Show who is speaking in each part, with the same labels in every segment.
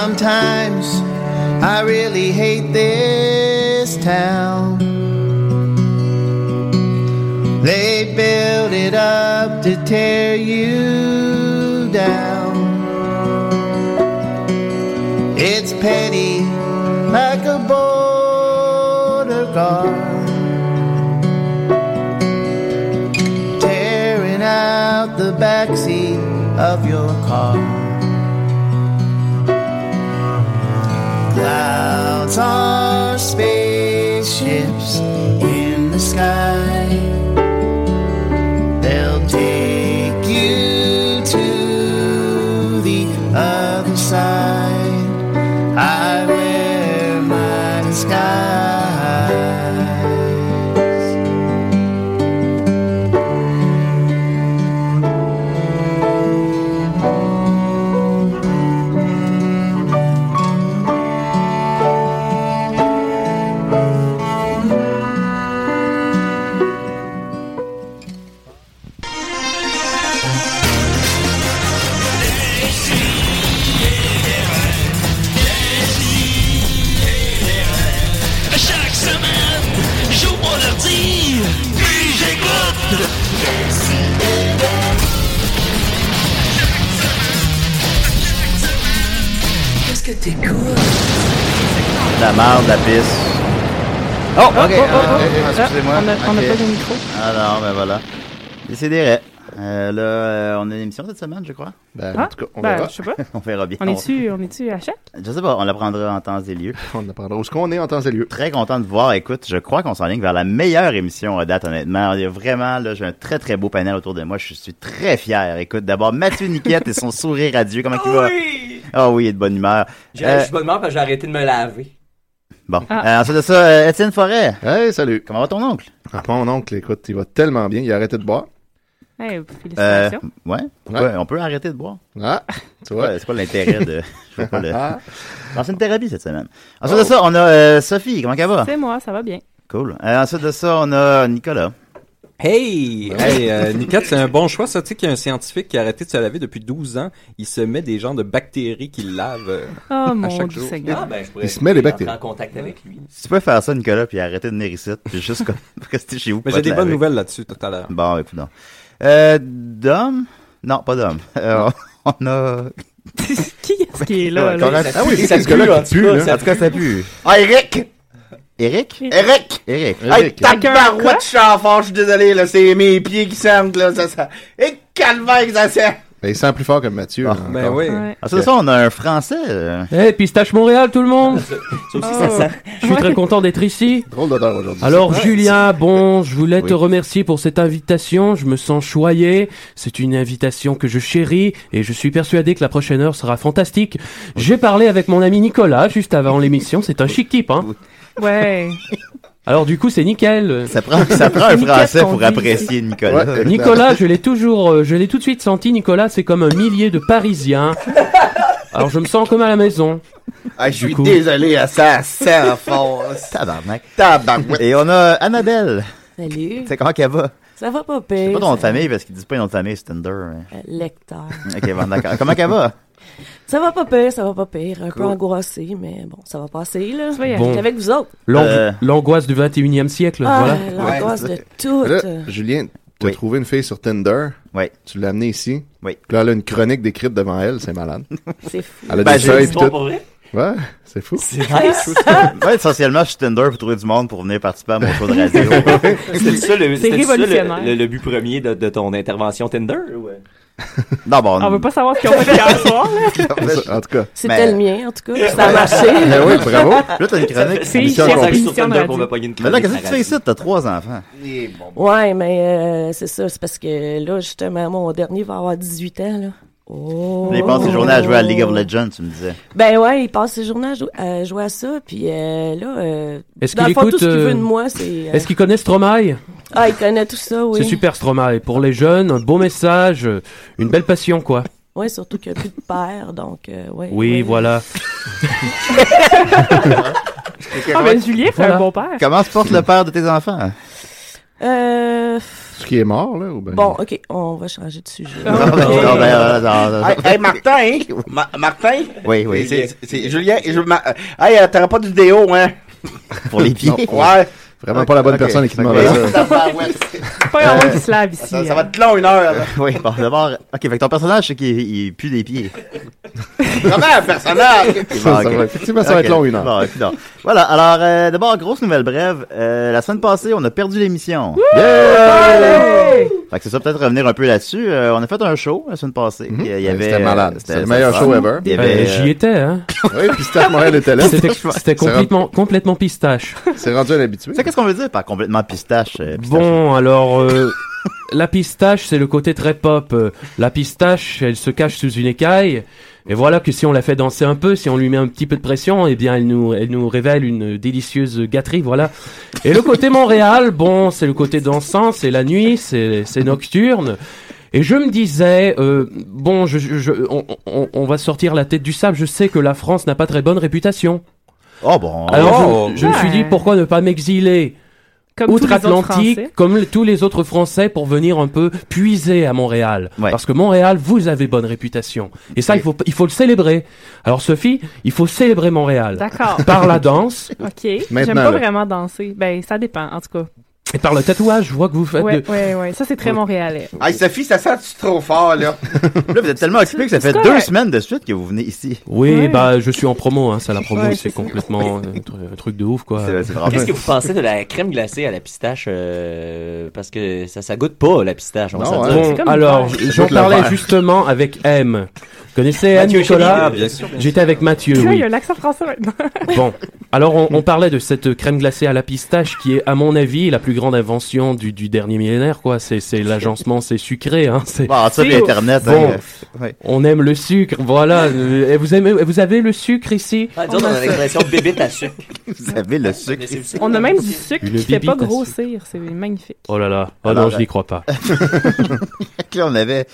Speaker 1: Sometimes I really hate this town. They build it up to tear you down. It's petty like a border guard. Tearing out the backseat of your car. Clouds are spaceships in the sky. They'll take you to the other side. I wear my disguise.
Speaker 2: Chaque semaine, j'ouvre mon ordi, puis j'écoute. Qu'est-ce que t'écoutes?
Speaker 1: La marde, la pisse. Oh, ok.
Speaker 3: oh, oh,
Speaker 1: euh,
Speaker 3: oh.
Speaker 1: euh, Excusez-moi.
Speaker 3: Ah, on a- on a
Speaker 1: Ok.
Speaker 3: pas de micro.
Speaker 1: Ah non, ben voilà. Décidérez. Euh, là, euh, on a une émission cette semaine, je crois.
Speaker 4: Ben,
Speaker 3: Ah,
Speaker 4: en tout cas, on
Speaker 3: ben,
Speaker 4: verra.
Speaker 3: je sais pas.
Speaker 1: on verra bien.
Speaker 3: On est-tu, on est-tu à chaque?
Speaker 1: Je sais pas, on la prendra en temps et lieu.
Speaker 4: On apprendra où ce qu'on est en temps et lieu.
Speaker 1: Très content de vous voir. Écoute, je crois qu'on s'enligne vers la meilleure émission à date, honnêtement. Il y a vraiment, là, j'ai un très, très beau panel autour de moi. Je suis très fier. Écoute, d'abord, Mathieu Niquette et son sourire radieux. Comment il va?
Speaker 5: Oui!
Speaker 1: Ah oui, il est de bonne humeur.
Speaker 5: J'ai-
Speaker 1: Euh,
Speaker 5: Je suis bonne mort parce que j'ai arrêté de me laver.
Speaker 4: Eh,
Speaker 1: Bon.
Speaker 3: Ah.
Speaker 1: Euh, ensuite de ça, euh, Étienne Forêt.
Speaker 4: Hey, salut.
Speaker 1: Comment va ton oncle?
Speaker 4: Ah, mon oncle, écoute, il va tellement bien. Il a arrêté de boire.
Speaker 3: Hey,
Speaker 1: Euh,
Speaker 3: félicitations.
Speaker 1: ouais. Pourquoi? On peut arrêter de boire.
Speaker 4: Ah, tu vois.
Speaker 1: Ouais, c'est pas l'intérêt de. je vois pas le-
Speaker 4: Ah,
Speaker 1: Ensuite, une thérapie cette semaine. Ensuite de ça, on a euh, Sophie. Comment elle
Speaker 4: Ah.
Speaker 1: va?
Speaker 3: C'est moi, ça va bien.
Speaker 1: Cool. Euh, ensuite de ça, on a Nicolas.
Speaker 6: Hey! Hey, euh, Nicotte, c'est un bon choix, ça. Tu sais qu'il y a un scientifique qui a arrêté de se laver depuis 12 ans. Il se met des genres de bactéries qui le lavent. euh.
Speaker 3: Oh mon
Speaker 4: chaque
Speaker 3: dieu
Speaker 4: jour.
Speaker 3: Seigneur.
Speaker 5: Ah, ben, je pourrais
Speaker 4: Il se met les
Speaker 5: entrer
Speaker 4: bactéries.
Speaker 5: en contact avec lui.
Speaker 1: Si tu peux faire ça, Nicolas, puis arrêter de venir ici, puis juste comme rester chez vous.
Speaker 6: Mais
Speaker 1: pas
Speaker 6: j'ai
Speaker 1: te
Speaker 6: des bonnes
Speaker 1: laver.
Speaker 6: nouvelles là-dessus tout à l'heure.
Speaker 1: Bon, ben, écoute donc. Euh, Dom? Non, pas Dom. Euh, on a...
Speaker 3: qui est-ce qui est là? là?
Speaker 1: Conrad-
Speaker 4: Ah oui,
Speaker 5: Ça
Speaker 4: c'est ce
Speaker 5: pue,
Speaker 4: gars-là
Speaker 5: en
Speaker 4: qui
Speaker 5: tout
Speaker 4: pue,
Speaker 5: cas,
Speaker 4: là.
Speaker 5: ça
Speaker 1: En tout cas, ça pue. Ah, Eric! Eric? Eric! Eric. Hey,
Speaker 4: Eric.
Speaker 3: Avec un quoi?
Speaker 1: tabarouette, je suis en forme, je suis désolé, là, c'est mes pieds qui sentent, là, ça, ça. Et calvaire que ça sent!
Speaker 4: Ben, il sent plus fort que Mathieu.
Speaker 1: Ah,
Speaker 4: là,
Speaker 6: Ben
Speaker 4: encore.
Speaker 6: oui.
Speaker 3: Ouais.
Speaker 1: Ah, c'est ça, on a un français. euh,
Speaker 7: Hey, pistache Montréal, tout le monde! Oh.
Speaker 5: Ça aussi, ça sent.
Speaker 7: Je suis très content d'être ici.
Speaker 4: Drôle d'odeur aujourd'hui.
Speaker 7: Alors, Julien, bon, je voulais te
Speaker 1: Oui.
Speaker 7: remercier pour cette invitation. Je me sens choyé. C'est une invitation que je chéris et je suis persuadé que la prochaine heure sera fantastique. J'ai parlé avec mon ami Nicolas juste avant l'émission. C'est un chic type, hein.
Speaker 3: Ouais.
Speaker 7: Alors, du coup, c'est nickel.
Speaker 1: Ça prend, ça prend un
Speaker 3: Nicolas
Speaker 1: français
Speaker 3: qu'on
Speaker 1: pour
Speaker 3: dit.
Speaker 1: apprécier Nicolas.
Speaker 4: Ouais.
Speaker 7: Nicolas, je l'ai toujours, euh, je l'ai tout de suite senti. Nicolas, c'est comme un millier de Parisiens. Alors, je me sens comme à la maison.
Speaker 4: Ah, je
Speaker 7: Du coup,
Speaker 4: désolé à ça, ça fort.
Speaker 1: Tabarnak.
Speaker 4: Tabarouette.
Speaker 1: Et on a Annabelle.
Speaker 8: Salut.
Speaker 1: C'est comment qu'elle va?
Speaker 8: Ça va pas
Speaker 1: C'est
Speaker 8: pire.
Speaker 1: pas ton nom de
Speaker 8: ça-
Speaker 1: famille parce qu'ils disent pas ton nom de famille, c'est Tinder. mais-
Speaker 8: euh, Lecteur.
Speaker 1: Ok, bon, d'accord. Comment qu'elle va?
Speaker 8: Ça va pas pire, ça va pas pire. Un peu angoissé, mais bon, ça va passer, là.
Speaker 3: vas y
Speaker 7: Bon.
Speaker 8: J'étais avec vous autres.
Speaker 7: l'ang-
Speaker 1: Euh.
Speaker 7: l'angoisse du 21e siècle, voilà.
Speaker 8: Ah, l'angoisse de tout.
Speaker 4: Là, Julien, t'as
Speaker 1: Oui.
Speaker 4: trouvé une fille sur Tinder.
Speaker 1: Oui.
Speaker 4: Tu l'as amenée ici.
Speaker 1: Oui.
Speaker 4: Puis là, elle a une chronique décrite devant elle. C'est malade.
Speaker 8: C'est fou.
Speaker 4: Elle a
Speaker 1: Ben,
Speaker 4: des
Speaker 1: j'ai
Speaker 4: feuilles
Speaker 1: dit
Speaker 4: pis
Speaker 5: Bon,
Speaker 4: tout.
Speaker 5: pour vrai?
Speaker 4: Ouais, c'est fou.
Speaker 5: C'est nice.
Speaker 1: Ouais, essentiellement, je suis Tinder pour trouver du monde pour venir participer à mon show de radio.
Speaker 5: C'était ça, le,
Speaker 3: C'est
Speaker 5: c'était ça
Speaker 3: révolutionnaire.
Speaker 5: le, le- le but premier de, de ton intervention Tinder? ou, euh?
Speaker 1: non, bon.
Speaker 3: On veut pas savoir ce qu'ils ont fait hier soir, là.
Speaker 4: En tout cas.
Speaker 8: C'était
Speaker 1: Mais-
Speaker 8: le mien, en tout cas. puis Ça a marché.
Speaker 4: Ben oui, bravo.
Speaker 1: Là, t'as une chronique.
Speaker 3: C'est-
Speaker 5: Mission
Speaker 4: c'est-
Speaker 5: accomplie.
Speaker 3: c'est-
Speaker 5: sur Tinder pour me pogner une
Speaker 1: Mais là,
Speaker 5: chronique
Speaker 1: qu'est-ce que tu fais ici? T'as trois enfants.
Speaker 8: Ouais, mais euh, c'est ça, c'est parce que là, justement, mon dernier va avoir 18 ans, là. Oh.
Speaker 1: Les passes ses journées à jouer à League of Legends, tu me disais.
Speaker 8: Ben ouais, il passe ses journées à, jou- à jouer à ça, puis euh, là, euh,
Speaker 7: Est-ce
Speaker 8: dans
Speaker 7: qu'il
Speaker 8: le fond, tout ce
Speaker 7: écoute,
Speaker 8: qu'il
Speaker 7: euh,
Speaker 8: veut de moi, c'est... euh,
Speaker 7: Est-ce qu'ils connaissent Stromae
Speaker 8: Ah, il connaît tout ça, oui.
Speaker 7: C'est super Stromae. Pour les jeunes, un beau message, euh, une belle passion, quoi.
Speaker 8: Ouais, surtout qu'il n'y a plus de père, donc, euh, ouais.
Speaker 7: Oui,
Speaker 8: ouais.
Speaker 7: voilà.
Speaker 3: Ah, ben Julien fait Ah, ben,
Speaker 7: Voilà.
Speaker 3: un bon père.
Speaker 1: Comment se porte le père de tes enfants?
Speaker 8: Euh,
Speaker 4: ce qui est mort, là? Ou ben...
Speaker 8: Bon, OK, on va changer de sujet.
Speaker 1: Non, ben, non, ben, euh, non, non, non.
Speaker 9: Hey, hey, Martin! Ma- Martin!
Speaker 1: Oui, oui,
Speaker 9: C'est- c'est- C'est Julien. Je, ma- hey, euh, t'auras pas de vidéo, hein?
Speaker 1: pour les pieds.
Speaker 9: Ouais.
Speaker 4: Vraiment pas la bonne
Speaker 1: Ok.
Speaker 4: personne à qui
Speaker 1: Ok.
Speaker 4: demandait ça.
Speaker 9: Tabarouette.
Speaker 3: Pas un rond qui se lave ici.
Speaker 9: ça, ça
Speaker 3: hein.
Speaker 9: va être long une heure. là.
Speaker 1: Oui, bon, d'abord, ok, fait que ton personnage, c'est qu'il il pue des pieds.
Speaker 3: hein.
Speaker 9: Vraiment un personnage.
Speaker 4: Ça va- Effectivement, ça va
Speaker 1: Ok.
Speaker 4: être long, une heure.
Speaker 1: Bon, écoute donc. Voilà, alors euh, d'abord, grosse nouvelle brève. Euh, la semaine passée, on a perdu l'émission.
Speaker 3: Allez!
Speaker 1: Fait que c'est ça, peut-être revenir un peu là-dessus. Euh, on a fait un show la semaine passée. Il y avait,
Speaker 4: Mhm. C'était malade.
Speaker 1: euh,
Speaker 4: C'était le meilleur
Speaker 1: c'était
Speaker 4: show
Speaker 1: fun.
Speaker 4: ever.
Speaker 1: Il y
Speaker 7: Euh,
Speaker 1: avait,
Speaker 7: J'y
Speaker 1: euh,
Speaker 7: étais, hein.
Speaker 4: Oui, puis Steph Morel était là.
Speaker 7: C'était c'était complètement, complètement pistache.
Speaker 4: C'est rendu un habitué.
Speaker 1: Tu sais, qu'est-ce qu'on veut dire par complètement pistache? euh, pistache?
Speaker 7: Bon, alors, euh, la pistache, c'est le côté très pop. Euh, La pistache, elle se cache sous une écaille. Et voilà que si on la fait danser un peu, si on lui met un petit peu de pression, eh bien, elle nous, elle nous révèle une délicieuse gâterie, voilà. Et le côté Montréal, bon, c'est le côté dansant, c'est la nuit, c'est c'est nocturne. Et je me disais, euh, bon, je, je- je- on, on- on va sortir la tête du sable, je sais que la France n'a pas très bonne réputation.
Speaker 1: Oh bon.
Speaker 7: Alors, je, je me suis
Speaker 3: Ouais.
Speaker 7: dit, pourquoi ne pas m'exiler
Speaker 3: Comme tous les autres Français.
Speaker 7: outre-Atlantique, comme le- tous les autres Français, pour venir un peu puiser à Montréal.
Speaker 1: Ouais.
Speaker 7: Parce que Montréal, vous avez bonne réputation. Et ça, il faut, il faut le célébrer. Alors, Sophie, il faut célébrer Montréal.
Speaker 3: D'accord.
Speaker 7: Par la danse
Speaker 3: OK. J'aime
Speaker 4: Maintenant,
Speaker 3: pas
Speaker 4: là.
Speaker 3: vraiment danser. Ben, ça dépend, en tout cas.
Speaker 7: et par le tatouage, je vois que vous faites.
Speaker 3: Ouais,
Speaker 7: de-
Speaker 3: ouais, ouais. Ça, c'est très montréalais.
Speaker 4: Ah,
Speaker 9: Hey, Sophie, ça sent-tu trop fort, là?
Speaker 1: Là, vous êtes tellement occupé que ça fait
Speaker 3: c'est euh,
Speaker 1: deux
Speaker 3: correct.
Speaker 1: semaines de suite que vous venez ici.
Speaker 7: Oui,
Speaker 3: Ouais.
Speaker 7: bah, je suis en promo, hein. Ça, la promo,
Speaker 3: Ouais, c'est
Speaker 7: c'est
Speaker 3: ça.
Speaker 7: complètement euh, un, tru- un truc de ouf, quoi.
Speaker 1: C'est c'est vraiment
Speaker 5: Qu'est-ce que vous pensez de la crème glacée à la pistache? euh, parce que ça, ça goûte pas, la pistache. On
Speaker 4: Non,
Speaker 5: va se le
Speaker 4: hein.
Speaker 5: dire.
Speaker 7: Bon,
Speaker 3: C'est comme
Speaker 7: alors,
Speaker 3: une
Speaker 7: j'en
Speaker 4: Goûte le
Speaker 7: parlais
Speaker 4: verre.
Speaker 7: justement avec M. Vous connaissez M,
Speaker 5: Mathieu
Speaker 7: Nicolas?
Speaker 5: Chénier, bien sûr, bien sûr.
Speaker 7: J'étais avec Mathieu,
Speaker 3: Là, il
Speaker 7: oui.
Speaker 3: y a un accent français maintenant.
Speaker 7: Bon, alors on, on parlait de cette crème glacée à la pistache qui est, à mon avis, la plus grande invention du, du dernier millénaire, quoi. C'est, c'est l'agencement, c'est sucré, hein. C'est,
Speaker 5: Bah,
Speaker 1: Bon, ça, puis
Speaker 3: C'est-
Speaker 1: Internet.
Speaker 7: Bon.
Speaker 1: hein, euh, ouais.
Speaker 7: on aime le sucre, voilà. Euh, Et vous aimez, vous avez le sucre ici
Speaker 5: Ah, disons, on a l'expression bébé à sucre.
Speaker 1: Vous avez le sucre.
Speaker 5: Mais c'est aussi-
Speaker 3: On a même du sucre
Speaker 7: Une
Speaker 3: qui fait pas
Speaker 7: bibite à
Speaker 3: grossir. C'est magnifique.
Speaker 7: Oh là là, oh
Speaker 4: euh,
Speaker 1: Alors,
Speaker 7: non, je n'y crois pas.
Speaker 1: Là, on avait.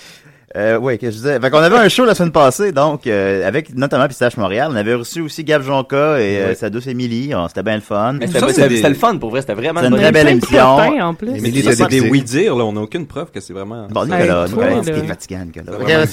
Speaker 1: Euh, oui, que je disais. Fait qu'on avait un show la semaine passée, donc, euh, avec notamment Pistache Montréal. On avait reçu aussi Gab Jonca et euh, sa douce Émilie. Oh, c'était bien le fun.
Speaker 5: Mais C'était
Speaker 6: Ça,
Speaker 5: pas-
Speaker 6: c'est
Speaker 5: c'était-
Speaker 6: des-
Speaker 5: c'était le fun pour vrai, c'était vraiment
Speaker 1: C'est
Speaker 5: une
Speaker 1: une
Speaker 5: bonne
Speaker 1: vraie
Speaker 5: idée.
Speaker 1: belle
Speaker 3: Plein de
Speaker 1: émission.
Speaker 3: protéines, en plus.
Speaker 6: Mais
Speaker 1: c'est
Speaker 6: c'est
Speaker 1: ça,
Speaker 6: des
Speaker 1: c'est-
Speaker 6: oui-dire, là. On n'a aucune preuve que c'est vraiment.
Speaker 1: Bon,
Speaker 3: Ouais,
Speaker 1: Nicolas,
Speaker 3: toi,
Speaker 1: Nicolas,
Speaker 3: là.
Speaker 1: c'est fatigant, Nicolas.
Speaker 6: Ouais, ouais,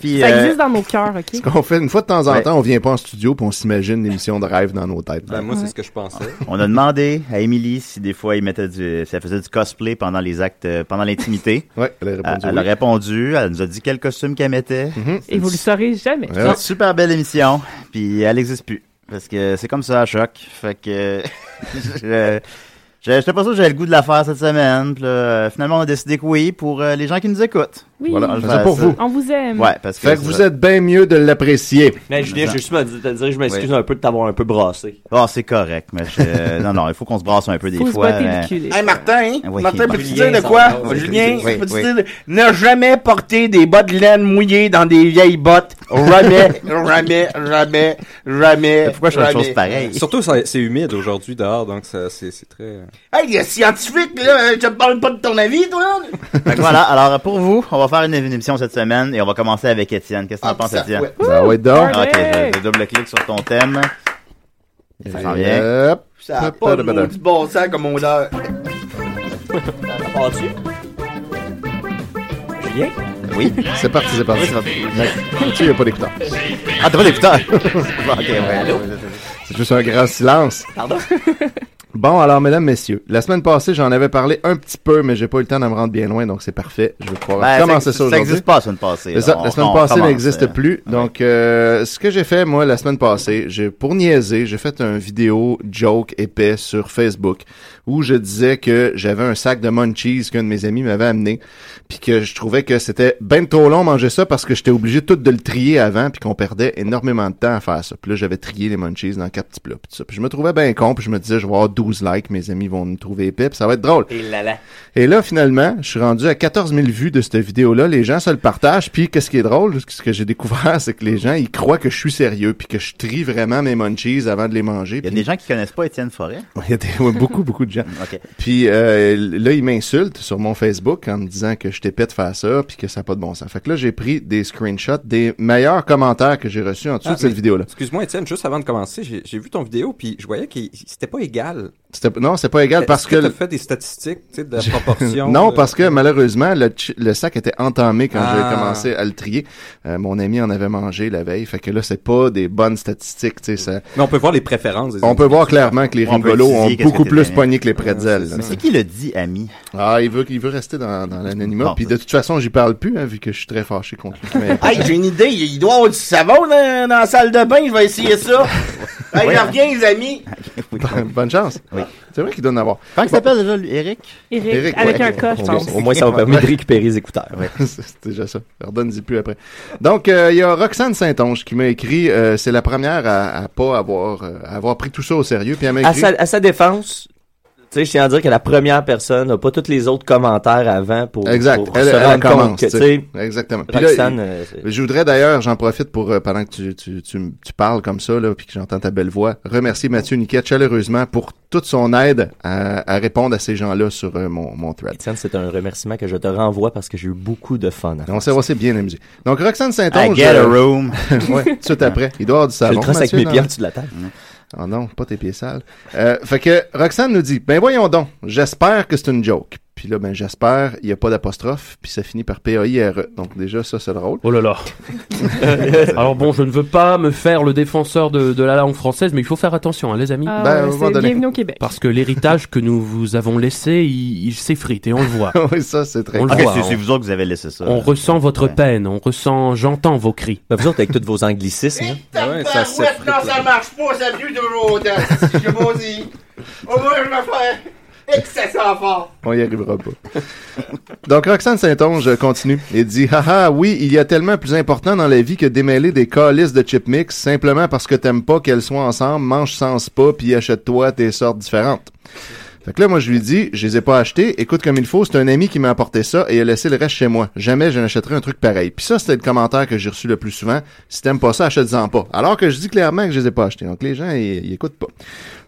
Speaker 1: Puis,
Speaker 3: Ça
Speaker 1: euh,
Speaker 3: existe dans nos cœurs, OK?
Speaker 4: On fait une fois de temps en
Speaker 1: Ouais.
Speaker 4: temps, on vient pas en studio puis on s'imagine l'émission de rêve dans nos têtes.
Speaker 6: Ben, moi, c'est ce que je pensais.
Speaker 1: On a demandé à Émilie si des fois il mettait du, si elle faisait du cosplay pendant les actes, euh, pendant l'intimité.
Speaker 4: Ouais, elle a
Speaker 1: elle,
Speaker 4: répondu.
Speaker 1: elle a
Speaker 4: oui. Mm-hmm.
Speaker 1: répondu, elle nous a dit quel costume qu'elle mettait.
Speaker 3: Et vous le saurez jamais.
Speaker 4: Ouais.
Speaker 1: Une Super belle émission, puis elle n'existe plus. Parce que c'est comme ça à choc. Fait que. je- je- J'étais pas sûr que j'avais le goût de la faire cette semaine. Puis là, euh, finalement, on a décidé que oui pour euh, les gens qui nous écoutent.
Speaker 3: Oui.
Speaker 4: Voilà,
Speaker 1: Je
Speaker 4: c'est pour
Speaker 1: vais à
Speaker 4: vous.
Speaker 3: On vous aime.
Speaker 1: Ouais, parce que.
Speaker 4: Fait que vous êtes bien mieux de l'apprécier.
Speaker 5: Mais Julien, je
Speaker 1: Exact.
Speaker 5: suis juste à te dire, je m'excuse un peu de t'avoir un peu brassé.
Speaker 1: Oh, c'est correct, mais je- euh, non, non, il faut qu'on se brasse un peu des
Speaker 3: Faut se
Speaker 1: fois. euh.
Speaker 3: botter
Speaker 1: mais-
Speaker 3: le cul. les
Speaker 9: Hey,
Speaker 3: gens.
Speaker 9: Martin, hein?
Speaker 1: Oui.
Speaker 9: Martin,
Speaker 1: Bon,
Speaker 9: peux-tu
Speaker 5: Julien,
Speaker 9: dire de
Speaker 5: ça
Speaker 9: quoi?
Speaker 5: va, oui.
Speaker 9: Julien,
Speaker 1: Oui,
Speaker 9: peux-tu
Speaker 1: oui.
Speaker 9: dire de- ne jamais porter des bottes de laine mouillées dans des vieilles bottes. Jamais, jamais, jamais, jamais.
Speaker 1: Pourquoi je fais une
Speaker 9: jamais.
Speaker 1: chose pareille?
Speaker 6: Surtout, ça- c'est humide aujourd'hui dehors, donc ça- c'est c'est très. euh.
Speaker 9: Hey, les scientifiques, là, je te parle pas de ton avis, toi.
Speaker 1: Fait que voilà, alors pour vous, on va faire une, une émission cette semaine et on va commencer avec Étienne. Qu'est-ce que tu penses, Étienne?
Speaker 9: ouais.
Speaker 4: Ah, Ça va être donc.
Speaker 3: Ouais.
Speaker 1: Ok, je,
Speaker 3: Hey!
Speaker 1: je double-clique sur ton thème. Ça s'en vient.
Speaker 4: Euh, hop.
Speaker 9: Ça a pas de maudit bon sens comme odeur.
Speaker 5: Penses-tu? Julien?
Speaker 1: Oui.
Speaker 4: C'est parti, c'est parti.
Speaker 1: Oui, ça va-
Speaker 4: Tu n'as pas d'écouteur.
Speaker 1: Ah, t'as pas l'écouteur! Bon, ok, ouais.
Speaker 4: C'est juste un grand silence.
Speaker 5: Pardon?
Speaker 4: Bon, alors, mesdames, messieurs, la semaine passée, j'en avais parlé un petit peu, mais j'ai pas eu le temps de me rendre bien loin, donc c'est parfait. Je vais pouvoir
Speaker 1: Ben,
Speaker 4: commencer
Speaker 1: ça,
Speaker 4: ça
Speaker 1: ça
Speaker 4: aujourd'hui.
Speaker 1: existe pas la semaine passée.
Speaker 4: C'est
Speaker 1: là.
Speaker 4: ça,
Speaker 1: On-
Speaker 4: la semaine
Speaker 1: on
Speaker 4: passée
Speaker 1: recommence,
Speaker 4: n'existe
Speaker 1: euh.
Speaker 4: plus. Donc, euh, ce que j'ai fait, moi, la semaine passée, j'ai, pour niaiser, j'ai fait un vidéo joke épais sur Facebook où je disais que j'avais un sac de munchies qu'un de mes amis m'avait amené puis que je trouvais que c'était ben trop long manger ça parce que j'étais obligé tout de le trier avant puis qu'on perdait énormément de temps à faire ça. Puis là, j'avais trié les munchies dans quatre petits plats puis tout ça. Puis je me trouvais ben con puis je me disais, je vais avoir 12 likes, mes amis vont me trouver épais puis ça va être drôle.
Speaker 5: Et là là.
Speaker 4: Et là, finalement, je suis rendu à 14 000 vues de cette vidéo-là. Les gens se le partagent. Puis, qu'est-ce qui est drôle, ce que j'ai découvert, c'est que les gens, ils croient que je suis sérieux, puis que je trie vraiment mes munchies avant de les manger.
Speaker 1: Il y a
Speaker 4: Puis-
Speaker 1: des gens qui connaissent pas Étienne Forêt.
Speaker 4: Il y a des- ouais, beaucoup, beaucoup de gens.
Speaker 1: Ok.
Speaker 4: Puis euh, là, ils m'insultent sur mon Facebook en me disant que je t'épais de faire ça, puis que ça n'a pas de bon sens. Fait que là, j'ai pris des screenshots des meilleurs commentaires que j'ai reçus en dessous
Speaker 6: Ah,
Speaker 4: de cette
Speaker 6: mais-
Speaker 4: vidéo-là.
Speaker 6: Excuse-moi, Étienne, juste avant de commencer, j'ai j'ai vu ton vidéo, puis je voyais que c'était pas égal.
Speaker 4: C'était- Non, c'est pas
Speaker 1: Euh,
Speaker 4: égal parce
Speaker 6: Est-ce que,
Speaker 4: que...
Speaker 6: t'as fait des statistiques, tu sais, de la proportion.
Speaker 4: Non,
Speaker 6: de-
Speaker 4: parce que malheureusement, le, ch- le sac était entamé quand
Speaker 6: Ah.
Speaker 4: j'ai commencé à le trier. Euh, mon ami en avait mangé la veille, fait que là, c'est pas des bonnes statistiques. tu sais, Ça...
Speaker 6: Mais on peut voir les préférences. des
Speaker 4: On peut
Speaker 6: individus.
Speaker 4: voir clairement que les
Speaker 1: On peut
Speaker 4: rigolos ont
Speaker 1: étudier qu'est-ce
Speaker 4: beaucoup
Speaker 1: que
Speaker 4: plus
Speaker 1: t'étais.
Speaker 4: pogné que les pretzels. là.
Speaker 1: Mais c'est qui le dit, ami?
Speaker 4: Ah, il veut, il veut rester dans, dans l'anonymat.
Speaker 1: Bon,
Speaker 4: Puis
Speaker 1: ça-
Speaker 4: de toute façon, j'y parle plus, hein, vu que je suis très fâché contre lui. Mais-
Speaker 9: Hey, j'ai une idée. Il doit avoir du savon dans, dans la salle de bain. Je vais essayer ça. hey, je reviens, les amis.
Speaker 1: Oui.
Speaker 4: Bonne- Bonne chance.
Speaker 1: Oui.
Speaker 4: C'est vrai qu'il doit en avoir.
Speaker 1: Comment il s'appelle déjà, lui, Eric?
Speaker 3: Eric,
Speaker 4: Eric,
Speaker 3: avec
Speaker 4: ouais.
Speaker 3: un cas, je
Speaker 4: On
Speaker 3: pense.
Speaker 4: va-
Speaker 5: Au moins, ça m'a permis de récupérer les écouteurs.
Speaker 4: c'est déjà ça. Pardonne-y plus après. Donc, euh, il y a Roxane Saint-Onge qui m'a écrit, euh, c'est la première à, à pas avoir, euh, à avoir pris tout ça au sérieux. Puis elle m'a
Speaker 5: À
Speaker 4: écrit,
Speaker 5: sa, à sa défense, tu sais, je tiens à dire que la première personne n'a pas tous les autres commentaires avant pour,
Speaker 4: exact,
Speaker 5: pour
Speaker 4: elle,
Speaker 5: se
Speaker 4: elle
Speaker 5: rendre compte
Speaker 4: commence.
Speaker 5: que,
Speaker 4: tu
Speaker 5: tu
Speaker 4: sais.
Speaker 5: sais,
Speaker 4: Exactement. Puis là,
Speaker 5: Roxane, euh, c'est-
Speaker 4: Je voudrais d'ailleurs, j'en profite pour euh, pendant que tu, tu, tu, tu parles comme ça là, puis que j'entends ta belle voix, remercier Mathieu Niquette chaleureusement pour toute son aide à, à répondre à ces gens-là sur euh, mon, mon thread.
Speaker 5: Étienne, c'est un remerciement que je te renvoie parce que j'ai eu beaucoup de fun. à
Speaker 4: On
Speaker 5: faire
Speaker 4: s'est on s'est bien amusé. Donc Roxane
Speaker 1: I
Speaker 4: Saint-Onge,
Speaker 1: get a
Speaker 4: euh,
Speaker 1: room.
Speaker 4: ouais, tout de suite après, il doit avoir du
Speaker 5: Je
Speaker 4: savon.
Speaker 5: le trace avec
Speaker 4: Mathieu,
Speaker 5: mes
Speaker 4: dans-
Speaker 5: pieds en dessous de la table.
Speaker 4: Oh non, pas tes pieds sales. Euh, fait que Roxane nous dit, ben voyons donc, j'espère que c'est une joke. Puis là, ben j'espère, il n'y a pas d'apostrophe, puis ça finit par P-A-I-R-E. E. Donc déjà, ça, c'est drôle.
Speaker 7: Oh là là. Alors bon, je ne veux pas me faire le défenseur de, de la langue française, mais il faut faire attention, hein, les amis.
Speaker 3: Ah,
Speaker 4: Ben, à un
Speaker 3: ouais,
Speaker 4: moment
Speaker 3: c'est
Speaker 4: donné.
Speaker 3: bienvenue au Québec.
Speaker 7: Parce que l'héritage que nous vous avons laissé, il, il s'effrite et on le voit.
Speaker 4: oui, ça, c'est très
Speaker 7: On le
Speaker 4: cool.
Speaker 1: Ok,
Speaker 7: voit,
Speaker 1: c'est-
Speaker 7: on-
Speaker 1: c'est vous autres qui vous avez laissé ça.
Speaker 7: On ressent votre
Speaker 1: Ouais.
Speaker 7: peine, on ressent, j'entends vos cris.
Speaker 5: Mais vous autres, avec tous vos anglicismes, hein,
Speaker 6: Ouais, ça
Speaker 9: Tabarouette,
Speaker 6: s'effrite,
Speaker 9: non,
Speaker 6: là.
Speaker 9: ça marche pas. Ça pue toujours autant. Je vous dis. Au moins, je vais faire excessivement fort.
Speaker 4: On y arrivera pas. Donc, Roxane Saint-Onge continue et dit Haha, oui, il y a tellement plus important dans la vie que démêler des calices de chip mix simplement parce que t'aimes pas qu'elles soient ensemble, mange sans spa puis achète-toi tes sortes différentes. Fait que là, moi, je lui dis, je les ai pas achetées, écoute comme il faut, c'est un ami qui m'a apporté ça et il a laissé le reste chez moi. Jamais je n'achèterai un truc pareil. Puis ça, c'était le commentaire que j'ai reçu le plus souvent. Si t'aimes pas ça, achète-en pas. Alors que je dis clairement que je les ai pas achetées. Donc, les gens, ils, ils écoutent pas.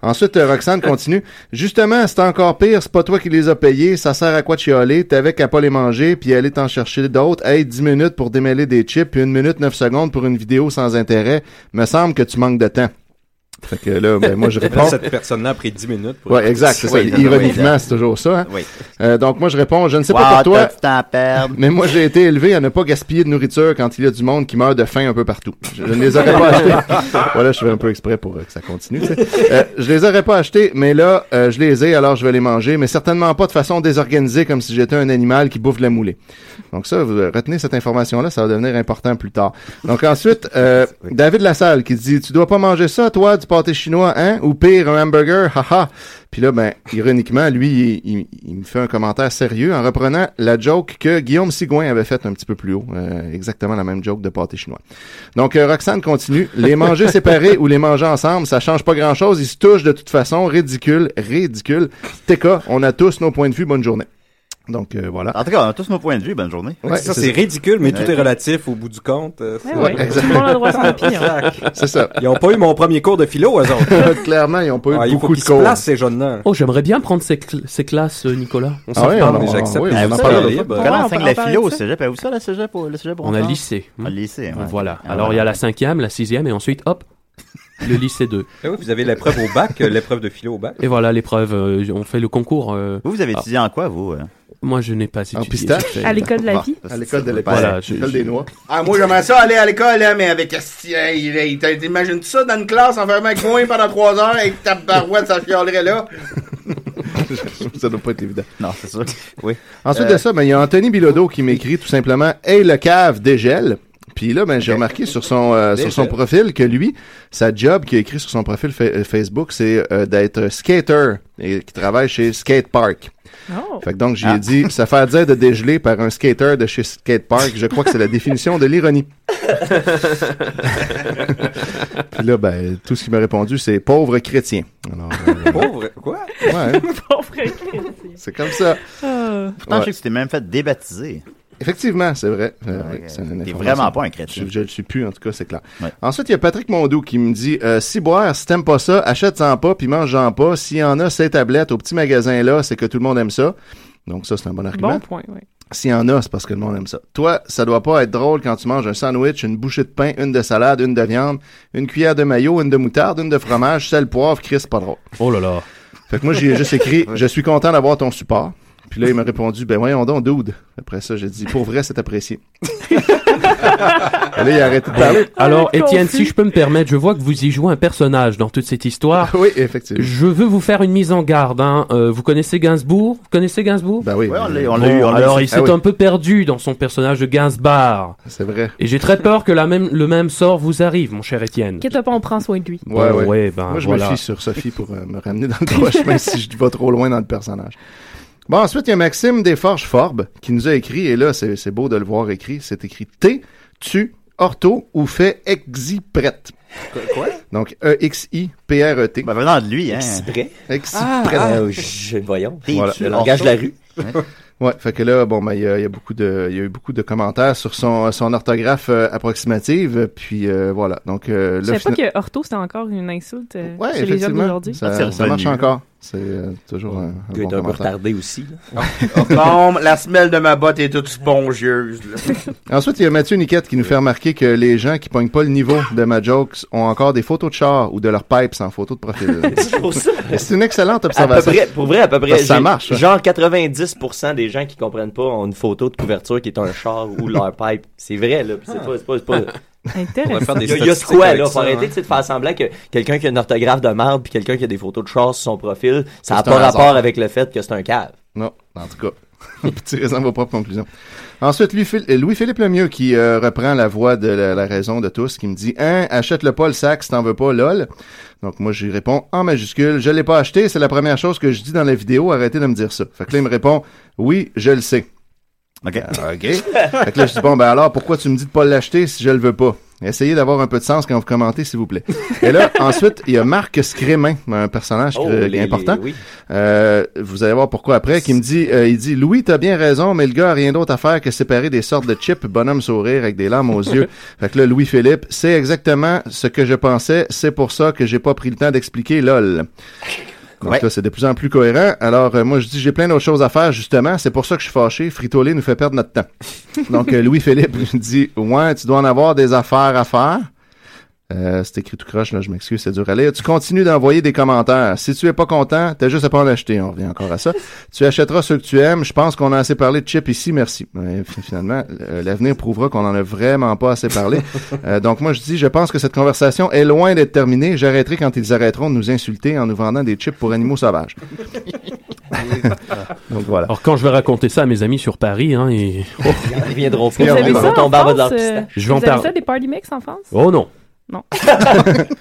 Speaker 4: Ensuite, euh, Roxane continue. Justement, c'est encore pire, c'est pas toi qui les as payés, ça sert à quoi de chialer, t'avais qu'à pas les manger, puis aller t'en chercher d'autres, hey, 10 minutes pour démêler des chips, puis 1 minute 9 secondes pour une vidéo sans intérêt, me semble que tu manques de temps. Fait que là, ben, moi, je
Speaker 6: Là,
Speaker 4: réponds.
Speaker 6: cette personne-là a pris 10 minutes. pour-
Speaker 4: Ouais, exact, c'est ça.
Speaker 1: Oui,
Speaker 4: Ironiquement, c'est toujours ça. hein.
Speaker 1: Oui.
Speaker 4: Euh, donc, moi, je réponds, je ne sais
Speaker 1: Wow,
Speaker 4: pas pour toi,
Speaker 1: t'as du temps à perdre.
Speaker 4: mais moi, j'ai été élevé à ne pas gaspiller de nourriture quand il y a du monde qui meurt de faim un peu partout. Je, je ne les aurais pas achetés. voilà, je fais un peu exprès pour euh, que ça continue. tu sais. Euh, je les aurais pas achetés, mais là, euh, je les ai, alors je vais les manger, mais certainement pas de façon désorganisée comme si j'étais un animal qui bouffe de la moulée. Donc ça, vous euh, retenez cette information-là, ça va devenir important plus tard. Donc ensuite, euh, David Lassalle qui dit, tu dois pas manger ça, toi, du pâté chinois, hein? Ou pire, un hamburger, haha. Puis là, ben, ironiquement, lui, il, il- il me fait un commentaire sérieux en reprenant la joke que Guillaume Sigouin avait faite un petit peu plus haut. Euh, exactement la même joke de pâté chinois. Donc, euh, Roxane continue. Les manger séparés ou les manger ensemble, ça change pas grand-chose. Ils se touchent de toute façon. Ridicule, ridicule. TK, on a tous nos points de vue. Bonne journée. Donc, euh, voilà.
Speaker 1: En tout cas, on a tous nos points de vue. Bonne journée.
Speaker 4: Ouais,
Speaker 6: Ah, ça,
Speaker 4: c'est
Speaker 6: c'est ridicule, mais tout
Speaker 1: Ouais.
Speaker 6: est relatif au bout du compte. euh,
Speaker 3: Ouais,
Speaker 6: c'est-
Speaker 3: ouais. Tout le monde a le droit à son opinion.
Speaker 4: C'est ça.
Speaker 6: Ils ont pas eu mon premier cours de philo, eux autres.
Speaker 4: Clairement, ils n'ont pas eu
Speaker 6: Ah, il faut
Speaker 4: beaucoup de
Speaker 6: qu'ils se
Speaker 4: cours.
Speaker 6: placent, ces jeunes-là.
Speaker 7: Oh, j'aimerais bien prendre ces, cl- ces classes, euh, Nicolas. On s'en
Speaker 4: Ah ouais,
Speaker 7: reparle.
Speaker 4: on-
Speaker 6: mais j'accepte.
Speaker 4: oui,
Speaker 6: que
Speaker 4: on
Speaker 6: vous
Speaker 4: en
Speaker 6: soyez
Speaker 4: parlera
Speaker 6: libre.
Speaker 3: Ouais,
Speaker 1: Comment on
Speaker 3: on peut
Speaker 1: enseigne
Speaker 3: en
Speaker 1: la
Speaker 3: parler
Speaker 1: philo
Speaker 3: de
Speaker 1: au
Speaker 3: ça.
Speaker 1: cégep? Avez-vous ça, le cégep? au- Le cégep au
Speaker 7: On a le
Speaker 1: France?
Speaker 7: lycée. hein.
Speaker 1: Ah, le lycée, ouais.
Speaker 7: Voilà.
Speaker 1: Ah,
Speaker 7: Alors,
Speaker 1: ouais.
Speaker 7: il y a la cinquième, la sixième, et ensuite, hop, le lycée 2.
Speaker 6: Ah oui, vous avez l'épreuve au bac, euh, l'épreuve de philo au bac.
Speaker 7: Et voilà l'épreuve. euh, on fait le concours. euh,
Speaker 1: Vous, vous avez
Speaker 7: Ah.
Speaker 1: étudié en quoi, vous? euh?
Speaker 7: moi, je n'ai pas étudié.
Speaker 4: pistache?
Speaker 7: j'ai fait-
Speaker 3: À l'école de la vie.
Speaker 1: Parce
Speaker 4: À
Speaker 1: que
Speaker 4: l'école
Speaker 1: ça
Speaker 4: de
Speaker 1: peut
Speaker 4: l'école.
Speaker 1: pas-
Speaker 7: Voilà, je-
Speaker 4: L'école
Speaker 7: je-
Speaker 4: des noix.
Speaker 9: Ah, moi, j'aimerais ça aller à l'école, hein, mais avec esti, hey, hey, t'as- T'imagines ça dans une classe en fermant avec moi pendant trois heures avec ta barouette, ça chialerait là.
Speaker 4: ça doit pas être évident.
Speaker 1: Non, c'est sûr. Oui.
Speaker 4: Ensuite
Speaker 6: Euh,
Speaker 4: de ça, ben, il y a Anthony Bilodeau qui m'écrit tout simplement Hey, le cave dégèle. Puis là, ben, j'ai remarqué sur son, euh, sur son
Speaker 6: Dégèle.
Speaker 4: profil que lui, sa job qu'il a écrit sur son profil fa- euh, Facebook, c'est euh, d'être skater et qui travaille chez Skate Park.
Speaker 3: Oh.
Speaker 4: Fait que donc, j'y ai
Speaker 1: Ah.
Speaker 4: dit, ça fait dire de dégeler par un skater de chez Skate Park, je crois que c'est la définition de l'ironie. Puis là, ben, tout ce qu'il m'a répondu, c'est pauvre chrétien. Alors, euh,
Speaker 6: Pauvre, quoi?
Speaker 4: ouais,
Speaker 3: Pauvre Christ.
Speaker 4: c'est comme ça.
Speaker 3: Ah.
Speaker 1: Pourtant,
Speaker 4: Ouais.
Speaker 1: je sais que tu t'es même fait débaptiser.
Speaker 4: Effectivement, c'est vrai. Euh, oui,
Speaker 1: Ouais,
Speaker 4: c'est une
Speaker 1: T'es
Speaker 4: information.
Speaker 1: vraiment pas un
Speaker 4: Je,
Speaker 1: chrétien.
Speaker 4: je le suis plus, en tout cas, c'est clair.
Speaker 1: Ouais.
Speaker 4: Ensuite, il y a Patrick Mondou qui me dit euh, Si boire, si t'aimes pas ça, achète-en pas, puis mange-en pas. S'il y en a ces tablettes au petit magasin là, c'est que tout le monde aime ça. Donc, ça, c'est un bon argument.
Speaker 3: Bon point, ouais.
Speaker 4: S'il y en a, c'est parce que le monde aime ça. Toi, ça doit pas être drôle quand tu manges un sandwich, une bouchée de pain, une de salade, une de viande, une cuillère de mayo, une de moutarde, une de fromage, sel, poivre, Chris, pas drôle.
Speaker 7: Oh là là.
Speaker 4: Fait Fait que moi, j'ai juste écrit Je suis content d'avoir ton support. Puis là, il m'a répondu Ben voyons donc, dude. Après ça, j'ai dit Pour vrai, c'est apprécié. Et là, il a arrêté de parler.
Speaker 7: Bah, Alors, Étienne, si je peux me permettre, je vois que vous y jouez un personnage dans toute cette histoire.
Speaker 4: Oui, effectivement.
Speaker 7: Je veux vous faire une mise en garde. hein. Euh, vous connaissez Gainsbourg Vous connaissez Gainsbourg
Speaker 4: Ben oui.
Speaker 1: Ouais, on l'a- on l'a eu, on l'a
Speaker 7: alors,
Speaker 1: eu.
Speaker 7: il s'est
Speaker 4: Ah oui.
Speaker 7: un peu perdu dans son personnage de Gainsbar.
Speaker 4: C'est vrai.
Speaker 7: Et j'ai très peur que la même, le même sort vous arrive, mon cher Étienne.
Speaker 3: Qu'est-ce pas, on prend soin de lui.
Speaker 4: Ouais,
Speaker 7: Bon,
Speaker 4: ouais.
Speaker 7: ouais, ben,
Speaker 4: Moi, je
Speaker 7: voilà.
Speaker 4: me fie sur Sophie pour euh, me ramener dans le droit chemin si je vais trop loin dans le personnage. Bon, ensuite, il y a Maxime Desforges Forbes qui nous a écrit, et là, c'est c'est beau de le voir écrit, c'est écrit T, tu, ortho ou fait exiprète.
Speaker 6: Quoi?
Speaker 4: Donc, E E-X-I-P-R-E-T.
Speaker 1: Ben, venant de lui, hein.
Speaker 5: C'est vrai?
Speaker 4: Exiprète.
Speaker 5: Ah, ah, je- voyons.
Speaker 4: Voilà.
Speaker 1: T'es-tu
Speaker 5: Le langage de la rue.
Speaker 4: Ouais, fait que là, bon, ben, il y a, il y a beaucoup de, il y a eu beaucoup de commentaires sur son, son orthographe euh, approximative, puis euh, voilà. Donc, euh,
Speaker 3: Je savais
Speaker 4: là,
Speaker 3: pas
Speaker 4: fina-
Speaker 3: que ortho, c'était encore une insulte euh,
Speaker 4: Ouais,
Speaker 3: chez les jeunes
Speaker 4: effectivement,
Speaker 3: d'aujourd'hui.
Speaker 1: Ah,
Speaker 4: ça,
Speaker 1: c'est
Speaker 4: ça marche
Speaker 1: revenu.
Speaker 4: encore. C'est euh, toujours un, un bon
Speaker 5: Que est un peu
Speaker 4: commentaire.
Speaker 5: retardé aussi. là.
Speaker 9: Ah, Bon, la semelle de ma botte est toute spongieuse. là.
Speaker 4: Ensuite, il y a Mathieu Niquette qui nous fait remarquer que les gens qui pognent pas le niveau de ma jokes ont encore des photos de char ou de leurs pipes en photo de profil.
Speaker 5: C'est pour ça.
Speaker 4: Et c'est une excellente
Speaker 5: À peu
Speaker 4: observation.
Speaker 5: près, pour vrai, à peu près.
Speaker 4: Parce que ça
Speaker 5: j'ai-
Speaker 4: marche, hein. ouais.
Speaker 5: Genre 90% des gens qui comprennent pas ont une photo de couverture qui est un char ou leur pipe. C'est vrai, là. Puis C'est pas, c'est pas, c'est pas-
Speaker 6: On va
Speaker 3: Intéressant.
Speaker 6: faire des
Speaker 5: Il y a- il y a ce
Speaker 6: statistiques
Speaker 5: quoi,
Speaker 6: avec
Speaker 5: là.
Speaker 6: ça,
Speaker 5: Faut arrêter
Speaker 6: hein.
Speaker 5: tu sais, de faire semblant que quelqu'un qui a une orthographe de merde puis quelqu'un qui a des photos de char sur son profil, ça n'a
Speaker 4: C'est
Speaker 5: pas
Speaker 4: un hasard.
Speaker 5: rapport avec le fait que c'est un cave.
Speaker 4: Non, en tout cas. Tirez-en vos propres conclusions. Ensuite, Louis- Phil- euh, Louis-Philippe Lemieux qui euh, reprend la voix de la, la raison de tous, qui me dit « Hein, achète-le pas le sac si t'en veux pas, lol. » Donc moi, j'y réponds en majuscule « Je l'ai pas acheté, c'est la première chose que je dis dans la vidéo, arrêtez de me dire ça. » Fait que là, il me répond « Oui, je le sais. »
Speaker 1: OK.
Speaker 4: Ah, OK. fait que là, je dis, bon, ben alors, pourquoi tu me dis de pas l'acheter si je le veux pas? Essayez d'avoir un peu de sens quand vous commentez, s'il vous plaît. Et là, ensuite, il y a Marc Scrémin, un personnage
Speaker 5: Oh,
Speaker 4: euh, qui
Speaker 5: les-
Speaker 4: est important.
Speaker 5: les- oui.
Speaker 4: Euh, vous allez voir pourquoi après, qui me dit, euh, il dit, Louis, t'as bien raison, mais le gars a rien d'autre à faire que séparer des sortes de chips, bonhomme sourire avec des larmes aux yeux. Fait que là, Louis-Philippe, c'est exactement ce que je pensais, c'est pour ça que j'ai pas pris le temps d'expliquer lol. Donc
Speaker 1: Ouais.
Speaker 4: là, c'est de plus en plus cohérent. Alors, euh, moi, je dis, j'ai plein d'autres choses à faire, justement. C'est pour ça que je suis fâché. Fritolé nous fait perdre notre temps. Donc, euh, Louis-Philippe nous dit, ouais, tu dois en avoir des affaires à faire. Euh, c'est écrit tout croche, là, je m'excuse, c'est dur à lire. Tu continues d'envoyer des commentaires. Si tu es pas content, t'as juste à pas en acheter. On revient encore à ça. tu achèteras ceux que tu aimes. Je pense qu'on a assez parlé de chips ici. Merci. Ouais, fi- finalement, euh, l'avenir prouvera qu'on en a vraiment pas assez parlé. Euh, donc moi, je dis, je pense que cette conversation est loin d'être terminée. J'arrêterai quand ils arrêteront de nous insulter en nous vendant des chips pour animaux sauvages. donc voilà.
Speaker 7: Alors, quand je vais raconter ça à mes amis sur Paris, hein, et... Oh,
Speaker 5: Ils viendront fou.
Speaker 4: Vous
Speaker 5: Ils
Speaker 4: avez
Speaker 5: vont
Speaker 4: ça
Speaker 3: en
Speaker 7: Ah, bah,
Speaker 5: tomber en bas de leur
Speaker 3: France,
Speaker 5: pistache.
Speaker 7: je vais en
Speaker 3: Vous avez
Speaker 7: parler.
Speaker 3: ça, des party mix en France?
Speaker 7: Oh non.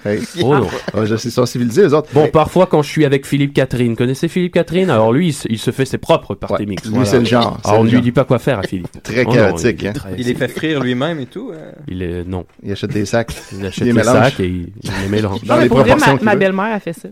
Speaker 4: Hey.
Speaker 7: Oh non.
Speaker 4: Ah, je- Ils sont civilisés, les autres.
Speaker 7: Bon, parfois, quand je suis avec Philippe Catherine, connaissez Philippe Catherine Alors lui, il, se- il se fait ses propres
Speaker 4: Ouais.
Speaker 7: parties
Speaker 4: Lui,
Speaker 7: mix. Voilà.
Speaker 4: c'est le genre. C'est
Speaker 7: Alors, on
Speaker 4: le
Speaker 7: ne lui
Speaker 4: genre.
Speaker 7: dit pas quoi faire à Philippe.
Speaker 4: Très
Speaker 7: Oh non,
Speaker 4: chaotique,
Speaker 7: il est
Speaker 4: hein.
Speaker 7: très-
Speaker 6: Il les fait frire lui-même et tout. hein.
Speaker 7: il est- non,
Speaker 4: Il achète des sacs.
Speaker 7: il
Speaker 4: Il
Speaker 7: achète
Speaker 4: les
Speaker 7: les
Speaker 4: mélange.
Speaker 7: sacs et il, il les mélange.
Speaker 3: Non,
Speaker 4: Dans les
Speaker 3: mais pour vrai,
Speaker 4: proportions
Speaker 3: ma,
Speaker 4: qu'il
Speaker 3: ma
Speaker 4: veut.
Speaker 3: belle-mère a fait ça.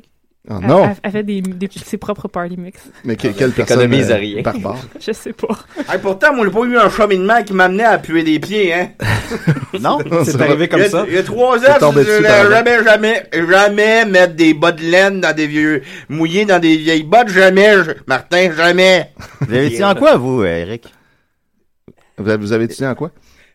Speaker 4: Ah,
Speaker 3: Elle-
Speaker 4: non.
Speaker 3: Elle, elle fait des, des- ses propres party mix.
Speaker 4: Mais que- quelle personne
Speaker 5: T'économises
Speaker 4: euh,
Speaker 5: rien.
Speaker 4: barbare.
Speaker 3: Je sais pas.
Speaker 9: Hey, pourtant, moi, j'ai pas eu un cheminement qui m'amenait à puer des pieds, hein.
Speaker 1: Non?
Speaker 4: Ça
Speaker 6: C'est
Speaker 4: va.
Speaker 6: arrivé
Speaker 9: il, y
Speaker 6: comme
Speaker 9: a,
Speaker 6: ça.
Speaker 9: il y a trois
Speaker 4: T'es
Speaker 9: ans,
Speaker 4: tombé
Speaker 9: je
Speaker 4: dessus
Speaker 9: voulais
Speaker 4: par
Speaker 9: jamais, jamais, jamais mettre des bottes de laine dans des vieux, mouillés dans des vieilles bottes, jamais, je- Martin, jamais.
Speaker 1: Vous avez
Speaker 5: euh,
Speaker 1: étudié en quoi, vous, euh, Eric?
Speaker 4: Vous avez, vous avez étudié en quoi?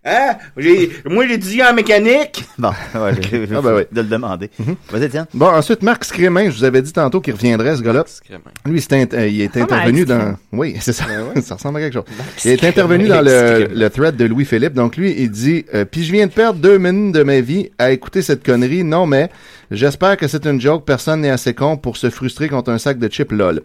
Speaker 9: Hein? J'ai, moi, j'ai étudié en mécanique.
Speaker 1: Bon, ouais, j'ai
Speaker 4: Ah,
Speaker 5: bah
Speaker 4: ben oui.
Speaker 1: de le demander.
Speaker 5: Mhm.
Speaker 1: Vas-y, Étienne.
Speaker 4: Bon, ensuite, Marc Scrémin, je vous avais dit tantôt qu'il reviendrait, ce gars-là. Lui, c'est int- euh, il est
Speaker 3: Ah,
Speaker 4: intervenu
Speaker 3: Marc
Speaker 4: dans... Oui, c'est ça. ça ressemble à quelque chose. Il est intervenu dans le, le thread de Louis-Philippe. Donc, lui, il dit euh, Puis je viens de perdre deux minutes de ma vie à écouter cette connerie. Non, mais j'espère que c'est une joke. Personne n'est assez con pour se frustrer contre un sac de chips lol. »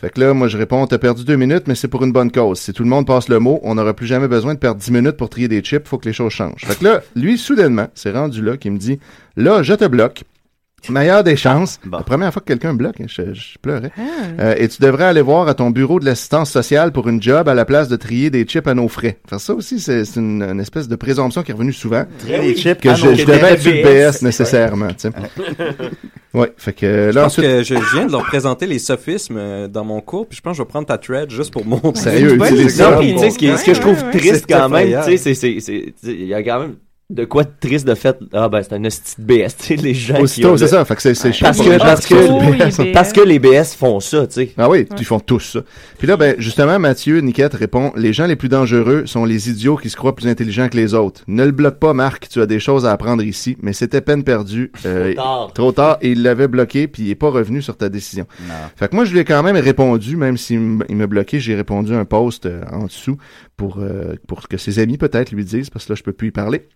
Speaker 4: Fait que là, moi, je réponds T'as perdu deux minutes, mais c'est pour une bonne cause. Si tout le monde passe le mot, on n'aura plus jamais besoin de perdre dix minutes pour trier des chips. Faut que les choses changent. Fait que là, lui, soudainement, c'est rendu là qu'il me dit Là, je te bloque. Meilleure des chances.
Speaker 1: Bon.
Speaker 4: La première fois que quelqu'un me bloque, hein, je, je pleurais.
Speaker 1: Ah.
Speaker 4: Euh, et tu devrais aller voir à ton bureau de l'assistance sociale pour une job à la place de trier des chips à nos frais. Faire ça aussi, c'est c'est une, une espèce de présomption qui est revenue souvent.
Speaker 1: Très des chips.
Speaker 4: Que
Speaker 1: Ah,
Speaker 4: je,
Speaker 1: non,
Speaker 4: je
Speaker 1: Québec.
Speaker 4: devais être sur le
Speaker 5: BS.
Speaker 4: PS nécessairement, tu sais. ouais, fait que euh,
Speaker 6: Je
Speaker 4: là,
Speaker 6: pense
Speaker 4: ensuite,
Speaker 6: que je viens de leur présenter les sophismes euh, dans mon cours, puis je pense que je vais prendre ta thread juste pour montrer.
Speaker 4: Sérieux,
Speaker 6: Ouais,
Speaker 4: utilise
Speaker 6: c'est
Speaker 4: ça.
Speaker 5: Non,
Speaker 6: ça.
Speaker 5: puis tu sais, ce, qui est- ce que je trouve
Speaker 3: Ouais, ouais,
Speaker 6: ouais.
Speaker 5: triste
Speaker 6: C'est
Speaker 5: quand même, tu
Speaker 6: effroyable.
Speaker 5: sais, c'est, c'est, c'est, tu sais, il y a quand même de quoi de triste de fait Ah ben c'est un hostie de BS, tu sais, les gens qui ont
Speaker 4: Aussitôt,
Speaker 5: le-
Speaker 4: c'est ça. Fait que c'est- c'est chiant
Speaker 5: Parce
Speaker 4: pour
Speaker 5: que,
Speaker 4: les gens.
Speaker 5: parce,
Speaker 3: Ah, Oui,
Speaker 5: que,
Speaker 3: BS.
Speaker 5: parce que les BS font ça, tu sais.
Speaker 4: Ah oui, ils font tous ça. Puis là, ben, justement, Mathieu Niquette répond Les gens les plus dangereux sont les idiots qui se croient plus intelligents que les autres. Ne le bloque pas, Marc, tu as des choses à apprendre ici, mais c'était peine perdue. Euh,
Speaker 5: Trop tard.
Speaker 4: Trop tard, et il l'avait bloqué, puis il n'est pas revenu sur ta décision. Fait que moi, je lui ai quand même répondu, même s'il m- il m'a bloqué, j'ai répondu un post euh, en dessous pour, euh, pour que ses amis peut-être lui disent, parce que là, je peux plus y parler.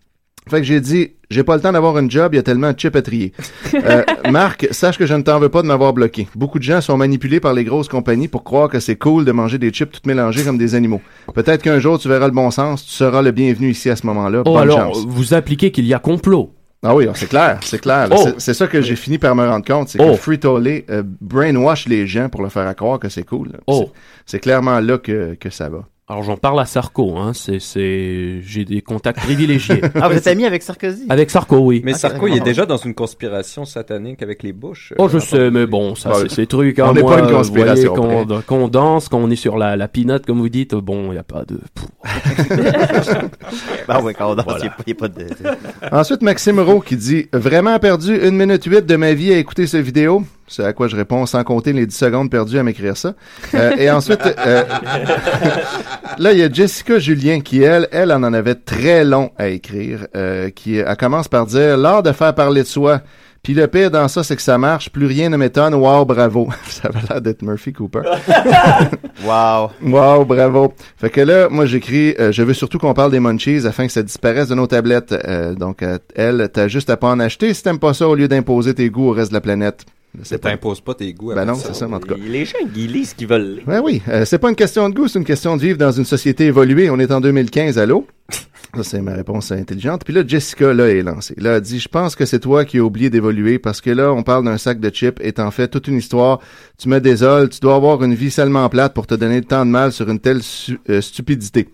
Speaker 4: Fait que j'ai dit, j'ai pas le temps d'avoir un job, il y a tellement de chips à trier. Euh, Marc, sache que je ne t'en veux pas de m'avoir bloqué. Beaucoup de gens sont manipulés par les grosses compagnies pour croire que c'est cool de manger des chips toutes mélangées comme des animaux. Peut-être qu'un jour tu verras le bon sens, tu seras le bienvenu ici à ce moment-là.
Speaker 7: Oh,
Speaker 4: Bonne
Speaker 7: alors,
Speaker 4: chance.
Speaker 7: vous appliquez qu'il y a complot.
Speaker 4: Ah oui, c'est clair, c'est clair. là.
Speaker 7: Oh.
Speaker 4: C'est- C'est ça que j'ai fini par me rendre compte, c'est
Speaker 7: Oh.
Speaker 4: que Frito-Lay euh, brainwash les gens pour leur faire à croire que c'est cool. là.
Speaker 7: Oh.
Speaker 4: C'est- C'est clairement là que, que ça va.
Speaker 7: Alors, j'en parle à Sarko, hein. C'est, c'est, j'ai des contacts privilégiés.
Speaker 1: Ah, vous êtes amis avec Sarkozy?
Speaker 7: Avec Sarko, oui.
Speaker 6: Mais
Speaker 1: Ah,
Speaker 6: Sarko, il est
Speaker 1: carrément.
Speaker 6: déjà dans une conspiration satanique avec les Bush.
Speaker 7: Oh, je
Speaker 6: Euh,
Speaker 7: sais, mais bon, ça,
Speaker 4: Ouais.
Speaker 7: c'est ces trucs. hein,
Speaker 4: Bah, On n'est
Speaker 7: moi,
Speaker 4: pas une
Speaker 7: euh,
Speaker 4: conspiration,
Speaker 7: vous voyez, Qu'on qu'on danse, qu'on est sur la, la pinote, comme vous dites, euh, bon, il n'y a pas de. Pff,
Speaker 1: Ben oui, quand on danse, il y a pas- il y a pas de...
Speaker 4: Ensuite, Maxime Rowe qui dit « Vraiment perdu une minute huit de ma vie à écouter cette vidéo ?» C'est à quoi je réponds sans compter les 10 secondes perdues à m'écrire ça. Euh, et ensuite, euh, là, il y a Jessica Julien qui, elle, elle en en avait très long à écrire, euh, qui elle commence par dire « L'art de faire parler de soi ». Puis le pire dans ça, c'est que ça marche, plus rien ne m'étonne, wow, bravo. ça avait l'air d'être Murphy Cooper.
Speaker 1: Wow.
Speaker 4: Wow, bravo. Fait que là, moi j'écris, euh, je veux surtout qu'on parle des munchies afin que ça disparaisse de nos tablettes. Euh, donc, euh, elle, t'as juste à pas en acheter si t'aimes pas ça au lieu d'imposer tes goûts au reste de la planète. C'est pas...
Speaker 6: T'imposes pas tes goûts. à
Speaker 4: Ben non,
Speaker 6: personne.
Speaker 4: c'est ça, en tout cas.
Speaker 5: Les gens, ils lisent ce qu'ils veulent lire.
Speaker 4: Ben oui, euh, c'est pas une question de goût, c'est une question de vivre dans une société évoluée. On est en 2015, allô? Ça, c'est ma réponse intelligente. Puis là, Jessica, là, est lancée. Là, elle dit, je pense que c'est toi qui as oublié d'évoluer parce que là, on parle d'un sac de chips et en fait toute une histoire. Tu me désoles, tu dois avoir une vie seulement plate pour te donner tant de mal sur une telle su- euh, stupidité.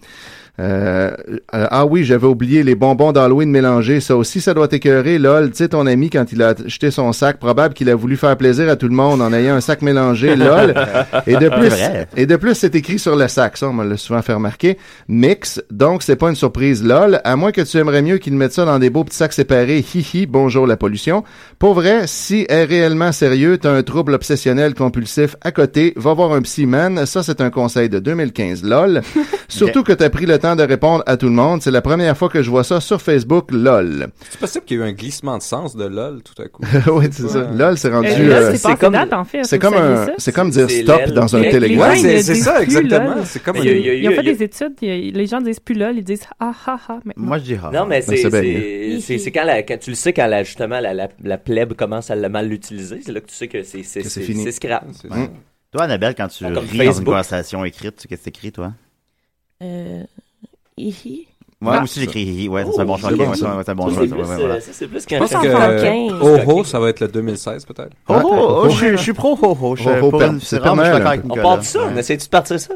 Speaker 4: Euh, euh, ah oui, j'avais oublié les bonbons d'Halloween mélangés. Ça aussi, ça doit t'écœurer. Lol, tu sais, ton ami, quand il a jeté son sac, probable qu'il a voulu faire plaisir à tout le monde en ayant un sac mélangé. Lol. Et de plus,
Speaker 1: vrai.
Speaker 4: et de plus, c'est écrit sur le sac. Ça, on me l'a souvent fait remarquer. Mix. Donc, c'est pas une surprise. Lol. À moins que tu aimerais mieux qu'ils mettent ça dans des beaux petits sacs séparés. Hihi. Bonjour, la pollution. Pour vrai, si est réellement sérieux, t'as un trouble obsessionnel compulsif à côté. Va voir un psy, man. Ça, c'est un conseil de 2015. Lol. Surtout que t'as pris le temps de répondre à tout le monde. C'est la première fois que je vois ça sur Facebook. Lol.
Speaker 6: C'est possible qu'il y ait eu un glissement de sens de LOL tout à coup.
Speaker 4: oui, c'est ça. Lol, c'est rendu.
Speaker 3: Euh,
Speaker 4: euh,
Speaker 3: là, c'est
Speaker 5: comme-
Speaker 3: comme date, en fait. Vous
Speaker 4: c'est comme
Speaker 3: saviez
Speaker 4: un,
Speaker 3: ça?
Speaker 4: c'est comme dire
Speaker 5: C'est
Speaker 4: stop
Speaker 5: l'aile.
Speaker 4: Ah, dans un
Speaker 3: Les- les
Speaker 4: télégramme.
Speaker 3: Ouais,
Speaker 6: Ouais, c'est
Speaker 3: ils
Speaker 6: c'est
Speaker 3: disent
Speaker 6: ça,
Speaker 3: plus
Speaker 6: exactement.
Speaker 3: lol.
Speaker 6: C'est comme
Speaker 5: Mais il y a- il y a-
Speaker 6: une-
Speaker 3: Ils ont fait
Speaker 5: il y a-
Speaker 3: des études, il y a- les gens disent plus lol, ils disent ah ah ah. maintenant.
Speaker 1: Moi, je dis ah.
Speaker 5: Non, mais c'est,
Speaker 4: Ben, c'est bien
Speaker 5: c'est, c'est, c'est quand, la, quand tu le sais, quand la, justement la, la, la plèbe commence à le mal l'utiliser, c'est là que tu sais que c'est, c'est,
Speaker 4: Que c'est
Speaker 5: c'est,
Speaker 4: fini.
Speaker 5: c'est scrap.
Speaker 6: C'est
Speaker 4: Hum.
Speaker 6: ça.
Speaker 1: Toi, Annabelle, quand tu
Speaker 5: Pas comme
Speaker 1: ris dans une
Speaker 5: Facebook.
Speaker 1: conversation écrite, tu qu'est-ce que t'écris, toi?
Speaker 8: Euh, hihi.
Speaker 1: Moi
Speaker 3: Ah,
Speaker 1: aussi, j'écris hi hi. Ouais, ça, c'est
Speaker 5: Oh,
Speaker 1: un bon
Speaker 5: c'est
Speaker 1: choix.
Speaker 5: bon,
Speaker 1: Ouais,
Speaker 5: ça.
Speaker 1: ça, c'est un bon
Speaker 5: Ça,
Speaker 1: choix.
Speaker 5: c'est
Speaker 1: ça,
Speaker 5: plus,
Speaker 1: ouais, voilà.
Speaker 5: euh, ça, c'est plus
Speaker 6: Je
Speaker 5: qu'un
Speaker 6: pense
Speaker 5: choc.
Speaker 6: que
Speaker 8: 75.
Speaker 6: Euh, Oho, ça va être le 2016 peut-être.
Speaker 1: Oh, oh, oh, je suis- je suis pro ho ho. Je
Speaker 4: Ho,
Speaker 1: suis
Speaker 4: ho,
Speaker 1: pour
Speaker 4: père,
Speaker 1: une-
Speaker 4: c'est
Speaker 1: c'est rare,
Speaker 4: pas
Speaker 1: mais je suis
Speaker 4: mal,
Speaker 1: d'accord avec
Speaker 5: On
Speaker 1: Nicolas.
Speaker 5: part de ça, on
Speaker 1: Ouais.
Speaker 5: essaie de partir ça.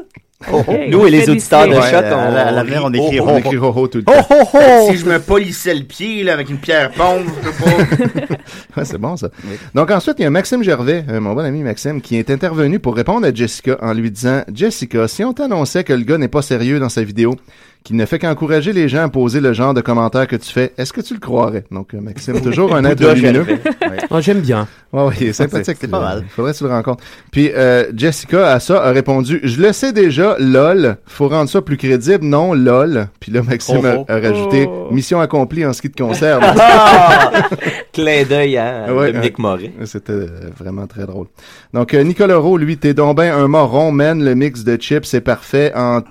Speaker 3: Hey,
Speaker 5: Nous et les
Speaker 3: fais des
Speaker 5: auditeurs de
Speaker 3: sièges.
Speaker 1: Ouais,
Speaker 5: chat,
Speaker 1: à la- à l'avenir, on
Speaker 5: on rit
Speaker 1: écrit
Speaker 5: au-
Speaker 4: On écrit ho ho tout le
Speaker 1: Oh
Speaker 4: temps.
Speaker 1: ho ho!
Speaker 9: Si je me polissais le pied là, avec une pierre pompe, je peux pas.
Speaker 4: Ouais, c'est bon ça. Donc ensuite, il y a Maxime Gervais, euh, mon bon ami Maxime, qui est intervenu pour répondre à Jessica en lui disant Jessica, si on t'annonçait que le gars n'est pas sérieux dans sa vidéo, qu'il ne fait qu'encourager les gens à poser le genre de commentaires que tu fais, est-ce que tu le croirais Donc euh, Maxime, toujours un être lumineux.
Speaker 7: ah, j'aime bien.
Speaker 4: Ouais, ouais, il est sympathique. euh,
Speaker 1: C'est pas mal.
Speaker 4: Il faudrait que tu le rencontres. Puis euh, Jessica à ça a répondu Je le sais déjà, lol. Faut rendre ça plus crédible, non, lol. Puis là, Maxime a-
Speaker 1: Oh, oh.
Speaker 4: a, rajouté
Speaker 3: Oh.
Speaker 4: Mission accomplie en ce qui te concerne.
Speaker 5: Clin d'œil à
Speaker 4: Ouais,
Speaker 5: Dominique Moret.
Speaker 4: C'était euh, vraiment très drôle. Donc, euh, Nicolas Rowe, lui, t'es donc ben un moron, man, le mix de chips, c'est parfait en,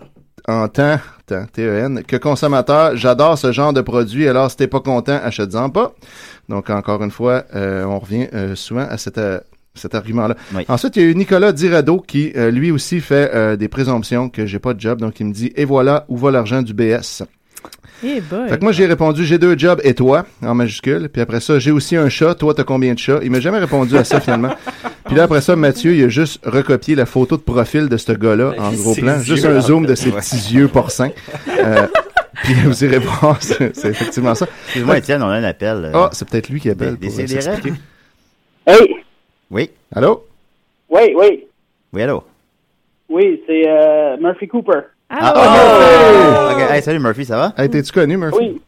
Speaker 4: en temps, temps, T-E-N, que consommateur, j'adore ce genre de produit, alors si t'es pas content, achète-en pas. Donc, encore une fois, euh, on revient euh, souvent à cette... euh, cet argument-là.
Speaker 1: Oui.
Speaker 4: Ensuite, il y a eu Nicolas Dirado qui, euh, lui aussi, fait euh, des présomptions que j'ai pas de job. Donc, il me dit, et voilà, où va l'argent du BS?
Speaker 3: Eh boy.
Speaker 4: Fait que moi, j'ai répondu, j'ai deux jobs et toi, en majuscule. Puis après ça, j'ai aussi un chat, toi, t'as combien de chats? Il m'a jamais répondu à ça, finalement. Puis là, après ça, Mathieu, il a juste recopié la photo de profil de ce gars-là, en
Speaker 5: Avec
Speaker 4: gros
Speaker 5: ses
Speaker 4: plan.
Speaker 5: yeux,
Speaker 4: Juste un
Speaker 5: en
Speaker 4: zoom
Speaker 5: fait.
Speaker 4: de ses petits yeux porcins. Euh, puis vous irez voir, c'est c'est effectivement ça.
Speaker 1: Excuse-moi, Étienne, on a un appel. euh,
Speaker 4: Ah, c'est peut-être lui qui
Speaker 1: des-
Speaker 4: appelle.
Speaker 1: des
Speaker 4: Pour, euh,
Speaker 1: CDRL.
Speaker 4: s'expliquer.
Speaker 10: Hey,
Speaker 1: Oui,
Speaker 4: Allô?
Speaker 10: oui, oui,
Speaker 1: oui, allô.
Speaker 10: oui, c'est euh, Murphy Cooper.
Speaker 3: Ah,
Speaker 1: Ah, ok. Hey, salut Murphy, ça va?
Speaker 4: Hey, t'es-tu connu, Murphy?
Speaker 10: Oui.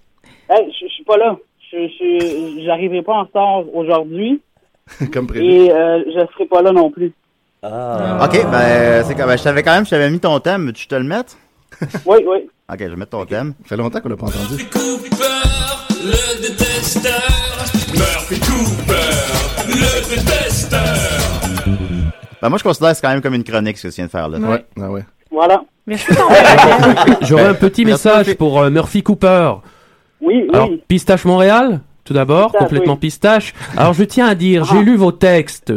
Speaker 10: Hey, je je suis pas là. Je, je, j'arriverai pas en retard aujourd'hui.
Speaker 4: Comme
Speaker 10: Et euh, je serai pas là non plus.
Speaker 1: Ok, ben, c'est quand ben, je savais quand même, je t'avais mis ton thème, veux-tu que je te le mettre?
Speaker 10: Oui, oui.
Speaker 1: Ok, je vais mettre ton thème. Ça
Speaker 4: fait longtemps qu'on l'a pas entendu.
Speaker 2: Le détesteur, Murphy Cooper, le détesteur.
Speaker 1: Ben, moi, je considère que c'est quand même comme une chronique, ce que tu viens de faire, là.
Speaker 4: Ouais. Ah ouais.
Speaker 10: Voilà.
Speaker 3: Merci.
Speaker 7: J'aurais
Speaker 4: Ben,
Speaker 7: un petit message pour euh, Murphy Cooper.
Speaker 10: Oui,
Speaker 7: Alors, Pistache Montréal, tout d'abord,
Speaker 10: Pistache,
Speaker 7: complètement
Speaker 10: oui. Ah.
Speaker 7: pistache. Alors, je tiens à dire, j'ai lu vos textes,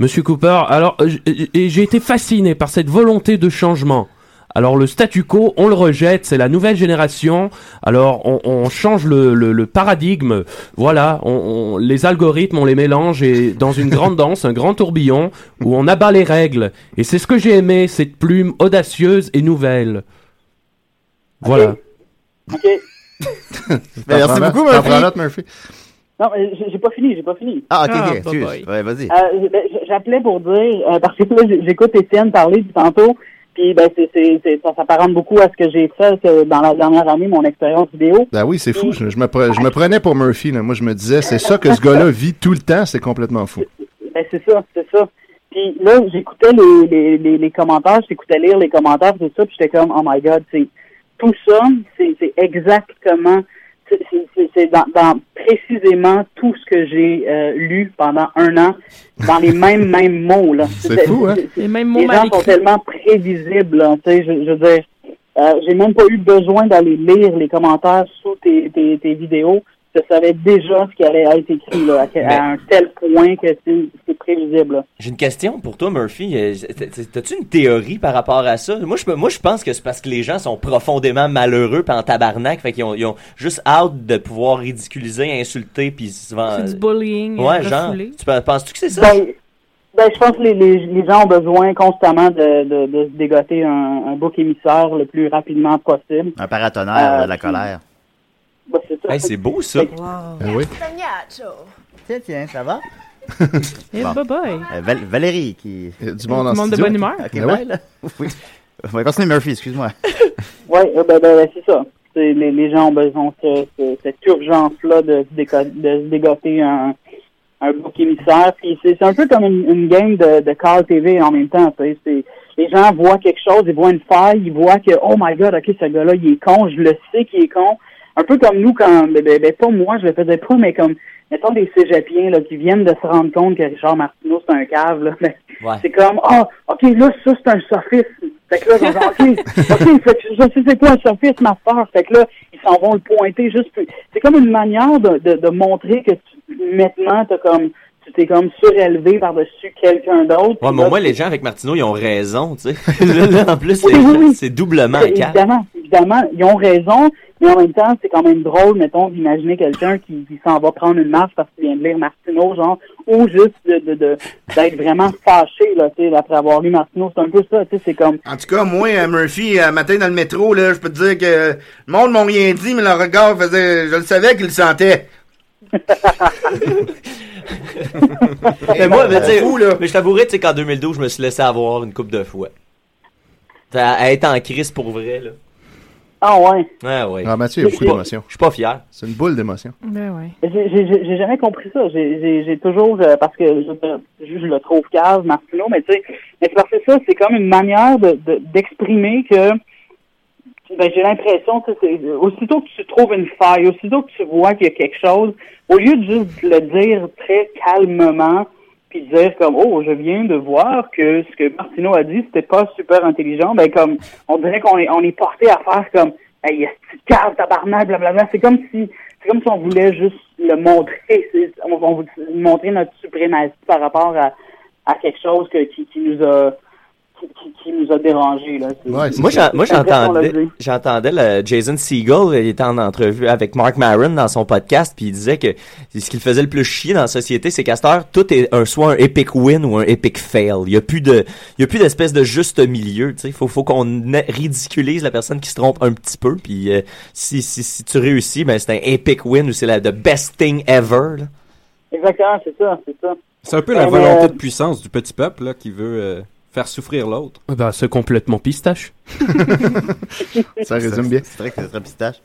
Speaker 7: Monsieur Cooper. Alors, euh, j- j- et j'ai été fasciné par cette volonté de changement. Alors, le statu quo, on le rejette, c'est la nouvelle génération. Alors, on, on change le, le- le paradigme. Voilà, on, on- les algorithmes, on les mélange et dans une grande danse, un grand tourbillon où on abat les règles. Et c'est ce que j'ai aimé, cette plume audacieuse et nouvelle. Voilà.
Speaker 10: OK.
Speaker 4: T'en
Speaker 1: Merci
Speaker 4: prends-
Speaker 1: beaucoup,
Speaker 4: t'en prends
Speaker 1: Murphy.
Speaker 4: note, Murphy.
Speaker 10: Non, mais j'ai- j'ai pas fini, j'ai pas fini.
Speaker 1: Ah, ok, ok, excuse. Ouais, vas-y.
Speaker 10: Euh, ben, j- J'appelais pour dire, euh, parce que là, j- j'écoute Étienne parler du tantôt, puis ben, c'est c'est- c'est- ça s'apparente beaucoup à ce que j'ai fait que dans la dernière année, mon expérience vidéo.
Speaker 4: Ben oui, c'est fou. Je, je me pre- je me prenais pour Murphy. là. Moi, je me disais, c'est ça que ce gars-là vit tout le temps. C'est complètement fou.
Speaker 10: Ben, c'est ça, c'est ça. Puis là, j'écoutais les, les, les, les commentaires, j'écoutais lire les commentaires, tout ça, puis j'étais comme, oh my god, c'est tout ça, c'est c'est exactement, c'est- c'est c'est- c'est dans, dans précisément tout ce que j'ai euh, lu pendant un an, dans les mêmes, mêmes mots, là.
Speaker 2: C'est fou, hein?
Speaker 10: Les
Speaker 3: mêmes
Speaker 2: mots
Speaker 10: Les
Speaker 2: mal
Speaker 10: gens sont
Speaker 2: écrits.
Speaker 10: tellement prévisibles, là, tu sais, je, je veux dire, euh, j'ai même pas eu besoin d'aller lire les commentaires sous tes, tes, tes vidéos. Je savais déjà ce qui allait être écrit, là, à, que- à
Speaker 5: Mais-
Speaker 10: un tel point que c'est c'est prévisible, là.
Speaker 5: J'ai une question pour toi, Murphy. Euh, t'as- T'as-tu une théorie par rapport à ça? Moi, je, peux- moi, je pense que c'est parce que les gens sont profondément malheureux pis en tabarnak. Fait qu'ils ont, ils ont juste hâte de pouvoir ridiculiser, insulter puis souvent...
Speaker 3: C'est du bullying.
Speaker 5: Ouais,
Speaker 3: euh,
Speaker 5: genre.
Speaker 3: refoulé.
Speaker 5: Tu pe- penses-tu que c'est ça?
Speaker 10: Ben, ben, je pense que les, les, les gens ont besoin constamment de, de, de se dégoter un, un bouc émissaire le plus rapidement possible.
Speaker 1: Un paratonnerre
Speaker 10: Euh,
Speaker 1: de la colère.
Speaker 10: Ben, c'est ça.
Speaker 5: Hey, c'est beau, ça.
Speaker 1: Ben oui.
Speaker 2: Tiens, tiens, ça va?
Speaker 3: Eh,
Speaker 1: Bon.
Speaker 3: bye-bye.
Speaker 1: Euh, Val- Valérie qui.
Speaker 4: du
Speaker 3: monde en Du monde de studio. bonne humeur.
Speaker 1: Ok,
Speaker 3: Ben
Speaker 1: bye,
Speaker 3: ouais.
Speaker 1: là. Oui. On va continuer, Murphy, excuse-moi.
Speaker 10: Ouais, euh, ben, ben, ben, c'est ça. C'est- Les, les gens ont besoin de ce- ce- cette urgence-là de, se déco- de se dégoter un, un bouc émissaire. Puis c'est c'est un peu comme une, une game de, de Call TV en même temps. tu sais. C'est- Les gens voient quelque chose, ils voient une faille, ils voient que, oh my god, ok, ce gars-là, il est con, je le sais qu'il est con. Un peu comme nous, quand, ben, ben, ben, pas moi, je le faisais pas, mais comme, mettons des cégepiens là, qui viennent de se rendre compte que Richard Martineau, c'est un cave. Là, Ben, C'est comme, ah, ok, là, ça, c'est un sophisme. Fait que là, ils sont genre, ok, ok, fait que je sais c'est quoi un sophisme ma soeur. Fait que là, ils s'en vont le pointer juste plus. C'est comme une manière de, de, de montrer que tu, maintenant, t'as comme, tu t'es comme surélevé par-dessus quelqu'un d'autre.
Speaker 5: Ouais, mais au moins, les gens avec Martineau, ils ont raison, tu sais. là, là, en plus, c'est c'est doublement
Speaker 10: Oui,
Speaker 5: calme.
Speaker 10: Évidemment, évidemment, ils ont raison, mais en même temps, c'est quand même drôle, mettons, d'imaginer quelqu'un qui, qui s'en va prendre une marche parce qu'il vient de lire Martineau, genre, ou juste de, de, de- d'être vraiment fâché, là, tu sais, après avoir lu Martineau. C'est un peu ça, tu sais, c'est comme,
Speaker 9: En tout cas, moi, euh, Murphy, un matin dans le métro, là, je peux te dire que euh, le monde m'a rien dit, mais le regard faisait. Je le savais qu'il le sentait.
Speaker 5: mais moi, mais, tu sais,
Speaker 9: fou, là.
Speaker 5: mais je t'avouerais, tu sais, qu'en 2012, je me suis laissé avoir une coupe de fois. À, à être en crise pour vrai, là.
Speaker 10: ah ouais.
Speaker 5: Ouais, ouais.
Speaker 4: Ah, Mathieu, il y a beaucoup
Speaker 5: Je suis pas-
Speaker 4: d'émotions.
Speaker 5: Je suis pas fier.
Speaker 4: C'est une boule d'émotions.
Speaker 3: Ben ouais.
Speaker 10: J'ai- J'ai j'ai jamais compris ça. J'ai- J'ai j'ai toujours, euh, parce que je, je- je le trouve cave, Martino, mais tu sais, mais c'est parce que ça, c'est comme une manière de- de- d'exprimer que ben, j'ai l'impression que c'est aussitôt que tu trouves une faille, aussitôt que tu vois qu'il y a quelque chose, au lieu de juste le dire très calmement, puis dire comme oh je viens de voir que ce que Martino a dit c'était pas super intelligent, ben comme on dirait qu'on est on est porté à faire comme hey est-ce que tu tabarnak blablabla, c'est comme si c'est comme si on voulait juste le montrer, c'est- on, on voulait montrer notre suprématie par rapport à, à quelque chose que, qui, qui nous a qui, qui- qui nous a dérangé là. C'est-
Speaker 5: moi, j'en- moi,
Speaker 10: c'est une question
Speaker 5: j'entendais,
Speaker 10: levée.
Speaker 5: j'entendais le Jason Segel, il était en entrevue avec Mark Maron dans son podcast, puis il disait que ce qu'il faisait le plus chier dans la société, c'est qu'à cette heure, tout est un, soit un epic win ou un epic fail. Il y a plus de, il y a plus d'espèce de juste milieu, tu sais. Faut, faut qu'on na- ridiculise la personne qui se trompe un petit peu, puis euh, si, si, si tu réussis, ben c'est un epic win ou c'est la the best thing ever, là.
Speaker 10: Exactement, c'est ça, c'est ça.
Speaker 6: C'est un peu la
Speaker 1: Ah,
Speaker 10: Mais,
Speaker 6: volonté
Speaker 10: euh,
Speaker 6: de puissance du petit peuple là, qui veut euh, faire souffrir l'autre.
Speaker 7: Eh Ben, c'est complètement pistache.
Speaker 4: Ça résume bien.
Speaker 1: C'est vrai que c'est très pistache.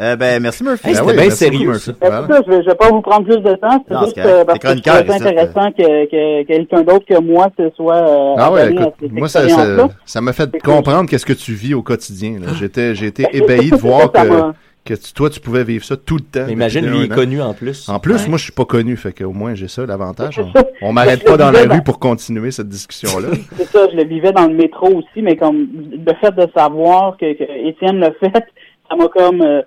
Speaker 1: Euh, ben, merci Murphy.
Speaker 5: Hey, c'était bien sérieux, ça.
Speaker 10: Ben, c'est ça, je ne vais, je vais pas vous prendre plus de temps. C'est
Speaker 1: Non,
Speaker 10: juste
Speaker 1: c'est correct.
Speaker 10: euh, parce
Speaker 1: T'es
Speaker 10: que c'est
Speaker 1: chroniqueur, ici,
Speaker 10: intéressant que, que quelqu'un d'autre que moi se soit. euh,
Speaker 4: Ah ouais,
Speaker 10: abonné à
Speaker 4: écoute,
Speaker 10: cette
Speaker 4: moi ça,
Speaker 10: expérience-là.
Speaker 4: ça, ça m'a fait comprendre qu'est-ce que tu vis au quotidien.
Speaker 5: Ah.
Speaker 4: là. J'étais, j'ai été ébahi de voir
Speaker 10: Ça
Speaker 4: que,
Speaker 10: m'a-
Speaker 4: que tu- toi tu pouvais vivre ça tout le temps.
Speaker 5: Imagine,
Speaker 4: depuis
Speaker 5: lui, il est
Speaker 4: un an.
Speaker 5: connu en plus.
Speaker 4: En plus,
Speaker 5: Ouais.
Speaker 4: moi je suis pas connu, fait qu'au moins j'ai ça l'avantage. On, on m'arrête pas dans la
Speaker 10: bah
Speaker 4: rue pour continuer cette discussion là.
Speaker 10: C'est ça, je le vivais dans le métro aussi, mais comme le fait de savoir que, que Étienne l'a fait, ça m'a comme. euh,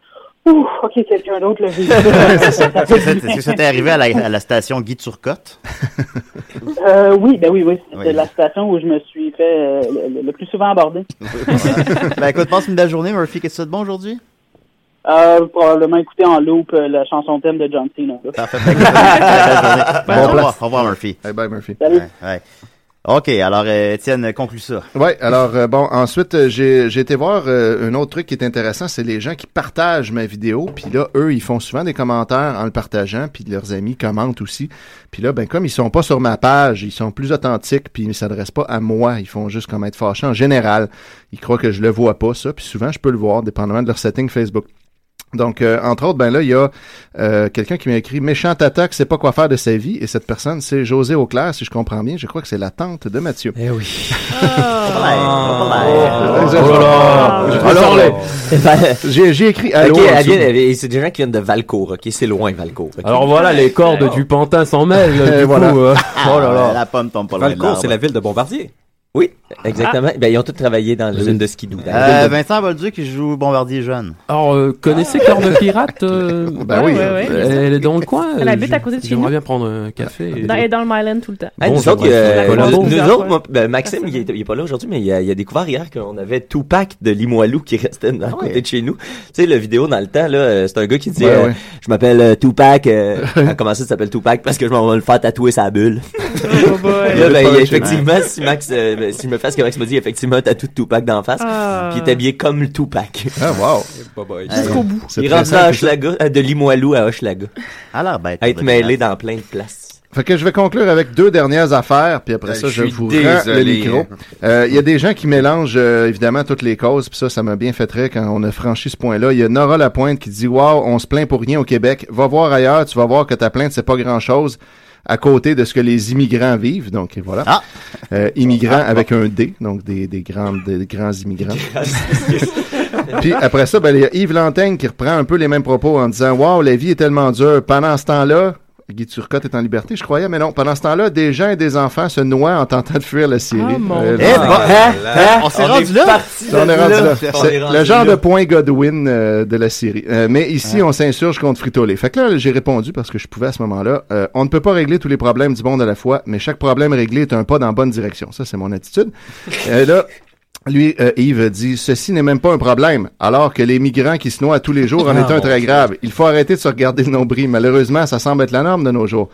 Speaker 10: Ouf, ok, quelqu'un d'autre l'a vécu.
Speaker 1: Est-ce que c'est- est-ce que ça t'est arrivé à la, à la station Guy Turcotte?
Speaker 10: Euh, oui, ben oui, oui. C'était
Speaker 1: Oui.
Speaker 10: la station où je me suis fait euh, le, le plus souvent aborder.
Speaker 1: ben écoute, passe une belle journée, Murphy. Qu'est-ce que tu as de bon aujourd'hui?
Speaker 10: Euh, probablement écouter en loop euh, la chanson thème de John Cena. là.
Speaker 1: Parfait. Ben, écoute, belle journée. Ben, au,
Speaker 4: Bon
Speaker 1: revoir,
Speaker 4: place.
Speaker 1: au revoir, Murphy.
Speaker 4: Hey, bye Murphy.
Speaker 10: Salut.
Speaker 1: Ouais, ouais. OK, alors, euh, Étienne, conclue ça.
Speaker 4: Ouais, alors euh, bon, ensuite euh, j'ai j'ai été voir euh, un autre truc qui est intéressant, c'est les gens qui partagent ma vidéo, puis là eux ils font souvent des commentaires en le partageant, puis leurs amis commentent aussi. Puis là ben comme ils sont pas sur ma page, ils sont plus authentiques, puis ils ne s'adressent pas à moi, ils font juste comme être fâchés en général. Ils croient que je le vois pas ça, puis souvent je peux le voir dépendamment de leur setting Facebook. Donc, euh, entre autres, ben là, il y a euh, quelqu'un qui m'a écrit Méchant tata qui sait pas quoi faire de sa vie. Et cette personne, c'est José Auclair, si je comprends bien. Je crois que c'est la tante de Mathieu. Eh oui.
Speaker 5: Oh
Speaker 4: J'ai j'ai écrit Allô.
Speaker 5: Ok,
Speaker 4: en
Speaker 5: elle
Speaker 4: dessous.
Speaker 5: vient- elle- c'est des gens qui viennent de Valcourt, ok? C'est loin, Valcourt. ok?
Speaker 7: Alors voilà, les cordes du pantin s'en mêlent.
Speaker 5: Et
Speaker 7: du
Speaker 5: voilà.
Speaker 7: coup, euh,
Speaker 1: oh là là. La pomme tombe pas loin de
Speaker 5: Valcourt,
Speaker 1: l'arbre. Ah.
Speaker 5: c'est la ville de Bombardier. Oui, exactement. Ben, ils ont tous travaillé dans l'usine de skidoo. dans la
Speaker 1: Euh,
Speaker 5: ville de-
Speaker 1: Vincent Bolduc qui joue Bombardier Jeune.
Speaker 7: Alors, euh, connaissez Corne Pirate euh,
Speaker 1: Bah
Speaker 4: Ben oui.
Speaker 3: ouais, ouais.
Speaker 7: Elle est dans le coin.
Speaker 3: Elle
Speaker 7: euh,
Speaker 3: habite à côté de
Speaker 7: j-
Speaker 3: chez nous.
Speaker 7: J'aimerais bien prendre un café. et-
Speaker 3: Dans, elle est dans le Myland tout le temps.
Speaker 5: Hey,
Speaker 7: Bon,
Speaker 5: nous autres,
Speaker 7: j'aimerais
Speaker 5: euh,
Speaker 7: ça.
Speaker 5: nous-
Speaker 7: Collabo.
Speaker 5: nous
Speaker 7: Plusieurs
Speaker 5: autres,
Speaker 7: fois.
Speaker 5: moi, ben, Maxime, il est, il est pas là aujourd'hui, mais il a, il a découvert hier qu'on avait Tupac de Limoilou qui restait à côté de chez nous. Tu sais, le vidéo dans le temps, là, euh, c'est un gars qui dit,
Speaker 4: Ouais,
Speaker 5: euh,
Speaker 4: ouais.
Speaker 5: je m'appelle euh, Tupac, euh, comment ça, tu t'appelles Tupac? Parce que je m'en vais le faire tatouer sa bulle.
Speaker 3: Oh boy.
Speaker 5: Là, ben,
Speaker 4: Pas
Speaker 5: il y a
Speaker 4: chez
Speaker 5: effectivement, si Max, euh, ben, si je me fais ce que Max me dit, il y a effectivement, un tatou de Tupac d'en face.
Speaker 3: Ah.
Speaker 5: Puis il est habillé comme le Tupac.
Speaker 4: Ah, wow.
Speaker 3: Jusqu'au bout.
Speaker 4: C'est
Speaker 5: Il
Speaker 4: très
Speaker 5: rentre
Speaker 4: simple,
Speaker 5: à
Speaker 4: ça.
Speaker 5: Hochelaga, euh, de Limoilou à Hochelaga.
Speaker 1: À l'air bête.
Speaker 5: À être mêlé dans plein de places.
Speaker 4: Fait que je vais conclure avec deux dernières affaires, puis après
Speaker 9: Euh,
Speaker 4: ça,
Speaker 9: je
Speaker 4: je
Speaker 9: suis
Speaker 4: vous
Speaker 9: désolé.
Speaker 4: rends le micro. Euh, Il y a des gens qui mélangent euh, évidemment toutes les causes, puis ça, ça m'a bien fait très quand on a franchi ce point-là. Il y a Nora Lapointe qui dit Wow, on se plaint pour rien au Québec. Va voir ailleurs, tu vas voir que ta plainte, c'est pas grand-chose à côté de ce que les immigrants vivent. Donc voilà.
Speaker 1: Ah.
Speaker 4: Euh, immigrants avec un D, donc des, des, grandes, des grands immigrants. Puis après ça, ben, il y a Yves Lantaigne qui reprend un peu les mêmes propos en disant Waouh, la vie est tellement dure. Pendant ce temps-là, Guy Turcotte est en liberté, je croyais, mais non. Pendant ce temps-là, des gens et des enfants se noient en tentant de fuir la Syrie.
Speaker 3: Ah, mon
Speaker 4: Euh,
Speaker 3: Dieu.
Speaker 1: Eh,
Speaker 4: voilà.
Speaker 1: bon, hein, hein, on s'est
Speaker 5: On
Speaker 1: rendu
Speaker 5: est
Speaker 1: là.
Speaker 5: parti
Speaker 4: On est rendu là.
Speaker 5: On est
Speaker 4: C'est
Speaker 5: rendu
Speaker 4: le genre
Speaker 5: là.
Speaker 4: de point Godwin euh, de la Syrie. Euh, mais ici, on s'insurge contre Frito-Lay. Fait que là, j'ai répondu parce que je pouvais à ce moment-là. euh, on ne peut pas régler tous les problèmes du monde à la fois, mais chaque problème réglé est un pas dans la bonne direction. Ça, c'est mon attitude. Euh, là, lui, euh, Yves dit Ceci n'est même pas un problème, alors que les migrants qui se noient tous les jours en
Speaker 5: Ah,
Speaker 4: est un
Speaker 5: mon
Speaker 4: très grave. Il faut arrêter de se regarder le nombril. Malheureusement, ça semble être la norme de nos jours.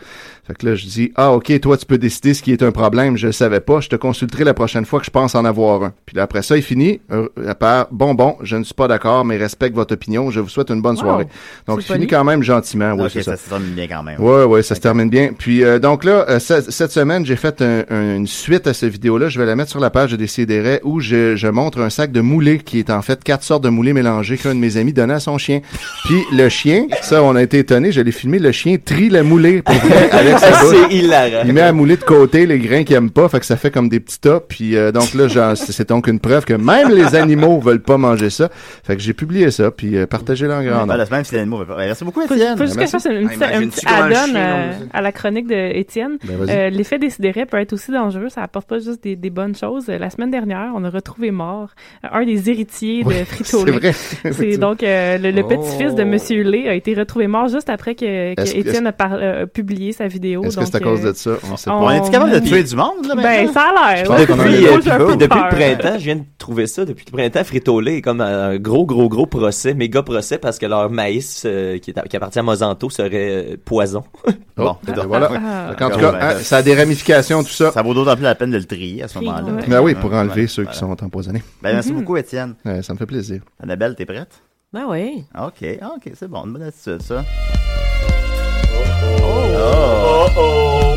Speaker 4: Fait que là, je dis Ah, ok, toi, tu peux décider ce qui est un problème. Je le savais pas. Je te consulterai la prochaine fois que je pense en avoir un. Puis là, après ça, il finit euh, par Bon, bon, je ne suis pas d'accord, mais respecte votre opinion. Je vous souhaite une bonne
Speaker 3: Wow.
Speaker 4: soirée. Donc, il
Speaker 3: C'est
Speaker 4: finit
Speaker 3: poli.
Speaker 4: quand même gentiment. Ouais,
Speaker 1: Ok,
Speaker 4: c'est ça.
Speaker 1: ça se termine bien quand même.
Speaker 4: Ouais, ouais, ça se termine bien. Puis euh, donc là, euh, ce- cette semaine, j'ai fait un- un- une suite à cette vidéo-là. Je vais la mettre sur la page de Décideret où je, je montre un sac de moulés qui est en fait quatre sortes de moulés mélangés qu'un de mes amis donnait à son chien. Puis le chien, ça, on a été étonnés, je l'ai filmé, le chien trie la moulée pour vrai avec sa bouche.
Speaker 5: C'est hilarant.
Speaker 4: Il met à mouler de côté les grains qu'il aime pas, fait que ça fait comme des petits tas. Puis euh, donc là, j'en- c'est c'est donc une preuve que même les animaux veulent pas manger ça. Fait que j'ai publié ça, puis euh, partagez-le en grand
Speaker 1: Pas
Speaker 4: nombre.
Speaker 1: la semaine, c'est l'animal. Ben, Merci beaucoup,
Speaker 3: Faut,
Speaker 1: Étienne.
Speaker 3: faut juste que je fasse une petite, un
Speaker 9: Imagine
Speaker 3: petit
Speaker 9: si on a un
Speaker 3: add-on
Speaker 9: chien,
Speaker 3: euh,
Speaker 9: on-
Speaker 3: à la chronique de Étienne.
Speaker 4: Ben, vas-y.
Speaker 3: Euh, L'effet décidéré peut être aussi dangereux. Ça apporte pas juste des, des bonnes choses. Euh, La semaine dernière, on a retrouvé mort euh, un des héritiers de
Speaker 4: c'est
Speaker 3: Frito.
Speaker 4: vrai.
Speaker 3: C'est donc euh, le, le
Speaker 6: Oh.
Speaker 3: petit-fils de Monsieur Lé a été retrouvé mort juste après que, que
Speaker 4: Est-ce que-
Speaker 3: Étienne a, par- euh, a publié sa vidéo.
Speaker 4: Est-ce que
Speaker 3: Donc,
Speaker 4: c'est à cause
Speaker 3: euh,
Speaker 4: de ça? On sait
Speaker 3: on-
Speaker 4: pas.
Speaker 1: On est-tu capable de tuer du monde, là,
Speaker 3: Ben,
Speaker 1: maintenant?
Speaker 3: ça a l'air.
Speaker 4: pense
Speaker 3: ouais.
Speaker 4: qu'on en a
Speaker 3: Moi,
Speaker 5: Depuis,
Speaker 4: eu
Speaker 3: j'ai
Speaker 5: euh,
Speaker 3: un peu
Speaker 5: depuis
Speaker 3: peur.
Speaker 5: le printemps, je viens de trouver ça. Depuis le printemps, Frito-Lay est comme un gros, gros, gros procès, méga procès, parce que leur maïs euh, qui, est à- qui appartient à Monsanto serait euh, poison.
Speaker 4: Bon,
Speaker 1: Ah,
Speaker 4: ben voilà.
Speaker 3: Ah.
Speaker 4: Fait qu'en tout cas,
Speaker 5: ben,
Speaker 4: hein, ça a des ramifications, tout ça.
Speaker 1: Ça vaut d'autant plus la peine de le trier à ce
Speaker 3: Trier,
Speaker 1: moment-là.
Speaker 3: ouais.
Speaker 4: Ben oui, pour enlever
Speaker 1: Ouais,
Speaker 4: ceux
Speaker 1: voilà.
Speaker 4: qui sont empoisonnés.
Speaker 1: Ben, merci beaucoup, Étienne.
Speaker 4: Ouais, ça me fait plaisir.
Speaker 1: Annabelle, t'es prête?
Speaker 8: Mm-hmm. Ben oui.
Speaker 1: OK, OK, c'est bon. Une bonne attitude, ça.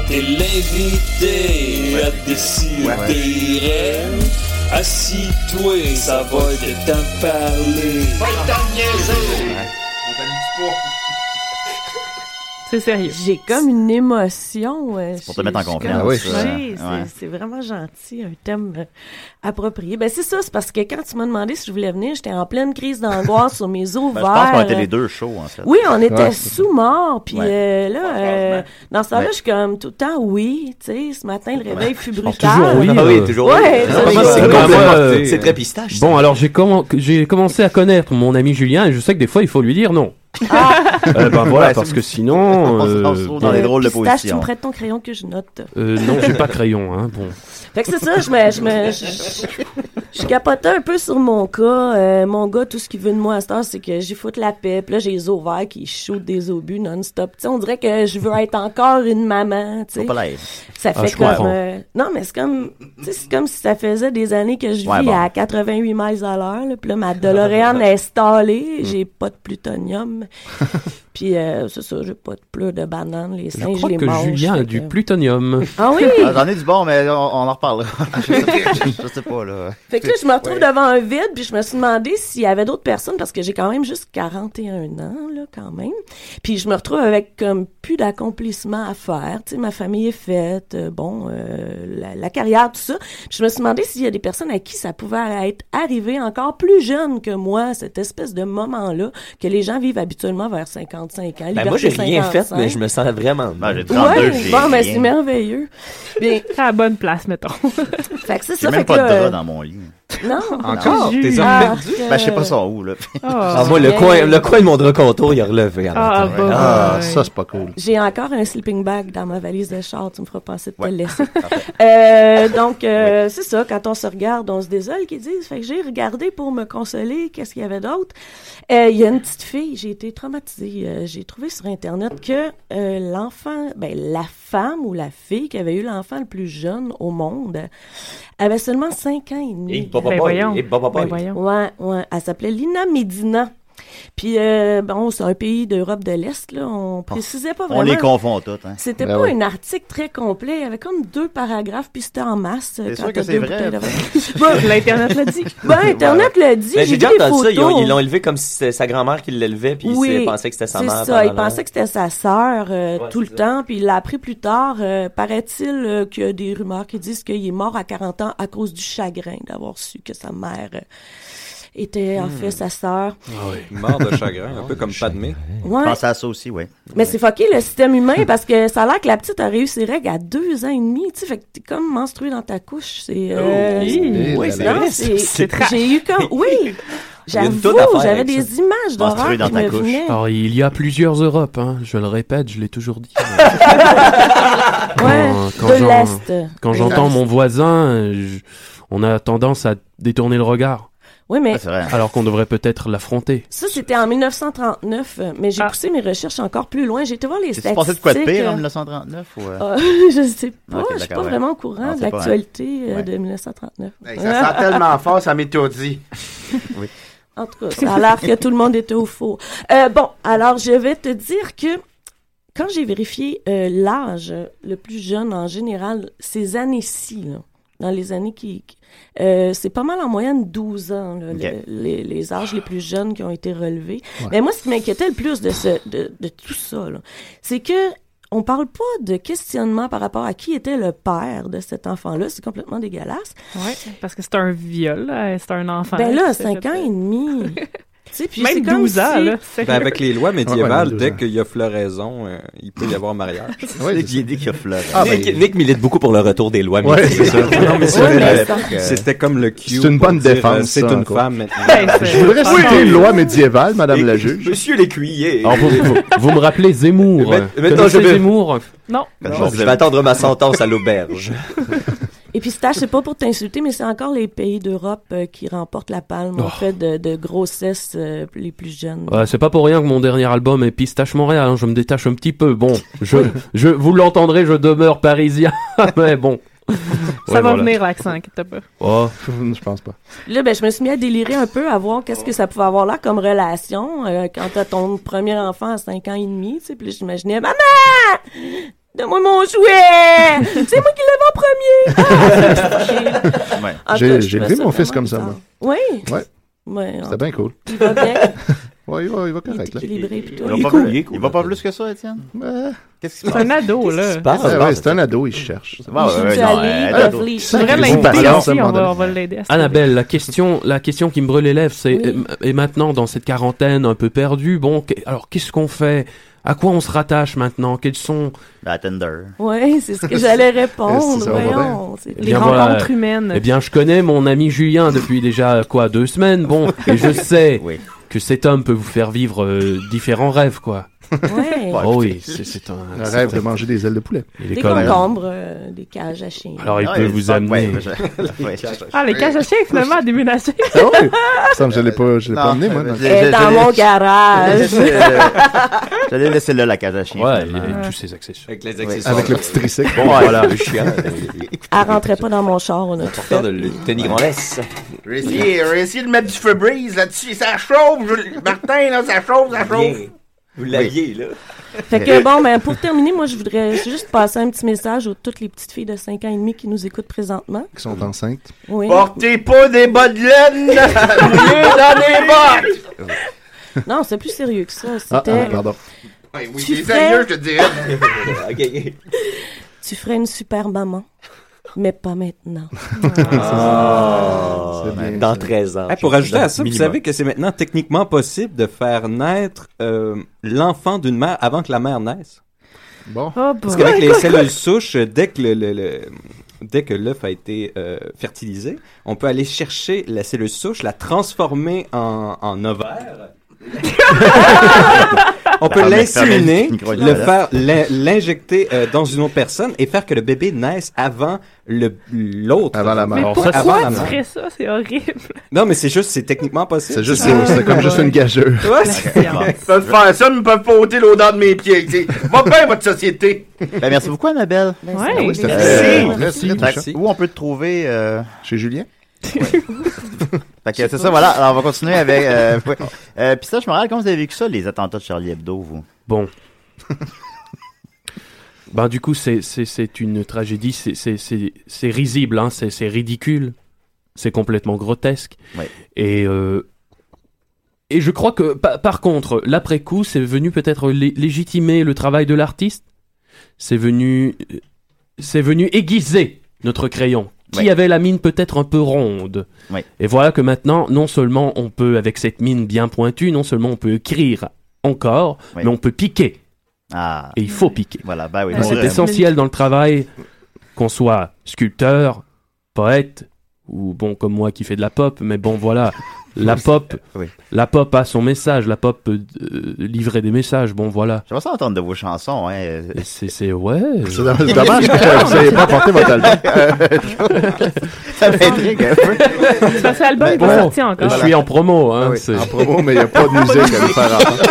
Speaker 2: T'es l'invité à décider. Assis-toi, ça va de t'en parler.
Speaker 3: C'est sérieux.
Speaker 8: J'ai comme une émotion. ouais.
Speaker 1: pour te mettre en
Speaker 8: Je suis
Speaker 1: confiance,
Speaker 8: comme
Speaker 1: ouais.
Speaker 8: touchée. C'est
Speaker 1: Ouais.
Speaker 8: c'est vraiment gentil, un thème euh, approprié. Ben c'est ça, c'est parce que quand tu m'as demandé si je voulais venir, j'étais en pleine crise d'angoisse sur mes os
Speaker 1: Ben, je
Speaker 8: verts.
Speaker 1: pense qu'on était les deux chauds, en fait.
Speaker 8: Oui, on était
Speaker 1: Ouais.
Speaker 8: sous mort. Puis
Speaker 1: Ouais.
Speaker 8: euh, là, euh, dans ce temps-là,
Speaker 1: Ouais.
Speaker 8: je suis comme tout le temps, oui. Tu sais, ce matin, le réveil fut
Speaker 7: Je pense
Speaker 8: brutal.
Speaker 7: toujours oui,
Speaker 5: Ah oui,
Speaker 7: euh.
Speaker 5: toujours
Speaker 8: Ouais,
Speaker 5: oui.
Speaker 8: ça,
Speaker 5: Ah,
Speaker 8: les
Speaker 5: c'est
Speaker 8: gars.
Speaker 5: complètement-
Speaker 7: Euh,
Speaker 5: c'est très pistache.
Speaker 7: Bon, alors j'ai commen- j'ai commencé à connaître mon ami Julien et je sais que des fois il faut lui dire non.
Speaker 3: Ah.
Speaker 7: Euh, ben voilà,
Speaker 1: Ouais,
Speaker 7: parce
Speaker 1: c'est-
Speaker 7: que sinon.
Speaker 1: on se- on se
Speaker 7: euh,
Speaker 1: trouve dans les drôles de
Speaker 8: Pistache, tu me
Speaker 1: positions.
Speaker 8: prêtes ton crayon que je note.
Speaker 7: euh, non, j'ai pas de crayon, hein. Bon.
Speaker 8: Fait que c'est ça, je me, je me, je, je- je capotais un peu sur mon cas. Euh, mon gars, tout ce qu'il veut de moi à cette heure, c'est que j'y foute la paix. Puis là, j'ai les ovaires qui shootent des obus non-stop. Tu sais, on dirait que je veux être encore une maman, tu sais.
Speaker 1: Faut pas l'être.
Speaker 8: Ça
Speaker 7: Ah,
Speaker 8: fait
Speaker 7: je comprends.
Speaker 8: comme... euh, non, mais c'est comme... Tu sais, c'est comme si ça faisait des années que je
Speaker 1: Ouais,
Speaker 8: vis
Speaker 1: bon.
Speaker 8: à 88 miles à l'heure. là. Puis là, ma DeLorean est
Speaker 1: Mm.
Speaker 8: stallée. J'ai pas de plutonium. Puis euh, c'est ça, j'ai pas de pleurs de banane. Les
Speaker 7: Je
Speaker 8: singes,
Speaker 7: crois
Speaker 8: les
Speaker 7: que
Speaker 8: mangent.
Speaker 7: Julien a
Speaker 8: Fait
Speaker 7: du
Speaker 8: que-
Speaker 7: plutonium.
Speaker 8: Ah oui!
Speaker 1: Ah, J'en ai du bon, mais on, on en reparlera. je, sais, je sais pas, là.
Speaker 8: Fait que là, je me retrouve devant un vide, puis je me suis demandé s'il y avait d'autres personnes, parce que j'ai quand même juste 41 ans, là, quand même. Puis je me retrouve avec comme plus d'accomplissements à faire. Tu sais, ma famille est faite, euh, bon, euh, la, la carrière, tout ça. Puis je me suis demandé s'il y a des personnes à qui ça pouvait être arrivé encore plus jeune que moi, cette espèce de moment-là que les gens vivent habituellement vers 55 ans.
Speaker 5: Ben,
Speaker 8: Liberté
Speaker 5: moi, j'ai rien fait,
Speaker 8: 55.
Speaker 5: mais je me sens vraiment.
Speaker 1: Ben, j'ai 32,
Speaker 8: Ouais,
Speaker 1: j'ai
Speaker 8: bon, mais
Speaker 1: rien.
Speaker 8: c'est merveilleux. Bien,
Speaker 3: C'est à la bonne place, mettons.
Speaker 8: fait que c'est
Speaker 1: J'ai
Speaker 8: ça,
Speaker 1: même
Speaker 8: fait
Speaker 1: pas
Speaker 8: que
Speaker 1: de
Speaker 8: là,
Speaker 1: drap dans mon lit.
Speaker 8: euh, Non.
Speaker 6: Encore?
Speaker 3: Jésus.
Speaker 6: Tes
Speaker 8: Ah,
Speaker 6: hommes
Speaker 8: que-
Speaker 1: Ben, je sais pas ça où, là.
Speaker 5: Ah,
Speaker 3: Ah,
Speaker 5: moi, le
Speaker 8: Ouais.
Speaker 5: coin, le coin de mon drap contour, il a relevé. en même
Speaker 3: ah,
Speaker 5: temps.
Speaker 3: bah,
Speaker 4: Ah,
Speaker 3: ouais.
Speaker 4: ça, c'est pas cool.
Speaker 8: J'ai encore un sleeping bag dans ma valise de char. Tu me feras penser de te
Speaker 1: Ouais.
Speaker 8: le laisser. Euh, donc, euh, c'est ça. Quand on se regarde, on se désole qu'ils disent. Fait que j'ai regardé pour me consoler. Qu'est-ce qu'il y avait d'autre? Euh, Il y a une petite fille. J'ai été traumatisée. Euh, j'ai trouvé sur Internet que euh, l'enfant, ben, la femme ou la fille qui avait eu l'enfant le plus jeune au monde avait seulement 5 ans et demi.
Speaker 5: Et Baba
Speaker 3: Ben,
Speaker 5: Boy,
Speaker 3: voyons.
Speaker 5: et Baba
Speaker 3: Ben,
Speaker 5: Boy.
Speaker 3: voyons.
Speaker 8: Ouais, ouais. Elle s'appelait Lina Medina. Puis, euh, bon, c'est un pays d'Europe de l'Est, là. On précisait pas vraiment.
Speaker 1: On les confond toutes, hein.
Speaker 8: C'était
Speaker 4: Ben
Speaker 8: pas
Speaker 4: oui.
Speaker 8: un article très complet. Il y avait comme deux paragraphes, puis c'était en masse.
Speaker 1: T'es
Speaker 8: quand
Speaker 1: sûr que
Speaker 8: t'as
Speaker 1: c'est
Speaker 8: deux
Speaker 1: vrai?
Speaker 8: bouteilles de vin.
Speaker 3: L'Internet l'a dit.
Speaker 8: ben, Internet l'a dit.
Speaker 5: Ben,
Speaker 8: j'ai
Speaker 5: j'ai
Speaker 8: vu
Speaker 5: déjà
Speaker 8: des
Speaker 5: entendu ça. Ils ont-
Speaker 8: photos.
Speaker 5: ils l'ont élevé comme si c'était sa grand-mère qui l'élevait, puis
Speaker 8: Oui,
Speaker 5: il pensait que c'était sa
Speaker 8: C'est
Speaker 5: mère.
Speaker 8: ça, il
Speaker 5: pendant
Speaker 8: pensait que c'était sa sœur euh,
Speaker 5: Ouais,
Speaker 8: tout le
Speaker 5: c'est ça.
Speaker 8: temps, puis il l'a appris plus tard. euh, Paraît-il euh, qu'il y a des rumeurs qui disent qu'il est mort à 40 ans à cause du chagrin d'avoir su que sa mère euh, était en
Speaker 5: Hmm.
Speaker 8: fait sa sœur.
Speaker 6: Mort de chagrin, un peu comme Padmé.
Speaker 1: Ah Je
Speaker 8: Ouais,
Speaker 1: pense à ça aussi, oui.
Speaker 8: Mais c'est fucké le système humain parce que ça a l'air que la petite a réussi ses règles à deux ans et demi. Tu sais, fait que t'es comme menstruée dans ta couche. C'est. euh,
Speaker 4: Oui,
Speaker 8: c'est- non, c'est-
Speaker 5: Oh, c'est trash.
Speaker 8: J'ai eu comme. Oui!
Speaker 5: y a une
Speaker 8: J'avoue,
Speaker 5: tonne à faire
Speaker 8: j'avais
Speaker 5: avec
Speaker 8: des
Speaker 5: ça.
Speaker 8: images d'horreur
Speaker 1: Menstruée dans
Speaker 8: qui
Speaker 1: ta
Speaker 8: me
Speaker 1: couche.
Speaker 8: venaient.
Speaker 7: Alors, Ah, il y a plusieurs Europes, hein. Je le répète, je l'ai toujours dit.
Speaker 8: Ouais,
Speaker 7: Quand- quand
Speaker 8: de
Speaker 7: j'en-
Speaker 8: l'Est.
Speaker 7: Quand j'entends mon voisin, euh, je- on a tendance à détourner le regard,
Speaker 8: Oui, mais
Speaker 1: Ah, C'est vrai.
Speaker 7: alors qu'on devrait peut-être l'affronter.
Speaker 8: ça, c'était en 1939. euh, Mais j'ai
Speaker 3: Ah.
Speaker 8: poussé mes recherches encore plus loin. J'ai été voir les
Speaker 1: C'est
Speaker 8: statistiques.
Speaker 1: passé de quoi de pire en
Speaker 8: euh,
Speaker 1: 1939 ou. euh,
Speaker 8: Ah, je sais pas,
Speaker 1: Ok,
Speaker 8: je suis pas
Speaker 1: d'accord, ouais.
Speaker 8: vraiment au courant
Speaker 1: Non,
Speaker 8: de
Speaker 1: c'est pas, hein.
Speaker 8: l'actualité euh,
Speaker 1: Ouais.
Speaker 8: de 1939.
Speaker 9: Hey, Ben, ça sent tellement fort, ça m'étourdit.
Speaker 8: En tout cas, ça a l'air que tout le monde était au faux. Euh, bon, alors je vais te dire que quand j'ai vérifié euh, l'âge euh, le plus jeune en général, ces années-ci, là, dans les années qui... qui- euh, c'est pas mal en moyenne 12 ans, là,
Speaker 1: Ok.
Speaker 8: le- les, les âges les plus jeunes qui ont été relevés. Mais moi, ce qui m'inquiétait le plus de, ce, de, de tout ça, là, c'est que on parle pas de questionnement par rapport à qui était le père de cet enfant-là. C'est complètement dégueulasse.
Speaker 3: Ouais, parce que c'est un viol, là, c'est un enfant.
Speaker 8: Ben là,
Speaker 3: qui s'est
Speaker 8: 5
Speaker 3: fait-
Speaker 8: ans et demi. tu sais, puis c'est
Speaker 3: euh, Même
Speaker 8: comme
Speaker 3: 12 ans,
Speaker 8: si-
Speaker 3: là. sérieux.
Speaker 6: Ben, avec les lois
Speaker 4: Ouais,
Speaker 6: médiévales,
Speaker 4: ouais,
Speaker 6: dès
Speaker 4: deux ans.
Speaker 6: qu'il y a floraison, euh, il peut y avoir mariage.
Speaker 1: C'est
Speaker 4: Ouais,
Speaker 1: qui dit qu'il a fleuré.
Speaker 4: Ah,
Speaker 5: Nick,
Speaker 4: ben-
Speaker 5: Nick milite beaucoup pour le retour des lois.
Speaker 4: Ouais,
Speaker 5: mais-
Speaker 4: c'est ça.
Speaker 6: non, mais c'est
Speaker 8: Ouais,
Speaker 6: vrai,
Speaker 8: mais ça-
Speaker 6: euh, c'était comme le cue.
Speaker 4: C'est une
Speaker 6: pour
Speaker 4: bonne
Speaker 6: dire,
Speaker 4: défense,
Speaker 6: euh, C'est
Speaker 4: ça,
Speaker 6: une
Speaker 4: encore.
Speaker 6: femme maintenant.
Speaker 3: Ben, c'est-
Speaker 4: Je voudrais citer une loi médiévale, madame la juge.
Speaker 5: Monsieur l'écuyer.
Speaker 7: Alors, vous, vous- vous me rappelez Zemmour.
Speaker 5: Mais- mais non,
Speaker 7: Connaissez
Speaker 5: je vais-
Speaker 7: Zemmour
Speaker 3: Non.
Speaker 5: Bon, je vais attendre ma sentence à l'auberge.
Speaker 8: Et puis, Stache, c'est pas pour t'insulter, mais c'est encore les pays d'Europe euh, qui remportent la palme, en
Speaker 7: Oh.
Speaker 8: fait, de, de grossesse euh, les plus jeunes.
Speaker 7: Ouais, c'est pas pour rien que mon dernier album est Pistache Montréal, hein, je me détache un petit peu. Bon, je, je, vous l'entendrez, je demeure parisien, mais bon.
Speaker 3: Ça
Speaker 7: Ouais,
Speaker 3: va
Speaker 7: voilà.
Speaker 3: venir, l'accent, inquiète pas.
Speaker 7: Oh,
Speaker 4: Je pense pas.
Speaker 8: Là, ben, je me suis mis à délirer un peu, à voir qu'est-ce que ça pouvait avoir là comme relation euh, quand t'as ton premier enfant à 5 ans et demi, tu sais, puis là, j'imaginais « Maman! Donne-moi mon jouet! C'est moi qui l'avais en premier! Ah!
Speaker 1: Ouais.
Speaker 8: En tout
Speaker 4: J'ai-
Speaker 8: cas, je
Speaker 4: j'ai
Speaker 8: trouvais
Speaker 4: élevé
Speaker 8: ça
Speaker 4: mon fils
Speaker 8: vraiment
Speaker 4: comme ça,
Speaker 8: bizarre.
Speaker 4: moi.
Speaker 8: Oui?
Speaker 4: Ouais.
Speaker 8: Ouais,
Speaker 4: C'était bien cool.
Speaker 8: il va bien.
Speaker 4: Ouais, il va, il va correct, là.
Speaker 8: équilibré, puis tout.
Speaker 1: Il va
Speaker 8: Il est
Speaker 1: pas
Speaker 8: cool,
Speaker 1: plus-
Speaker 8: il est
Speaker 1: Il va pas plus que ça, Étienne? Qu'est-ce qui se
Speaker 3: C'est un
Speaker 1: passe?
Speaker 3: ado, là.
Speaker 5: passe?
Speaker 4: Eh Ah
Speaker 1: Ah,
Speaker 4: Ouais, ouais, c'est un ado, il cherche.
Speaker 1: Bon, Ah, ouais, ouais, non,
Speaker 8: Sensualité,
Speaker 1: euh, attends,
Speaker 8: lovely.
Speaker 3: On devrait
Speaker 4: Ils
Speaker 3: l'inviter
Speaker 4: ont balance,
Speaker 3: ici,
Speaker 4: à un
Speaker 3: on
Speaker 4: moment
Speaker 3: va,
Speaker 4: donné.
Speaker 3: on va l'aider à se
Speaker 7: hein, Annabelle, la question, la question qui me brûle les lèvres, c'est
Speaker 8: Oui.
Speaker 7: euh, et maintenant dans cette quarantaine un peu perdue, bon, qu- alors qu'est-ce qu'on fait À quoi on se rattache maintenant Quels sont
Speaker 1: Bah, Tinder.
Speaker 8: Oui, c'est ce que j'allais
Speaker 4: Est-ce que
Speaker 8: répondre.
Speaker 4: ça va bien?
Speaker 8: Voyons, c'est-
Speaker 7: Eh
Speaker 3: Les
Speaker 7: bien, voilà.
Speaker 3: rencontres humaines.
Speaker 7: Eh bien, je connais mon ami Julien depuis déjà euh, quoi deux semaines, bon, et je sais
Speaker 1: Oui.
Speaker 7: que cet homme peut vous faire vivre euh, différents rêves, quoi.
Speaker 8: Ouais.
Speaker 1: Ouais,
Speaker 7: oh oui, c'est c'est un
Speaker 4: Le
Speaker 7: c'est
Speaker 4: rêve de
Speaker 7: un-
Speaker 4: manger des ailes de poulet.
Speaker 7: il est
Speaker 8: Des
Speaker 7: comme-
Speaker 8: concombres, euh, des cages à chiens.
Speaker 7: Alors il
Speaker 1: Ouais,
Speaker 7: peut
Speaker 1: il
Speaker 7: vous
Speaker 1: semble-
Speaker 7: amener.
Speaker 1: ouais, je- ouais, je-
Speaker 3: Ah, les cages à chiens, finalement, à déménager.
Speaker 4: Ah oui? Il me semble que je l'ai pas, je l'ai pas
Speaker 1: Non,
Speaker 4: amené, moi.
Speaker 1: je-
Speaker 4: dans-
Speaker 1: je-
Speaker 8: Elle
Speaker 1: je-
Speaker 8: est dans
Speaker 1: je-
Speaker 8: mon
Speaker 1: je-
Speaker 8: garage.
Speaker 1: je- J'allais laisser là la cage à chien.
Speaker 7: Ouais,
Speaker 1: finalement.
Speaker 7: il a tous ses accessoires.
Speaker 6: Avec les
Speaker 1: accessoires.
Speaker 4: Avec le petit tricycle.
Speaker 5: Bon, voilà, le chien.
Speaker 8: Elle rentrait pas dans mon char, on a tout
Speaker 5: Important
Speaker 8: fait.
Speaker 5: de le tenir en laisse.
Speaker 9: J'ai essayé, j'ai essayé de mettre du Febreze là-dessus. Ça chauffe, je- Martin, là, ça chauffe, ça chauffe.
Speaker 5: Bien. Vous l'aviez, là.
Speaker 8: Fait que bon, ben, pour terminer, moi, je voudrais juste passer un petit message aux toutes les petites filles de 5 ans et demi qui nous écoutent présentement.
Speaker 4: Qui sont enceintes.
Speaker 8: Oui.
Speaker 9: Portez pas des bas de laine, mieux dans des bottes.
Speaker 8: Non, c'est plus sérieux que ça.
Speaker 4: Ah,
Speaker 8: C'était,
Speaker 4: ah, pardon.
Speaker 9: Ouais, oui,
Speaker 8: Tu
Speaker 9: c'est
Speaker 8: fais-
Speaker 9: sérieux, je te dirais.
Speaker 5: OK, OK.
Speaker 8: tu ferais une super maman, mais pas maintenant.
Speaker 5: Ah.
Speaker 1: Ah,
Speaker 4: C'est bien,
Speaker 5: Dans
Speaker 4: ça.
Speaker 5: 13 ans.
Speaker 6: Eh, pour ajouter à ça, vous
Speaker 5: Minimum.
Speaker 6: savez que c'est maintenant techniquement possible de faire naître euh, l'enfant d'une mère avant que la mère naisse.
Speaker 4: Bon.
Speaker 3: Oh, bon.
Speaker 6: Parce qu'avec les cellules souches, euh, dès que le, le- le- dès que l'œuf a été euh, fertilisé, on peut aller chercher la cellule souche, la transformer en, en ovaire. on peut
Speaker 1: Ah, mais
Speaker 6: l'inséminer,
Speaker 1: fermez le
Speaker 6: le
Speaker 1: micro,
Speaker 6: faire, l'in- l'injecter euh, dans une autre personne et faire que le bébé naisse avant le l'autre.
Speaker 4: Avant la
Speaker 3: Mais
Speaker 4: mort.
Speaker 7: Alors,
Speaker 3: pourquoi
Speaker 7: ça,
Speaker 6: avant la
Speaker 3: tu
Speaker 6: mort.
Speaker 3: ferais ça? C'est horrible.
Speaker 6: Non, mais c'est juste, c'est techniquement possible.
Speaker 4: C'est juste,
Speaker 3: Ah,
Speaker 4: c'est comme juste
Speaker 3: ouais.
Speaker 4: une gageure.
Speaker 3: La
Speaker 6: Ouais, c'est-
Speaker 3: science.
Speaker 9: Ils peuvent faire ça, mais ils peuvent pas ôter l'odeur de mes pieds. tu sais. Va bien, votre société.
Speaker 1: Ben, merci beaucoup, Annabelle.
Speaker 8: Ben,
Speaker 3: Ouais.
Speaker 8: c'est-
Speaker 3: Ah oui,
Speaker 4: C'était
Speaker 1: Euh,
Speaker 4: très-
Speaker 1: merci.
Speaker 4: très- très
Speaker 1: Fait que
Speaker 4: touchant.
Speaker 1: où on peut te trouver? euh,
Speaker 4: Chez Julien?
Speaker 1: Fait que c'est ça, voilà. Alors, on va continuer avec. Euh, ouais. Euh, Puis ça, je me rappelle, comment vous avez vécu ça, les attentats de Charlie Hebdo, vous?
Speaker 7: Bon. ben du coup c'est c'est c'est une tragédie, c'est c'est c'est c'est risible, hein, c'est c'est ridicule, c'est complètement grotesque.
Speaker 1: Ouais.
Speaker 7: Et euh, et je crois que pa- par contre l'après coup c'est venu peut-être lé- légitimer le travail de l'artiste. C'est venu euh, c'est venu aiguiser notre crayon qui
Speaker 1: Ouais.
Speaker 7: avait la mine peut-être un peu ronde.
Speaker 1: Ouais.
Speaker 7: Et voilà que maintenant non seulement on peut avec cette mine bien pointue, non seulement on peut écrire encore,
Speaker 1: Ouais.
Speaker 7: mais on peut piquer.
Speaker 1: Ah,
Speaker 7: Et il faut piquer.
Speaker 1: voilà. Ben oui,
Speaker 3: Ouais,
Speaker 1: bon,
Speaker 7: C'est
Speaker 3: Vraiment.
Speaker 1: euh,
Speaker 7: essentiel dans le travail qu'on soit sculpteur, poète ou bon comme moi qui fait de la pop, mais bon voilà, la pop,
Speaker 1: Oui.
Speaker 7: la pop a son message, la pop peut euh, livrer des messages, bon voilà.
Speaker 1: J'aimerais ça entendre de vos chansons, hein.
Speaker 7: Et C'est c'est- ouais.
Speaker 4: C'est dommage que vous n'ayez pas apporté votre album.
Speaker 1: ça m'intrigue un peu.
Speaker 3: Parce que l'album n'est pas
Speaker 7: Bon,
Speaker 3: sorti encore.
Speaker 7: je suis en promo, hein.
Speaker 4: Ah oui,
Speaker 7: c'est-
Speaker 4: En promo, mais il n'y a pas de musique à nous faire entendre.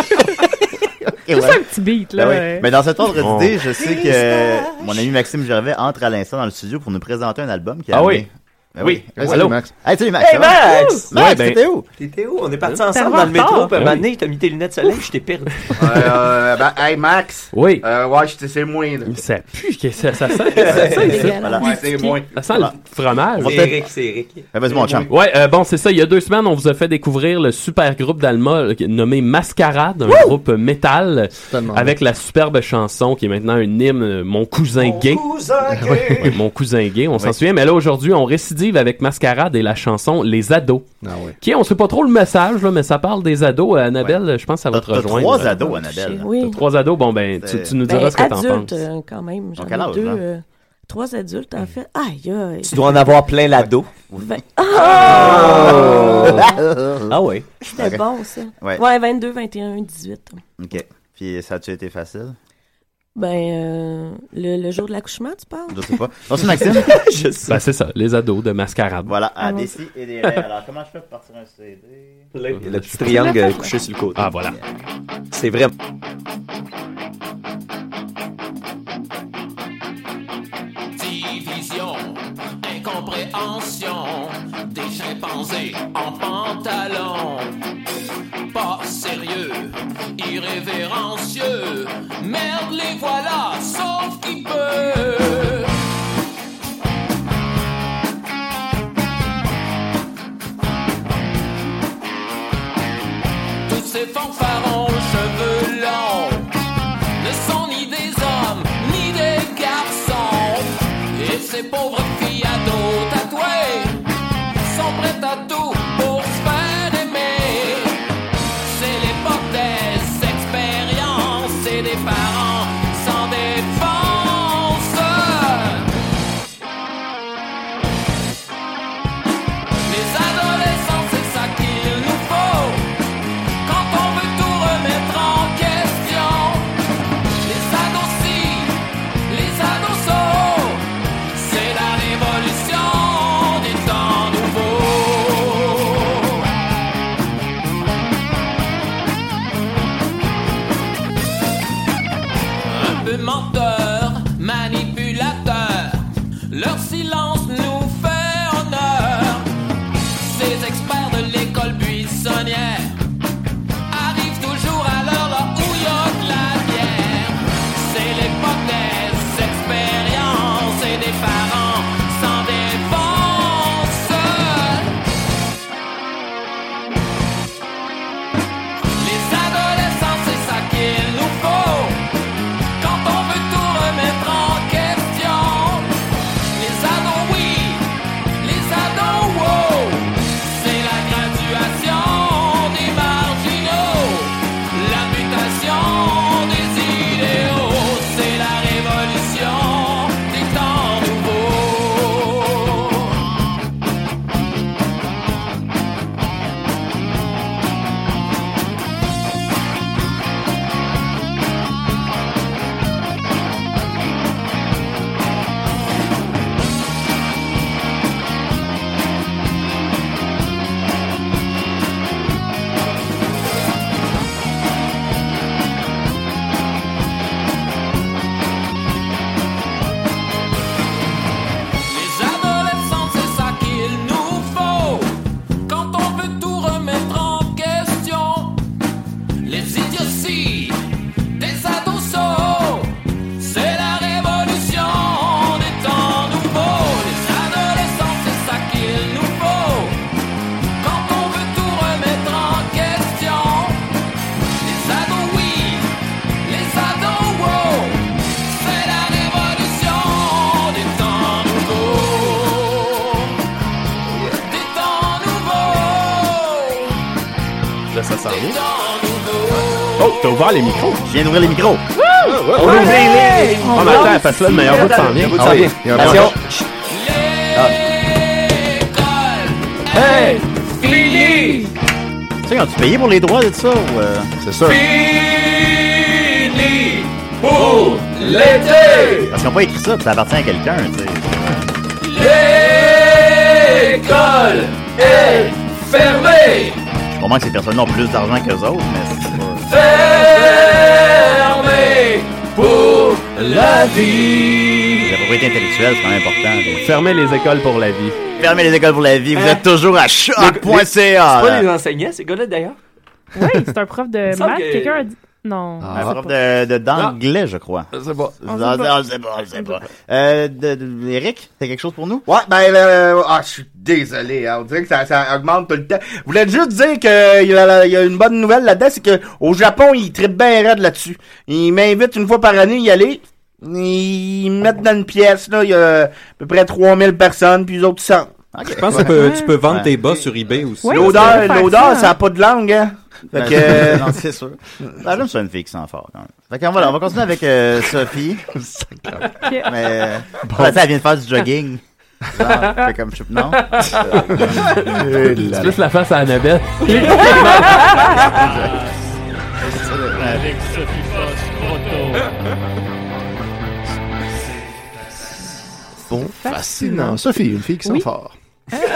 Speaker 1: Et
Speaker 3: Juste
Speaker 1: voilà.
Speaker 3: un petit beat, là.
Speaker 1: Ben oui.
Speaker 3: ouais.
Speaker 1: Mais dans cet ordre
Speaker 4: Oh.
Speaker 7: Bon.
Speaker 1: d'idée, je sais que mon ami Maxime Gervais entre à l'instant dans le studio pour nous présenter un album qui a
Speaker 7: Ah
Speaker 1: amené-
Speaker 7: oui.
Speaker 1: Ben oui.
Speaker 4: Hey,
Speaker 7: Allô?
Speaker 4: salut, Max.
Speaker 1: Hey, salut Max. ça va?
Speaker 5: Max!
Speaker 1: Max,
Speaker 7: Ouais, ben-
Speaker 1: t'étais où?
Speaker 5: T'étais où? On est partis
Speaker 3: T'es arrivé
Speaker 5: ensemble dans
Speaker 3: en
Speaker 5: le métro.
Speaker 3: retard.
Speaker 5: Puis à un
Speaker 7: Oui.
Speaker 5: moment donné, t'as mis tes lunettes soleil, je t'ai perdu.
Speaker 9: Euh, euh, ben, hey, Max.
Speaker 7: Oui.
Speaker 9: Euh, ouais, je- c'est moins, là.
Speaker 7: Ça pue, que ça, ça, sent- ça sent-
Speaker 8: Dégueulasse.
Speaker 1: Voilà.
Speaker 9: Ouais, c'est moins.
Speaker 7: ça sent le fromage.
Speaker 1: va
Speaker 5: C'est
Speaker 1: peut-être-
Speaker 5: Eric, c'est Eric.
Speaker 1: Ben, vas-y, mon chum.
Speaker 7: Ouais, euh, bon, c'est ça. Il y a deux semaines, on vous a fait découvrir le super groupe d'Alma euh, nommé Mascarade, un groupe euh, métal,
Speaker 4: Tellement
Speaker 7: avec la superbe chanson qui est maintenant un hymne, euh, Mon cousin gay.
Speaker 5: cousin
Speaker 7: Ouais, mon cousin gay, on s'en
Speaker 1: Oui.
Speaker 7: souvient, mais là aujourd'hui on récidive avec Mascarade et la chanson Les ados,
Speaker 4: bon. Ah ouais.
Speaker 7: qui est- on sait pas trop le message là, mais ça parle des ados. Euh, Annabelle, je pense que ça va
Speaker 1: T'as
Speaker 7: te
Speaker 1: t'as
Speaker 7: rejoindre.
Speaker 1: trois
Speaker 7: T'as
Speaker 1: ados,
Speaker 8: Touché,
Speaker 1: Annabelle.
Speaker 8: Oui.
Speaker 7: trois ados, bon ben tu,
Speaker 1: C'est-
Speaker 7: tu nous
Speaker 8: Ben,
Speaker 7: diras ce que t'en
Speaker 8: adultes,
Speaker 7: penses.
Speaker 8: euh, quand même. J'en
Speaker 1: quel
Speaker 8: ai
Speaker 1: âge,
Speaker 8: deux.
Speaker 1: hein? Mm.
Speaker 8: euh, trois adultes, en fait. Aïe, aïe.
Speaker 5: Tu dois en avoir plein la dos.
Speaker 3: Ben-
Speaker 5: Oh!
Speaker 8: Vingt-
Speaker 5: Ah ouais.
Speaker 8: C'était
Speaker 1: Ok.
Speaker 8: bon, ça.
Speaker 1: Ouais.
Speaker 8: Ouais, 22, 21, 18.
Speaker 1: OK. Puis ça a-tu été facile?
Speaker 8: Ben, euh, le, le jour de l'accouchement, tu parles?
Speaker 1: Je sais pas. Bonjour Maxime.
Speaker 5: Je sais.
Speaker 7: Ben, c'est ça, les ados de Mascarade.
Speaker 1: voilà, à
Speaker 8: Ah, bon.
Speaker 1: des si et des raies. Alors, comment je fais pour partir un CD?
Speaker 8: Ah
Speaker 5: Le petit triangle euh, couché sur le côté.
Speaker 7: Ah voilà.
Speaker 5: C'est vrai.
Speaker 2: Division, incompréhension, des chimpanzés en pantalon. Pas sérieux, irrévérencieux, merde les voilà, sauf qui peut. Tous ces fanfarons aux cheveux longs ne sont ni des hommes ni des garçons. Et ces pauvres filles à dos tatoués sont prêtes à tout pour se faire aimer. C'est l'époque des expériences et des parents sans défense. Les adolescents, c'est ça qu'il nous faut Quand on veut tout remettre en question Les ados si, les ados so C'est la révolution des temps nouveaux Un peu menteur, manipulateur Leur silence nous fait honneur ces experts de l'école buissonnière arrivent toujours à l'heure là où y de la bière. C'est l'époque des expériences et des parents sans défense. Les adolescents, c'est ça qu'il nous faut quand on veut tout remettre en question. Les ados, oui, les ados, wow, c'est la graduation des marginaux, la mutation des idéaux, c'est la révolution des temps nouveaux. Les adolescents, c'est ça qu'il nous faut Quand on veut tout remettre en question Les idioties des ados C'est la révolution des temps nouveaux Les adolescents, c'est ça qu'il nous faut Quand on veut tout remettre en question Les ados, oui, les ados, wow c'est la révolution des temps nouveaux. Des temps nouveaux.
Speaker 11: Là, ça s'en
Speaker 2: Des
Speaker 11: vient.
Speaker 2: temps nouveaux.
Speaker 11: Oh, t'as ouvert les micros.
Speaker 1: Je viens d'ouvrir les micros. Oh,
Speaker 11: On ouvre les micros. Oh, mais attends, parce que là, le meilleur bout s'en vient.
Speaker 5: Écoute,
Speaker 4: Ah
Speaker 5: ça
Speaker 4: oui,
Speaker 5: vient.
Speaker 4: il y a un
Speaker 5: Attention.
Speaker 2: L'école
Speaker 5: Hey!
Speaker 2: est finie.
Speaker 1: Ah. Tu sais, ont-tu payé pour les droits de ça ou. euh,
Speaker 4: C'est sûr.
Speaker 2: Finie pour l'été.
Speaker 1: Parce qu'ils n'ont pas écrit ça, puis ça appartient à quelqu'un, tu sais.
Speaker 2: L'école est fermée.
Speaker 1: Je comprends que ces personnes-là ont plus d'argent qu'eux autres, mais c'est pas.
Speaker 2: Fermée pour la vie.
Speaker 1: La propriété intellectuelle, c'est quand même important. tu
Speaker 11: Fermez les écoles pour la vie.
Speaker 1: sais. Fermez les écoles pour la vie, vous êtes toujours à
Speaker 5: C'est pas les
Speaker 1: choc.ca.
Speaker 5: enseignants, ces gars-là, d'ailleurs.
Speaker 3: Oui, c'est un prof de
Speaker 5: semble
Speaker 3: maths.
Speaker 5: que-
Speaker 3: Quelqu'un a dit. Non.
Speaker 1: Un
Speaker 3: je sais
Speaker 1: prof
Speaker 3: pas.
Speaker 1: de- de- d'anglais, je crois.
Speaker 4: C'est bon.
Speaker 1: On ne sait pas, on sait pas. Euh, de- de- Eric, t'as quelque chose pour nous?
Speaker 9: Ouais, ben, euh, ah, je suis désolé, hein, on dirait que ça, ça augmente tout le temps. Je voulais juste dire que euh, il y, a, il y a une bonne nouvelle là-dedans, c'est que au Japon, ils trippent bien raide là-dessus. Ils m'invitent une fois par année à y aller. Ils me mettent dans une pièce, là, il y a à peu près 3000 personnes, puis les autres sortent.
Speaker 6: Je pense que tu peux, tu peux vendre
Speaker 1: Ouais.
Speaker 6: tes bas sur eBay aussi.
Speaker 3: Ouais.
Speaker 9: L'odeur,
Speaker 3: c'est vrai,
Speaker 9: l'odeur,
Speaker 3: faire ça,
Speaker 9: ça a pas de langue, hein. Fait que, euh,
Speaker 1: Non, c'est sûr. Ben, j'aime ça une fille qui sent fort, quand même. Fait qu'on voilà, on va continuer avec euh, Sophie. mais, euh, elle, elle vient de faire du jogging. Non, fait comme je non.
Speaker 7: C'est plus la face à Annabelle.
Speaker 4: Bon, fascinant. Sophie, une fille qui sent
Speaker 3: Oui.
Speaker 4: fort.
Speaker 3: Merci.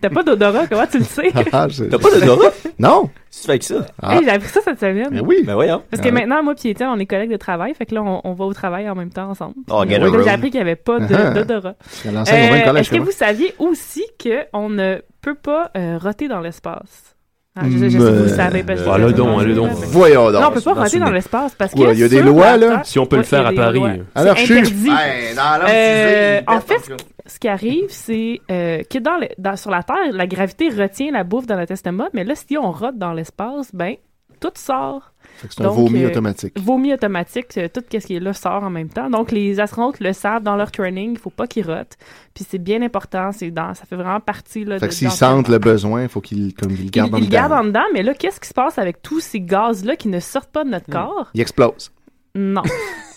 Speaker 3: T'as pas d'odorat, comment tu le sais?
Speaker 4: Ah, c'est-
Speaker 5: T'as pas de droit?
Speaker 4: Non?
Speaker 5: Si tu fais que ça.
Speaker 4: Ah.
Speaker 3: Hey, j'ai appris ça cette semaine.
Speaker 4: Mais oui.
Speaker 5: Ben voyons.
Speaker 3: Parce que
Speaker 4: Ah oui.
Speaker 3: maintenant, moi et Étienne, on est collègues de travail. Fait que là, on, on va au travail en même temps ensemble.
Speaker 1: Oh, get a
Speaker 4: Oui,
Speaker 3: Donc, j'ai
Speaker 1: room.
Speaker 3: appris qu'il n'y avait pas
Speaker 4: Ah.
Speaker 3: de- d'odorat.
Speaker 4: Elle enseigne au
Speaker 3: Euh,
Speaker 4: même collège
Speaker 3: Est-ce que
Speaker 4: que moi.
Speaker 3: vous saviez aussi qu'on ne peut pas euh, roter dans l'espace? Ah, je,
Speaker 4: Ben,
Speaker 3: sais- je sais que vous le savez. parce que
Speaker 7: Ah,
Speaker 3: je-
Speaker 7: le don,
Speaker 3: je-
Speaker 7: le don.
Speaker 3: Non,
Speaker 4: Voyons
Speaker 3: on
Speaker 4: donc.
Speaker 3: peut pas roter dans l'espace parce que...
Speaker 4: Pourquoi? Il y a des
Speaker 3: sur
Speaker 4: lois, là?
Speaker 3: la Terre-
Speaker 7: Si on peut
Speaker 3: Ouais,
Speaker 7: le faire
Speaker 3: il y a
Speaker 7: à
Speaker 3: des
Speaker 7: Paris.
Speaker 3: lois.
Speaker 4: Alors,
Speaker 3: C'est
Speaker 4: je suis-
Speaker 3: interdit.
Speaker 9: ouais, dans l'homme,
Speaker 3: Euh,
Speaker 9: tu sais, il
Speaker 3: en
Speaker 9: pète,
Speaker 3: fait,
Speaker 9: tout cas.
Speaker 3: ce qui arrive, c'est euh, que dans le- dans- sur la Terre, la gravité retient la bouffe dans notre estomac, mais là, si on rote dans l'espace, ben, tout sort.
Speaker 4: Fait que c'est un vomi
Speaker 3: euh,
Speaker 4: automatique.
Speaker 3: Vomi automatique, euh, tout ce qui est là sort en même temps. Donc, les astronautes le savent dans leur training, il faut pas qu'ils rotent. Puis c'est bien important, c'est dans, ça fait vraiment partie là,
Speaker 4: Fait
Speaker 3: de-
Speaker 4: que s'ils
Speaker 3: dans leur-
Speaker 4: sentent le besoin, il faut qu'ils comme, ils le gardent en
Speaker 3: ils le
Speaker 4: dedans.
Speaker 3: gardent en dedans, mais là, qu'est-ce qui se passe avec tous ces gaz-là qui ne sortent pas de
Speaker 4: Hmm.
Speaker 3: notre corps?
Speaker 4: Ils explosent.
Speaker 3: Non.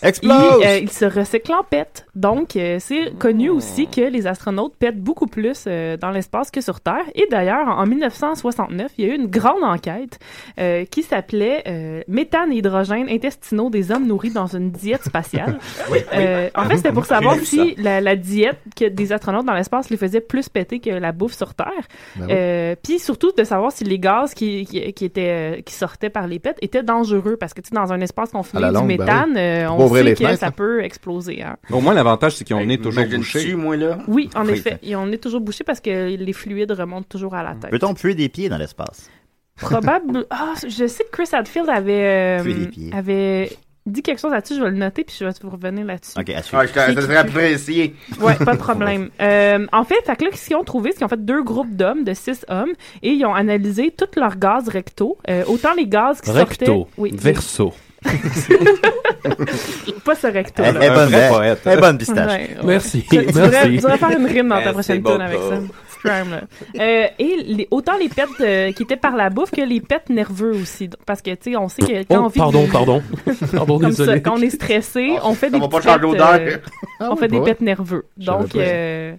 Speaker 4: Explose!
Speaker 3: Il, euh, il se recycle en pète. Donc, euh, c'est
Speaker 12: Oh.
Speaker 3: connu aussi que les astronautes pètent beaucoup plus euh, dans l'espace que sur Terre. Et d'ailleurs, en 1969, il y a eu une grande enquête euh, qui s'appelait euh, Méthane et hydrogène intestinaux des hommes nourris dans une diète spatiale. Euh, en fait, c'était pour savoir
Speaker 12: J'ai lu
Speaker 3: si la, la diète que des astronautes dans l'espace les faisait plus péter que la bouffe sur Terre.
Speaker 12: Ben oui.
Speaker 3: Euh, Puis surtout de savoir si les gaz qui, qui, qui étaient, euh, qui sortaient par les pètes étaient dangereux. Parce que tu sais, dans un espace confiné,
Speaker 6: À la
Speaker 3: du
Speaker 6: longue, ben
Speaker 3: méthane,
Speaker 6: oui.
Speaker 3: euh,
Speaker 6: Faut pas
Speaker 3: on sait
Speaker 6: ouvrir les
Speaker 3: que
Speaker 6: fenêtres,
Speaker 3: ça
Speaker 6: hein.
Speaker 3: peut exploser. hein.
Speaker 6: Au moins, l'avantage, c'est qu'on est toujours
Speaker 9: imagine-tu,
Speaker 6: bouché.
Speaker 9: moi, là.
Speaker 3: Oui, en
Speaker 6: Oui.
Speaker 3: effet. Et on est toujours bouché parce que les fluides remontent toujours à la tête.
Speaker 1: Peut-on puer des pieds dans l'espace?
Speaker 3: Probable. Ah, je sais que Chris Hadfield avait, euh,
Speaker 1: Tuer les pieds.
Speaker 3: avait dit quelque chose là-dessus. Je vais le noter puis je vais vous revenir là-dessus.
Speaker 1: Ok, à suivre.
Speaker 9: Ah, je te- je te serais apprécié.
Speaker 3: Ouais, pas de problème. Euh, en fait, fait que là, ce qu'ils ont trouvé, c'est qu'ils ont fait deux groupes d'hommes, de six hommes, et ils ont analysé tous leurs gaz rectaux. Euh, autant les gaz qui sortaient.
Speaker 7: Recto,
Speaker 3: Oui,
Speaker 7: verso.
Speaker 3: Pas ce recto.
Speaker 7: Eh,
Speaker 3: là.
Speaker 7: eh, bonne Un vrai bête. poète. Eh, bonne pistache. Merci,
Speaker 3: Tu, tu
Speaker 7: merci.
Speaker 3: devrais- tu devrais faire une rime dans
Speaker 7: Eh, c'est
Speaker 3: ta prochaine
Speaker 7: bon,
Speaker 3: tune avec
Speaker 7: bon.
Speaker 3: ça. Petit rhyme, là. Euh, et les- autant les pets euh, qui étaient par la bouffe que les pets nerveux aussi. Donc, Parce que, tu sais, on sait que quand on
Speaker 7: Oh,
Speaker 3: vit
Speaker 7: pardon,
Speaker 3: du-
Speaker 7: pardon. Pardon,
Speaker 3: Comme ça,
Speaker 7: désolé.
Speaker 3: quand on est stressé, on fait
Speaker 9: Ah, ça
Speaker 3: des
Speaker 9: va pas
Speaker 3: petits
Speaker 9: changer
Speaker 3: pets, euh,
Speaker 9: l'odeur. Ah
Speaker 3: on
Speaker 9: oui,
Speaker 3: fait
Speaker 9: pas
Speaker 3: des
Speaker 9: vrai.
Speaker 3: pets nerveux.
Speaker 9: Je savais
Speaker 3: Donc,
Speaker 9: pas ça.
Speaker 3: euh,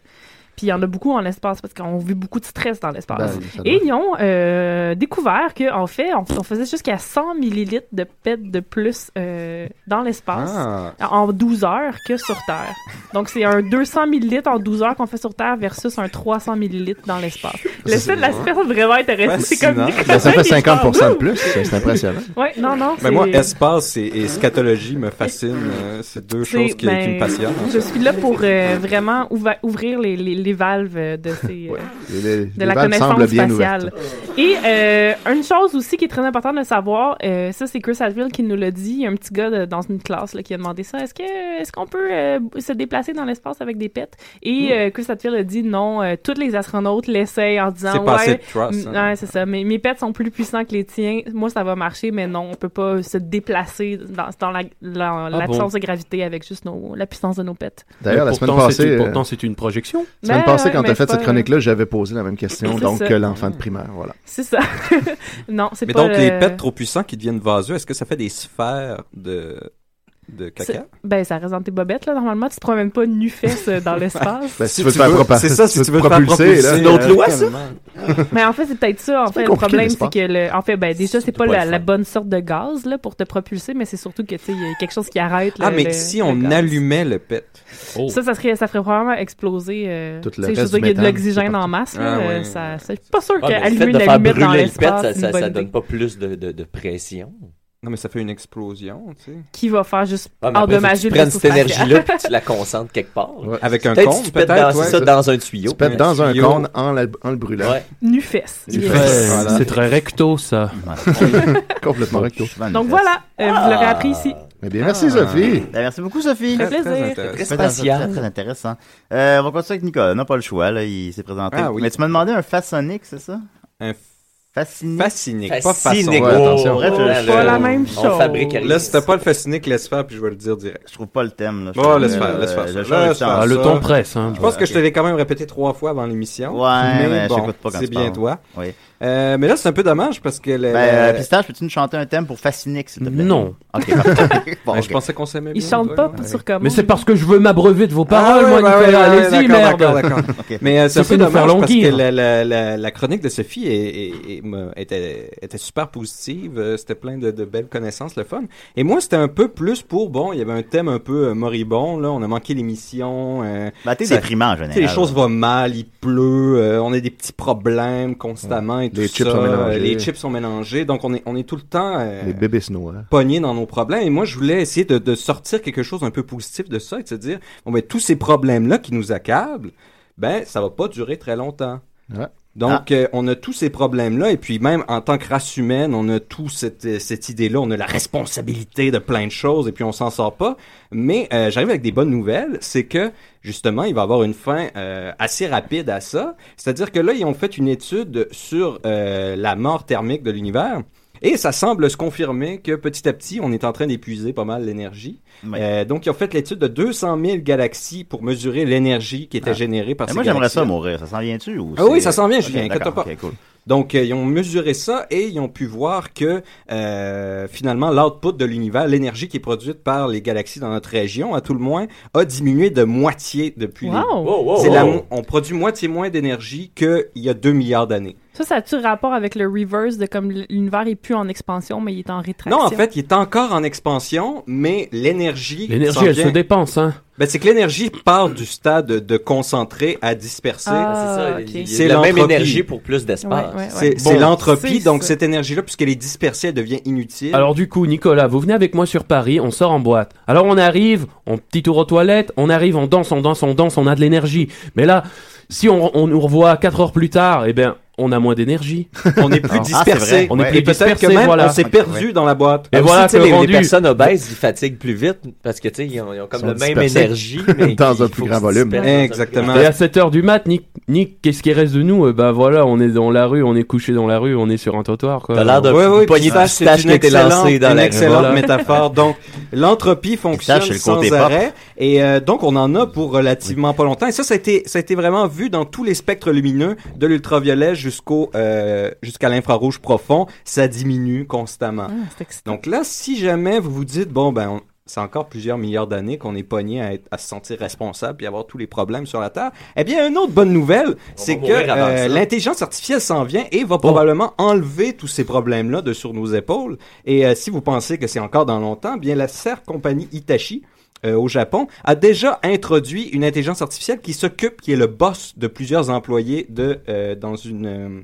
Speaker 3: puis il y en a beaucoup en l'espace parce qu'on vit beaucoup de stress dans l'espace.
Speaker 9: Ben oui, ça doit.
Speaker 3: Et ils ont euh, découvert qu'en fait, on, on faisait jusqu'à 100 millilitres de pets de plus euh, dans l'espace
Speaker 6: Ah.
Speaker 3: en 12 heures que sur Terre. Donc, c'est un 200 millilitres en 12 heures qu'on fait sur Terre versus un 300 millilitres dans l'espace. Le seul aspect vraiment intéressant, c'est comme...
Speaker 4: Ben, ça fait 50% de plus, ça, c'est impressionnant.
Speaker 3: Ouais, non, non,
Speaker 6: Ben moi,
Speaker 3: c'est-
Speaker 6: espace et, et scatologie me fascinent. euh, c'est deux
Speaker 3: C'est-
Speaker 6: choses qui,
Speaker 3: ben,
Speaker 6: qui me passionnent. en
Speaker 3: Je
Speaker 6: fait.
Speaker 3: suis là pour euh, vraiment ouva- ouvrir les, les- les valves euh, de ces... euh,
Speaker 4: Les-
Speaker 3: de
Speaker 4: les
Speaker 3: la
Speaker 4: valves
Speaker 3: connaissance
Speaker 4: semblent bien
Speaker 3: spatiale. Et euh, une chose aussi qui est très importante de savoir, euh, ça c'est Chris Hadfield qui nous l'a dit, il y a un petit gars de- dans une classe là, qui a demandé ça, est-ce que est-ce qu'on peut euh, se déplacer dans l'espace avec des pets
Speaker 6: Hmm.
Speaker 3: Et euh, Chris Hadfield a dit non, euh, tous les astronautes l'essayent en disant
Speaker 6: C'est pas assez
Speaker 3: ouais,
Speaker 6: de trust,
Speaker 3: m-
Speaker 6: hein.
Speaker 3: ouais, c'est ça, mais mes pets sont plus puissants que les tiens, moi ça va marcher, mais non, on peut pas se déplacer dans, dans la-
Speaker 6: Ah
Speaker 3: la- l'absence
Speaker 7: bon?
Speaker 3: de gravité avec juste nos- la puissance de nos pets.
Speaker 4: D'ailleurs,
Speaker 7: Mais
Speaker 4: la semaine
Speaker 7: pourtant, c'est
Speaker 4: passée,
Speaker 7: une-
Speaker 4: euh,
Speaker 7: Pourtant, c'est une projection.
Speaker 4: La
Speaker 3: Ben,
Speaker 4: semaine passée,
Speaker 3: ouais,
Speaker 4: quand
Speaker 3: mais
Speaker 4: t'as fait
Speaker 3: c'est
Speaker 4: cette
Speaker 3: pas-
Speaker 4: cronnique-là, j'avais posé la même question,
Speaker 3: C'est
Speaker 4: donc
Speaker 3: ça.
Speaker 4: que l'enfant de primaire, voilà.
Speaker 3: C'est ça. non, c'est
Speaker 6: Mais
Speaker 3: pas
Speaker 6: donc, les
Speaker 3: le-
Speaker 6: pets trop puissants qui deviennent vaseux, est-ce que ça fait des sphères de, de caca?
Speaker 3: C'est- Ben, ça reste dans tes bobettes, là. Normalement, tu te promènes pas nu-fesse euh, dans l'espace.
Speaker 4: Ben, si tu veux te faire propa-
Speaker 6: c'est ça, si tu veux te faire propulser,
Speaker 4: là.
Speaker 6: c'est une autre loi, ça?
Speaker 3: Mais en fait, c'est peut-être ça. En
Speaker 4: pas
Speaker 3: fait, le
Speaker 4: compliqué,
Speaker 3: problème,
Speaker 4: n'est-ce pas?
Speaker 3: c'est que, le... en fait, ben, déjà, c'est pas
Speaker 6: pas
Speaker 3: la,
Speaker 6: le fun.
Speaker 3: la bonne sorte de gaz, là, pour te propulser, mais c'est surtout que, tu sais, il y a quelque chose qui arrête.
Speaker 6: Ah,
Speaker 3: le-
Speaker 6: mais
Speaker 3: le-
Speaker 6: si
Speaker 3: le
Speaker 6: on
Speaker 3: gaz.
Speaker 6: allumait le pet.
Speaker 5: Oh.
Speaker 9: Oh.
Speaker 3: Ça, ça, serait, ça ferait probablement exploser. Euh,
Speaker 6: Tout le
Speaker 3: tu sais, je veux
Speaker 6: reste
Speaker 3: dire
Speaker 6: du
Speaker 3: qu'il y a de
Speaker 6: méthane,
Speaker 3: l'oxygène
Speaker 6: c'est
Speaker 3: en
Speaker 6: parti.
Speaker 3: masse.
Speaker 6: Ah,
Speaker 3: là,
Speaker 6: ouais.
Speaker 3: euh, ça, c'est pas sûr
Speaker 5: Ah, mais le
Speaker 3: qu'allumer
Speaker 5: fait
Speaker 3: une
Speaker 5: de faire
Speaker 3: allumette dans
Speaker 5: brûler le pet,
Speaker 3: l'espace,
Speaker 5: ça,
Speaker 3: c'est
Speaker 5: ça,
Speaker 3: une bonne
Speaker 5: ça
Speaker 3: idée.
Speaker 5: donne pas plus de, de, de pression.
Speaker 6: Non, mais ça fait une explosion, tu sais.
Speaker 3: Qui va faire juste
Speaker 5: Ah, mais après, faut que
Speaker 3: endommager
Speaker 5: tu
Speaker 3: le
Speaker 5: prennes cette
Speaker 3: vaisseau
Speaker 5: énergie-là
Speaker 3: spatial.
Speaker 5: puis tu la concentres quelque part.
Speaker 6: Avec un
Speaker 5: Peut-être
Speaker 6: cône,
Speaker 5: tu te pètes
Speaker 6: peut-être,
Speaker 5: dans-
Speaker 6: ouais.
Speaker 5: c'est ça, dans un tuyau.
Speaker 4: Tu pètes dans un
Speaker 6: tuyau.
Speaker 4: cône en, la- en le brûlant.
Speaker 5: Ouais.
Speaker 3: Nu-fesse.
Speaker 7: C'est
Speaker 3: Yes.
Speaker 7: très,
Speaker 4: Voilà.
Speaker 7: c'est très recto, ça.
Speaker 3: Ah,
Speaker 4: Complètement recto.
Speaker 3: Donc voilà, euh, vous
Speaker 6: Ah!
Speaker 3: l'aurez appris ici.
Speaker 4: Eh bien, merci, Sophie.
Speaker 1: Ben, merci beaucoup, Sophie.
Speaker 3: Ça fait Très, plaisir.
Speaker 1: Très,
Speaker 3: très
Speaker 1: très
Speaker 3: spatial.
Speaker 1: intéressant. Très intéressant. Euh, on va continuer avec Nicolas. On n'a pas le choix, là. Il s'est présenté.
Speaker 6: Ah oui.
Speaker 1: Mais tu m'as demandé un façonnique, c'est ça?
Speaker 6: Un
Speaker 1: fascinique.
Speaker 6: Fascinique, pas façon.
Speaker 1: Fascinique. Ouais, attention. Bref, je- Pas la même
Speaker 5: on chose. fabrique rien.
Speaker 6: Là, c'était pas le fascinique, laisse faire, puis je vais le dire direct.
Speaker 1: Je trouve pas le thème, là. Je
Speaker 6: Bon,
Speaker 1: trouve,
Speaker 6: Oh, laisse
Speaker 1: euh,
Speaker 6: faire, laisse faire.
Speaker 1: je
Speaker 6: ça.
Speaker 1: change
Speaker 6: Laisse
Speaker 1: le
Speaker 6: faire
Speaker 1: temps.
Speaker 6: ça.
Speaker 1: Le temps presse, hein.
Speaker 6: Je pense
Speaker 1: Ouais,
Speaker 6: que je
Speaker 1: ok.
Speaker 6: te l'ai quand même répété trois fois avant l'émission.
Speaker 1: Ouais,
Speaker 6: mais
Speaker 1: mais
Speaker 6: bon,
Speaker 1: j'écoute pas quand
Speaker 6: c'est
Speaker 1: tu
Speaker 6: bien
Speaker 1: parles.
Speaker 6: toi.
Speaker 1: Oui.
Speaker 6: Euh, mais là, c'est un peu dommage parce que le-
Speaker 1: Ben, euh,
Speaker 6: le-
Speaker 1: Pistache, peux-tu nous chanter un thème pour Fascinique, s'il te plaît?
Speaker 7: Non.
Speaker 1: Ok, parfait.
Speaker 6: Ben,
Speaker 1: Bon,
Speaker 6: Je pensais qu'on s'aimait
Speaker 3: Ils
Speaker 6: bien,
Speaker 3: chantent
Speaker 6: toi,
Speaker 3: pas
Speaker 6: non?
Speaker 3: sur comment.
Speaker 7: Mais c'est parce que je veux m'abreuver de vos paroles,
Speaker 6: Ah ouais, bah
Speaker 7: moi,
Speaker 6: ouais,
Speaker 7: Nicolas.
Speaker 6: ouais, ouais,
Speaker 7: Allez-y,
Speaker 6: d'accord,
Speaker 7: merde.
Speaker 6: d'accord, d'accord.
Speaker 1: Ok.
Speaker 6: Mais euh, c'est un
Speaker 7: Cessez
Speaker 6: peu
Speaker 7: de nous faire
Speaker 6: dommage parce que
Speaker 7: languir.
Speaker 6: la, la, la, la chronique de Sophie est- est- est- me- était, était super positive. euh, C'était plein de, de belles connaissances, le fun. Et moi, c'était un peu plus pour, bon, il y avait un thème un peu euh, moribond, là. On a manqué l'émission. Euh,
Speaker 1: Bah, t'es
Speaker 6: ça-
Speaker 1: déprimant, en
Speaker 6: tu sais,
Speaker 1: général.
Speaker 6: Les choses vont mal, il pleut, euh, on a des petits problèmes constamment et tout
Speaker 4: Les chips
Speaker 6: ça,
Speaker 4: sont
Speaker 6: euh,
Speaker 4: mélangés.
Speaker 6: Les chips sont mélangés. Donc, on est, on est tout le temps... euh,
Speaker 4: Les bébés snow, hein.
Speaker 6: pogné dans nos problèmes. Et moi, je voulais essayer de, de sortir quelque chose un peu positif de ça et de se dire, bon, ben, tous ces problèmes-là qui nous accablent, ben, ça va pas durer très longtemps.
Speaker 4: Ouais.
Speaker 6: Donc,
Speaker 1: Ah.
Speaker 6: euh, on a tous ces problèmes-là, et puis même en tant que race humaine, on a tout cette, euh, cette idée-là, on a la responsabilité de plein de choses, et puis on s'en sort pas. Mais euh, j'arrive avec des bonnes nouvelles, c'est que justement, il va y avoir une fin euh, assez rapide à ça. C'est-à-dire que là, ils ont fait une étude sur euh, la mort thermique de l'univers. Et ça semble se confirmer que petit à petit, on est en train d'épuiser pas mal l'énergie. Euh, donc, ils ont fait l'étude de 200 000 galaxies pour mesurer l'énergie qui était générée par
Speaker 1: Ah. Mais
Speaker 6: ces
Speaker 1: moi, j'aimerais ça
Speaker 6: galaxies-là.
Speaker 1: mourir. Ça s'en vient-tu? ou
Speaker 6: Ah oui,
Speaker 1: c'est-
Speaker 6: ça s'en vient, Julien,
Speaker 1: Ok,
Speaker 6: inquiète-toi
Speaker 1: d'accord,
Speaker 6: pas.
Speaker 1: ok, cool.
Speaker 6: Donc, euh, ils ont mesuré ça et ils ont pu voir que euh, finalement, l'output de l'univers, l'énergie qui est produite par les galaxies dans notre région, à tout le moins, a diminué de moitié depuis. les-
Speaker 3: Wow!
Speaker 6: C'est la mo- on produit moitié moins d'énergie qu'il y a 2 milliards d'années.
Speaker 3: Ça, ça a-tu rapport avec le reverse de comme l'univers est plus en expansion, mais il est en rétraction?
Speaker 6: Non, en fait, il est encore en expansion, mais l'énergie...
Speaker 7: L'énergie,
Speaker 6: s'en
Speaker 7: elle
Speaker 6: vient-
Speaker 7: se dépense, hein.
Speaker 6: Ben, c'est que l'énergie part du stade de concentré à disperser.
Speaker 3: Ah,
Speaker 5: c'est ça.
Speaker 3: ok.
Speaker 5: C'est
Speaker 6: C'est
Speaker 5: la même
Speaker 6: l'entropie.
Speaker 5: énergie pour plus d'espace.
Speaker 3: Ouais, ouais, ouais.
Speaker 6: C'est c'est l'entropie,
Speaker 3: C'est
Speaker 6: donc
Speaker 3: ça.
Speaker 6: cette énergie-là, puisqu'elle est dispersée, elle devient inutile.
Speaker 7: Alors du coup, Nicolas, vous venez avec moi sur Paris, on sort en boîte. Alors on arrive, on petit tour aux toilettes, on arrive, on danse, on danse, on danse, on a de l'énergie. Mais là, si on, on nous revoit quatre heures plus tard, eh ben, on a moins d'énergie.
Speaker 6: on est plus
Speaker 1: Ah, c'est
Speaker 6: dispersé.
Speaker 1: vrai.
Speaker 7: On est plus
Speaker 6: Et peut-être que
Speaker 7: dispersé,
Speaker 6: même
Speaker 7: voilà.
Speaker 6: on s'est perdu dans la boîte.
Speaker 7: Et
Speaker 5: Aussi,
Speaker 7: voilà
Speaker 5: tu sais,
Speaker 7: que
Speaker 5: les, les
Speaker 7: rendu-
Speaker 5: personnes obèses, ils fatiguent plus vite parce que tu sais, ils ont, ils ont comme
Speaker 4: Ils sont
Speaker 5: la même
Speaker 4: dispersés.
Speaker 5: énergie mais
Speaker 4: Dans
Speaker 5: qu'il
Speaker 4: un
Speaker 5: faut
Speaker 4: plus
Speaker 5: que
Speaker 4: grand
Speaker 5: tu
Speaker 4: volume.
Speaker 5: disperses dans un plus
Speaker 6: Exactement.
Speaker 7: Et à 7 heures du mat, Nick, Nick qu'est-ce qui reste de nous Eh ben voilà, on est dans la rue, on est couché dans la rue, on est sur un trottoir. Quoi.
Speaker 5: T'as l'air d'un
Speaker 6: Ouais, ouais,
Speaker 5: une poignée
Speaker 6: puis ça,
Speaker 5: de pistache
Speaker 6: c'est
Speaker 5: qui
Speaker 6: une
Speaker 5: a été lancée
Speaker 6: excellente-
Speaker 5: dans
Speaker 6: une
Speaker 5: la rue.
Speaker 6: excellente
Speaker 7: Voilà.
Speaker 6: métaphore. Donc, l'entropie fonctionne
Speaker 1: Pistache, c'est le
Speaker 6: sans
Speaker 1: côté pop.
Speaker 6: arrêt. Et euh, donc, on en a pour relativement pas longtemps. Et ça, ça a été, ça a été vraiment vu dans tous les spectres lumineux, de l'ultraviolet jusqu'au euh, jusqu'à l'infrarouge profond. Ça diminue constamment.
Speaker 3: Ah, c'est excitant.
Speaker 6: Donc là, si jamais vous vous dites, bon, ben, on- c'est encore plusieurs milliards d'années qu'on est pogné à, être- à se sentir responsable et avoir tous les problèmes sur la Terre, eh bien, une autre bonne nouvelle, c'est que
Speaker 5: mourir avant
Speaker 6: euh,
Speaker 5: ça.
Speaker 6: l'intelligence artificielle s'en vient et
Speaker 5: Oh.
Speaker 6: va probablement enlever tous ces problèmes-là de sur nos épaules. Et euh, si vous pensez que c'est encore dans longtemps, bien, la serre compagnie Hitachi, euh, au Japon, a déjà introduit une intelligence artificielle qui s'occupe, qui est le boss de plusieurs employés de euh, dans une... euh,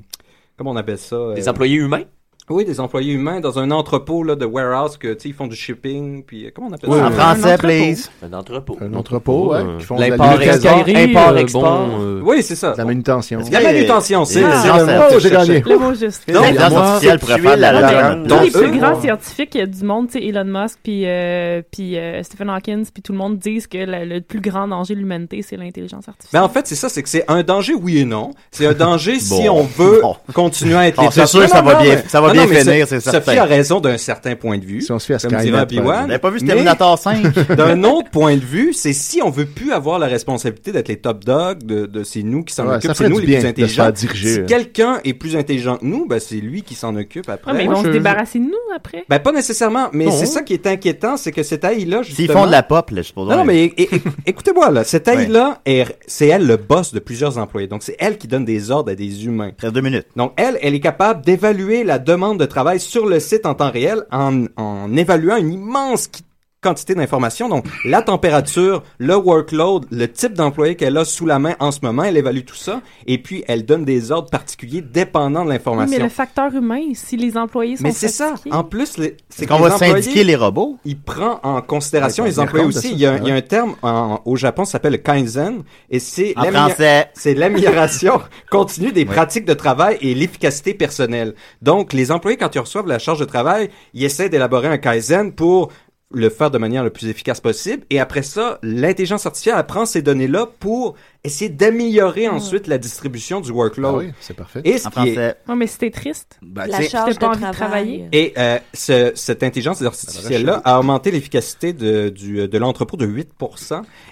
Speaker 6: comment on appelle ça euh,
Speaker 5: Des employés humains?
Speaker 6: oui, des employés humains dans un entrepôt là, de warehouse que tu sais, ils font du shipping, puis euh, comment on appelle
Speaker 4: Oui,
Speaker 6: ça
Speaker 1: En
Speaker 4: oui.
Speaker 1: français,
Speaker 3: entrepôt.
Speaker 1: please.
Speaker 5: Un entrepôt.
Speaker 4: Un entrepôt, ouais, qui font de la
Speaker 5: L'import
Speaker 4: livraison,
Speaker 5: export,
Speaker 7: Quincaillerie,
Speaker 5: import
Speaker 7: euh,
Speaker 5: export.
Speaker 7: bon, euh,
Speaker 6: euh, Oui, c'est ça.
Speaker 4: de la manutention.
Speaker 1: Est-ce
Speaker 6: La manutention, c'est
Speaker 3: Ah.
Speaker 6: c'est-
Speaker 1: Genre,
Speaker 4: Oh, j'ai gagné.
Speaker 3: Le mot juste.
Speaker 6: Non,
Speaker 1: L'intelligence
Speaker 7: moi,
Speaker 1: artificielle pourrait
Speaker 9: tuer
Speaker 1: faire de
Speaker 9: la
Speaker 1: la
Speaker 9: langue.
Speaker 1: langue.
Speaker 3: Tous les
Speaker 6: Donc, eux,
Speaker 3: plus grands
Speaker 6: on-
Speaker 3: scientifiques euh, du monde, tu sais, Elon Musk, puis euh, puis, euh, Stephen Hawking, puis tout le monde disent que la- le plus grand danger de l'humanité, c'est l'intelligence
Speaker 6: Ben,
Speaker 3: artificielle.
Speaker 6: en fait, c'est ça, c'est que c'est un danger, oui et non. C'est un danger si
Speaker 1: Bon.
Speaker 6: on veut
Speaker 1: Bon.
Speaker 6: continuer à être
Speaker 1: Bon,
Speaker 6: les
Speaker 1: Ah, c'est
Speaker 6: tops.
Speaker 1: sûr
Speaker 6: Non,
Speaker 1: que ça
Speaker 6: non,
Speaker 1: va
Speaker 6: Ah, non,
Speaker 1: bien-
Speaker 6: mais-
Speaker 1: ça va
Speaker 6: non,
Speaker 1: bien
Speaker 6: non, mais
Speaker 1: finir, c'est
Speaker 6: Sophie
Speaker 1: certain.
Speaker 6: a raison d'un certain point de vue.
Speaker 4: Si on se fait à
Speaker 6: Comme
Speaker 4: Skynet,
Speaker 6: dirait
Speaker 4: par exemple.
Speaker 1: J'avais pas vu ce
Speaker 6: Mais-
Speaker 1: Terminator 5.
Speaker 6: D'un autre point de vue, c'est si on veut plus avoir la responsabilité d'être les top dogs, de, de c'est nous qui s'en
Speaker 4: Ouais, ça
Speaker 6: occupons, c'est
Speaker 4: ferait
Speaker 6: nous
Speaker 4: du
Speaker 6: les
Speaker 4: bien
Speaker 6: plus
Speaker 4: de se
Speaker 6: intelligents.
Speaker 4: faire diriger. hein.
Speaker 6: Si quelqu'un est plus intelligent que nous, ben c'est lui qui s'en occupe après.
Speaker 3: Ah, mais ils
Speaker 7: moi,
Speaker 3: vont se
Speaker 7: je-
Speaker 3: débarrasser de nous après.
Speaker 6: Ben pas nécessairement, mais
Speaker 7: Non.
Speaker 6: c'est ça qui est inquiétant, c'est que cette AI-là, justement...
Speaker 1: S'ils font de la pop, là, je suppose.
Speaker 6: Non, non, mais é- é- écoutez-moi, là, cette
Speaker 1: Ouais.
Speaker 6: AI-là, elle- c'est elle le boss de plusieurs employés, donc c'est elle qui donne des ordres à des humains.
Speaker 1: Il reste deux minutes.
Speaker 6: Donc, elle, elle est capable d'évaluer la demande de travail sur le site en temps réel en, en évaluant une immense qui- quantité d'informations. Donc, la température, le workload, le type d'employé qu'elle a sous la main en ce moment, elle évalue tout ça. Et puis, elle donne des ordres particuliers dépendant
Speaker 3: Oui,
Speaker 6: de
Speaker 3: mais
Speaker 6: l'information.
Speaker 3: le facteur humain, si les employés sont
Speaker 6: Mais c'est ça.
Speaker 3: fatigués-
Speaker 6: En plus, les- c'est
Speaker 1: C'est
Speaker 6: que
Speaker 1: qu'on
Speaker 6: les
Speaker 1: va
Speaker 6: employés-
Speaker 1: syndiquer les robots.
Speaker 6: il prend en considération
Speaker 4: Ouais,
Speaker 6: les
Speaker 4: faut tenir
Speaker 6: employés
Speaker 4: compte de
Speaker 6: aussi.
Speaker 4: ça,
Speaker 6: Il y, a,
Speaker 4: ouais.
Speaker 6: il y a un terme en- au Japon, ça s'appelle le kaizen, et c'est
Speaker 1: En
Speaker 6: l'amélioration-
Speaker 1: français.
Speaker 6: c'est l'amélioration continue des pratiques de travail et l'efficacité personnelle. Donc, les employés, quand ils reçoivent la charge de travail, ils essaient d'élaborer un kaizen pour le faire de manière le plus efficace possible. Et après ça, l'intelligence artificielle apprend ces données-là pour essayer d'améliorer ensuite la distribution du workload.
Speaker 4: Hmm. Ah oui, c'est parfait.
Speaker 6: Et ce
Speaker 1: En
Speaker 6: qui est-
Speaker 1: français.
Speaker 3: Ouais, mais c'était triste.
Speaker 9: Ben,
Speaker 8: La
Speaker 9: tu sais,
Speaker 8: charge de
Speaker 3: pas envie de
Speaker 8: travail.
Speaker 3: travailler.
Speaker 6: Et euh, ce- cette intelligence
Speaker 9: Ah, bah,
Speaker 6: artificielle-là a augmenté l'efficacité de, du- euh, de l'entrepôt de 8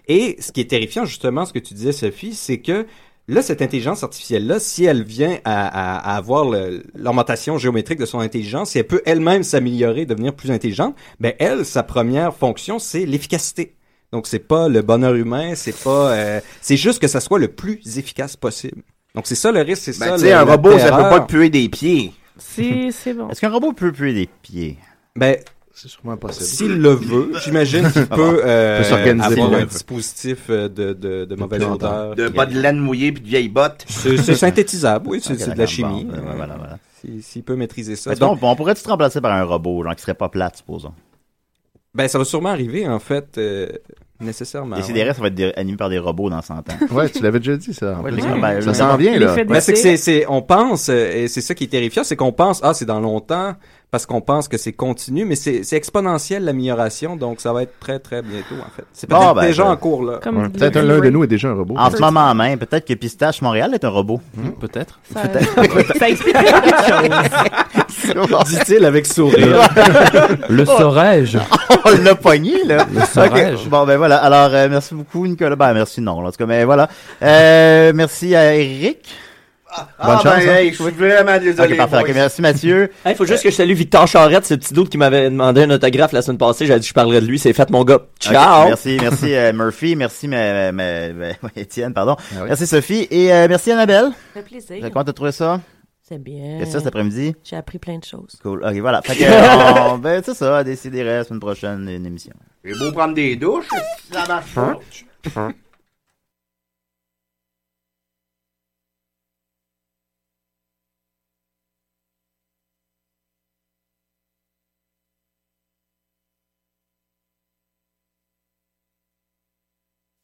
Speaker 6: Et ce qui est terrifiant, justement, ce que tu disais, Sophie, c'est que là, cette intelligence artificielle-là, si elle vient à, à- à avoir le- l'augmentation géométrique de son intelligence, si elle peut elle-même s'améliorer, devenir plus intelligente, ben elle, sa première fonction, c'est l'efficacité. Donc, c'est pas le bonheur humain, c'est pas... euh, c'est juste que ça soit le plus efficace possible. Donc, c'est ça le risque, c'est
Speaker 9: ben,
Speaker 6: ça
Speaker 9: tu sais,
Speaker 6: le-
Speaker 9: un
Speaker 6: la
Speaker 9: robot, ça peut
Speaker 6: terreur.
Speaker 9: pas te puer des pieds.
Speaker 3: C'est c'est bon.
Speaker 1: Est-ce qu'un robot peut puer des pieds?
Speaker 6: Ben,
Speaker 4: C'est sûrement impossible.
Speaker 6: S'il le veut, j'imagine qu'il
Speaker 1: Ah
Speaker 6: peut, euh,
Speaker 4: Il peut s'organiser
Speaker 6: avoir
Speaker 4: pour
Speaker 6: un
Speaker 4: le-
Speaker 6: dispositif euh, de, de, de mauvaise
Speaker 4: plus
Speaker 6: odeur.
Speaker 9: De
Speaker 6: qui-
Speaker 9: pas de laine mouillée puis de vieilles bottes.
Speaker 6: C'est c'est synthétisable, oui, c'est
Speaker 1: Ok,
Speaker 6: c'est de la
Speaker 1: d'accord,
Speaker 6: chimie.
Speaker 1: bon,
Speaker 6: euh,
Speaker 1: ben, voilà, voilà.
Speaker 6: S'il s'il peut maîtriser ça.
Speaker 1: Est-ce qu'on-
Speaker 6: Donc,
Speaker 1: on pourrait-tu te remplacer par un robot, genre qui serait pas plate, supposons?
Speaker 6: ben, ça va sûrement arriver, en fait. euh, nécessairement.
Speaker 1: Et
Speaker 6: ouais.
Speaker 1: c'est des restes, ça va être des- animé par des robots dans 100 ans.
Speaker 4: Ouais, tu l'avais déjà dit, ça. en
Speaker 1: Ouais,
Speaker 4: plus.
Speaker 1: je l'ai- ben,
Speaker 4: ça
Speaker 1: je-
Speaker 4: s'en vient, là.
Speaker 3: L'effet de
Speaker 6: Mais c'est que
Speaker 3: serre.
Speaker 6: c'est, c'est- on pense, euh, et c'est ça qui est terrifiant, c'est qu'on pense, ah, c'est dans longtemps, parce qu'on pense que c'est continu, mais c'est, c'est exponentiel l'amélioration, donc ça va être très, très bientôt, en fait. C'est
Speaker 1: Bon,
Speaker 6: peut-être
Speaker 1: ben,
Speaker 6: déjà
Speaker 1: je-
Speaker 6: en cours, là.
Speaker 3: Comme
Speaker 4: Ah, Ouais,
Speaker 3: dit
Speaker 4: Peut-être un-
Speaker 3: Ray
Speaker 4: l'un de
Speaker 3: Ray.
Speaker 4: nous est déjà un robot.
Speaker 1: En ce moment même, peut-être que Pistache Montréal est un robot.
Speaker 7: Peut-être.
Speaker 3: Hmm. Ça, ça explique quelque chose.
Speaker 6: Dit-il avec sourire.
Speaker 7: Le saurais-je
Speaker 1: Oh. On l'a pogné, là.
Speaker 7: saurais-je.
Speaker 1: Ok, Bon, ben voilà. Alors, euh, merci beaucoup, Nicolas. Ben, merci, non. là, En tout cas, mais voilà. Euh, merci à Eric.
Speaker 9: Ah,
Speaker 4: chance,
Speaker 9: ben,
Speaker 4: hein.
Speaker 9: hey, je suis vraiment désolé.
Speaker 1: Ok, parfait.
Speaker 9: boys.
Speaker 1: Ok, merci, Mathieu.
Speaker 5: Il faut juste que je salue Victor Charrette, ce petit doute qui m'avait demandé un autographe la semaine passée. J'avais dit que je parlerais de lui. C'est fait, mon gars.
Speaker 1: Ok,
Speaker 5: Ciao!
Speaker 1: merci, merci euh, Murphy, merci ma, ma- ma- ma- ouais, Étienne, pardon.
Speaker 4: Ah oui.
Speaker 1: Merci Sophie et euh, merci Annabelle.
Speaker 8: Ça fait plaisir.
Speaker 1: Comment t'as trouvé ça?
Speaker 8: C'est bien.
Speaker 1: Qu'est-ce que ça cet après-midi?
Speaker 8: J'ai appris plein de choses.
Speaker 1: Cool. Ok, voilà. Fait que, euh, on- ben, c'est ça, à décider, la semaine prochaine, une émission. Hein?
Speaker 9: J'ai beau prendre des douches, ça marche pas.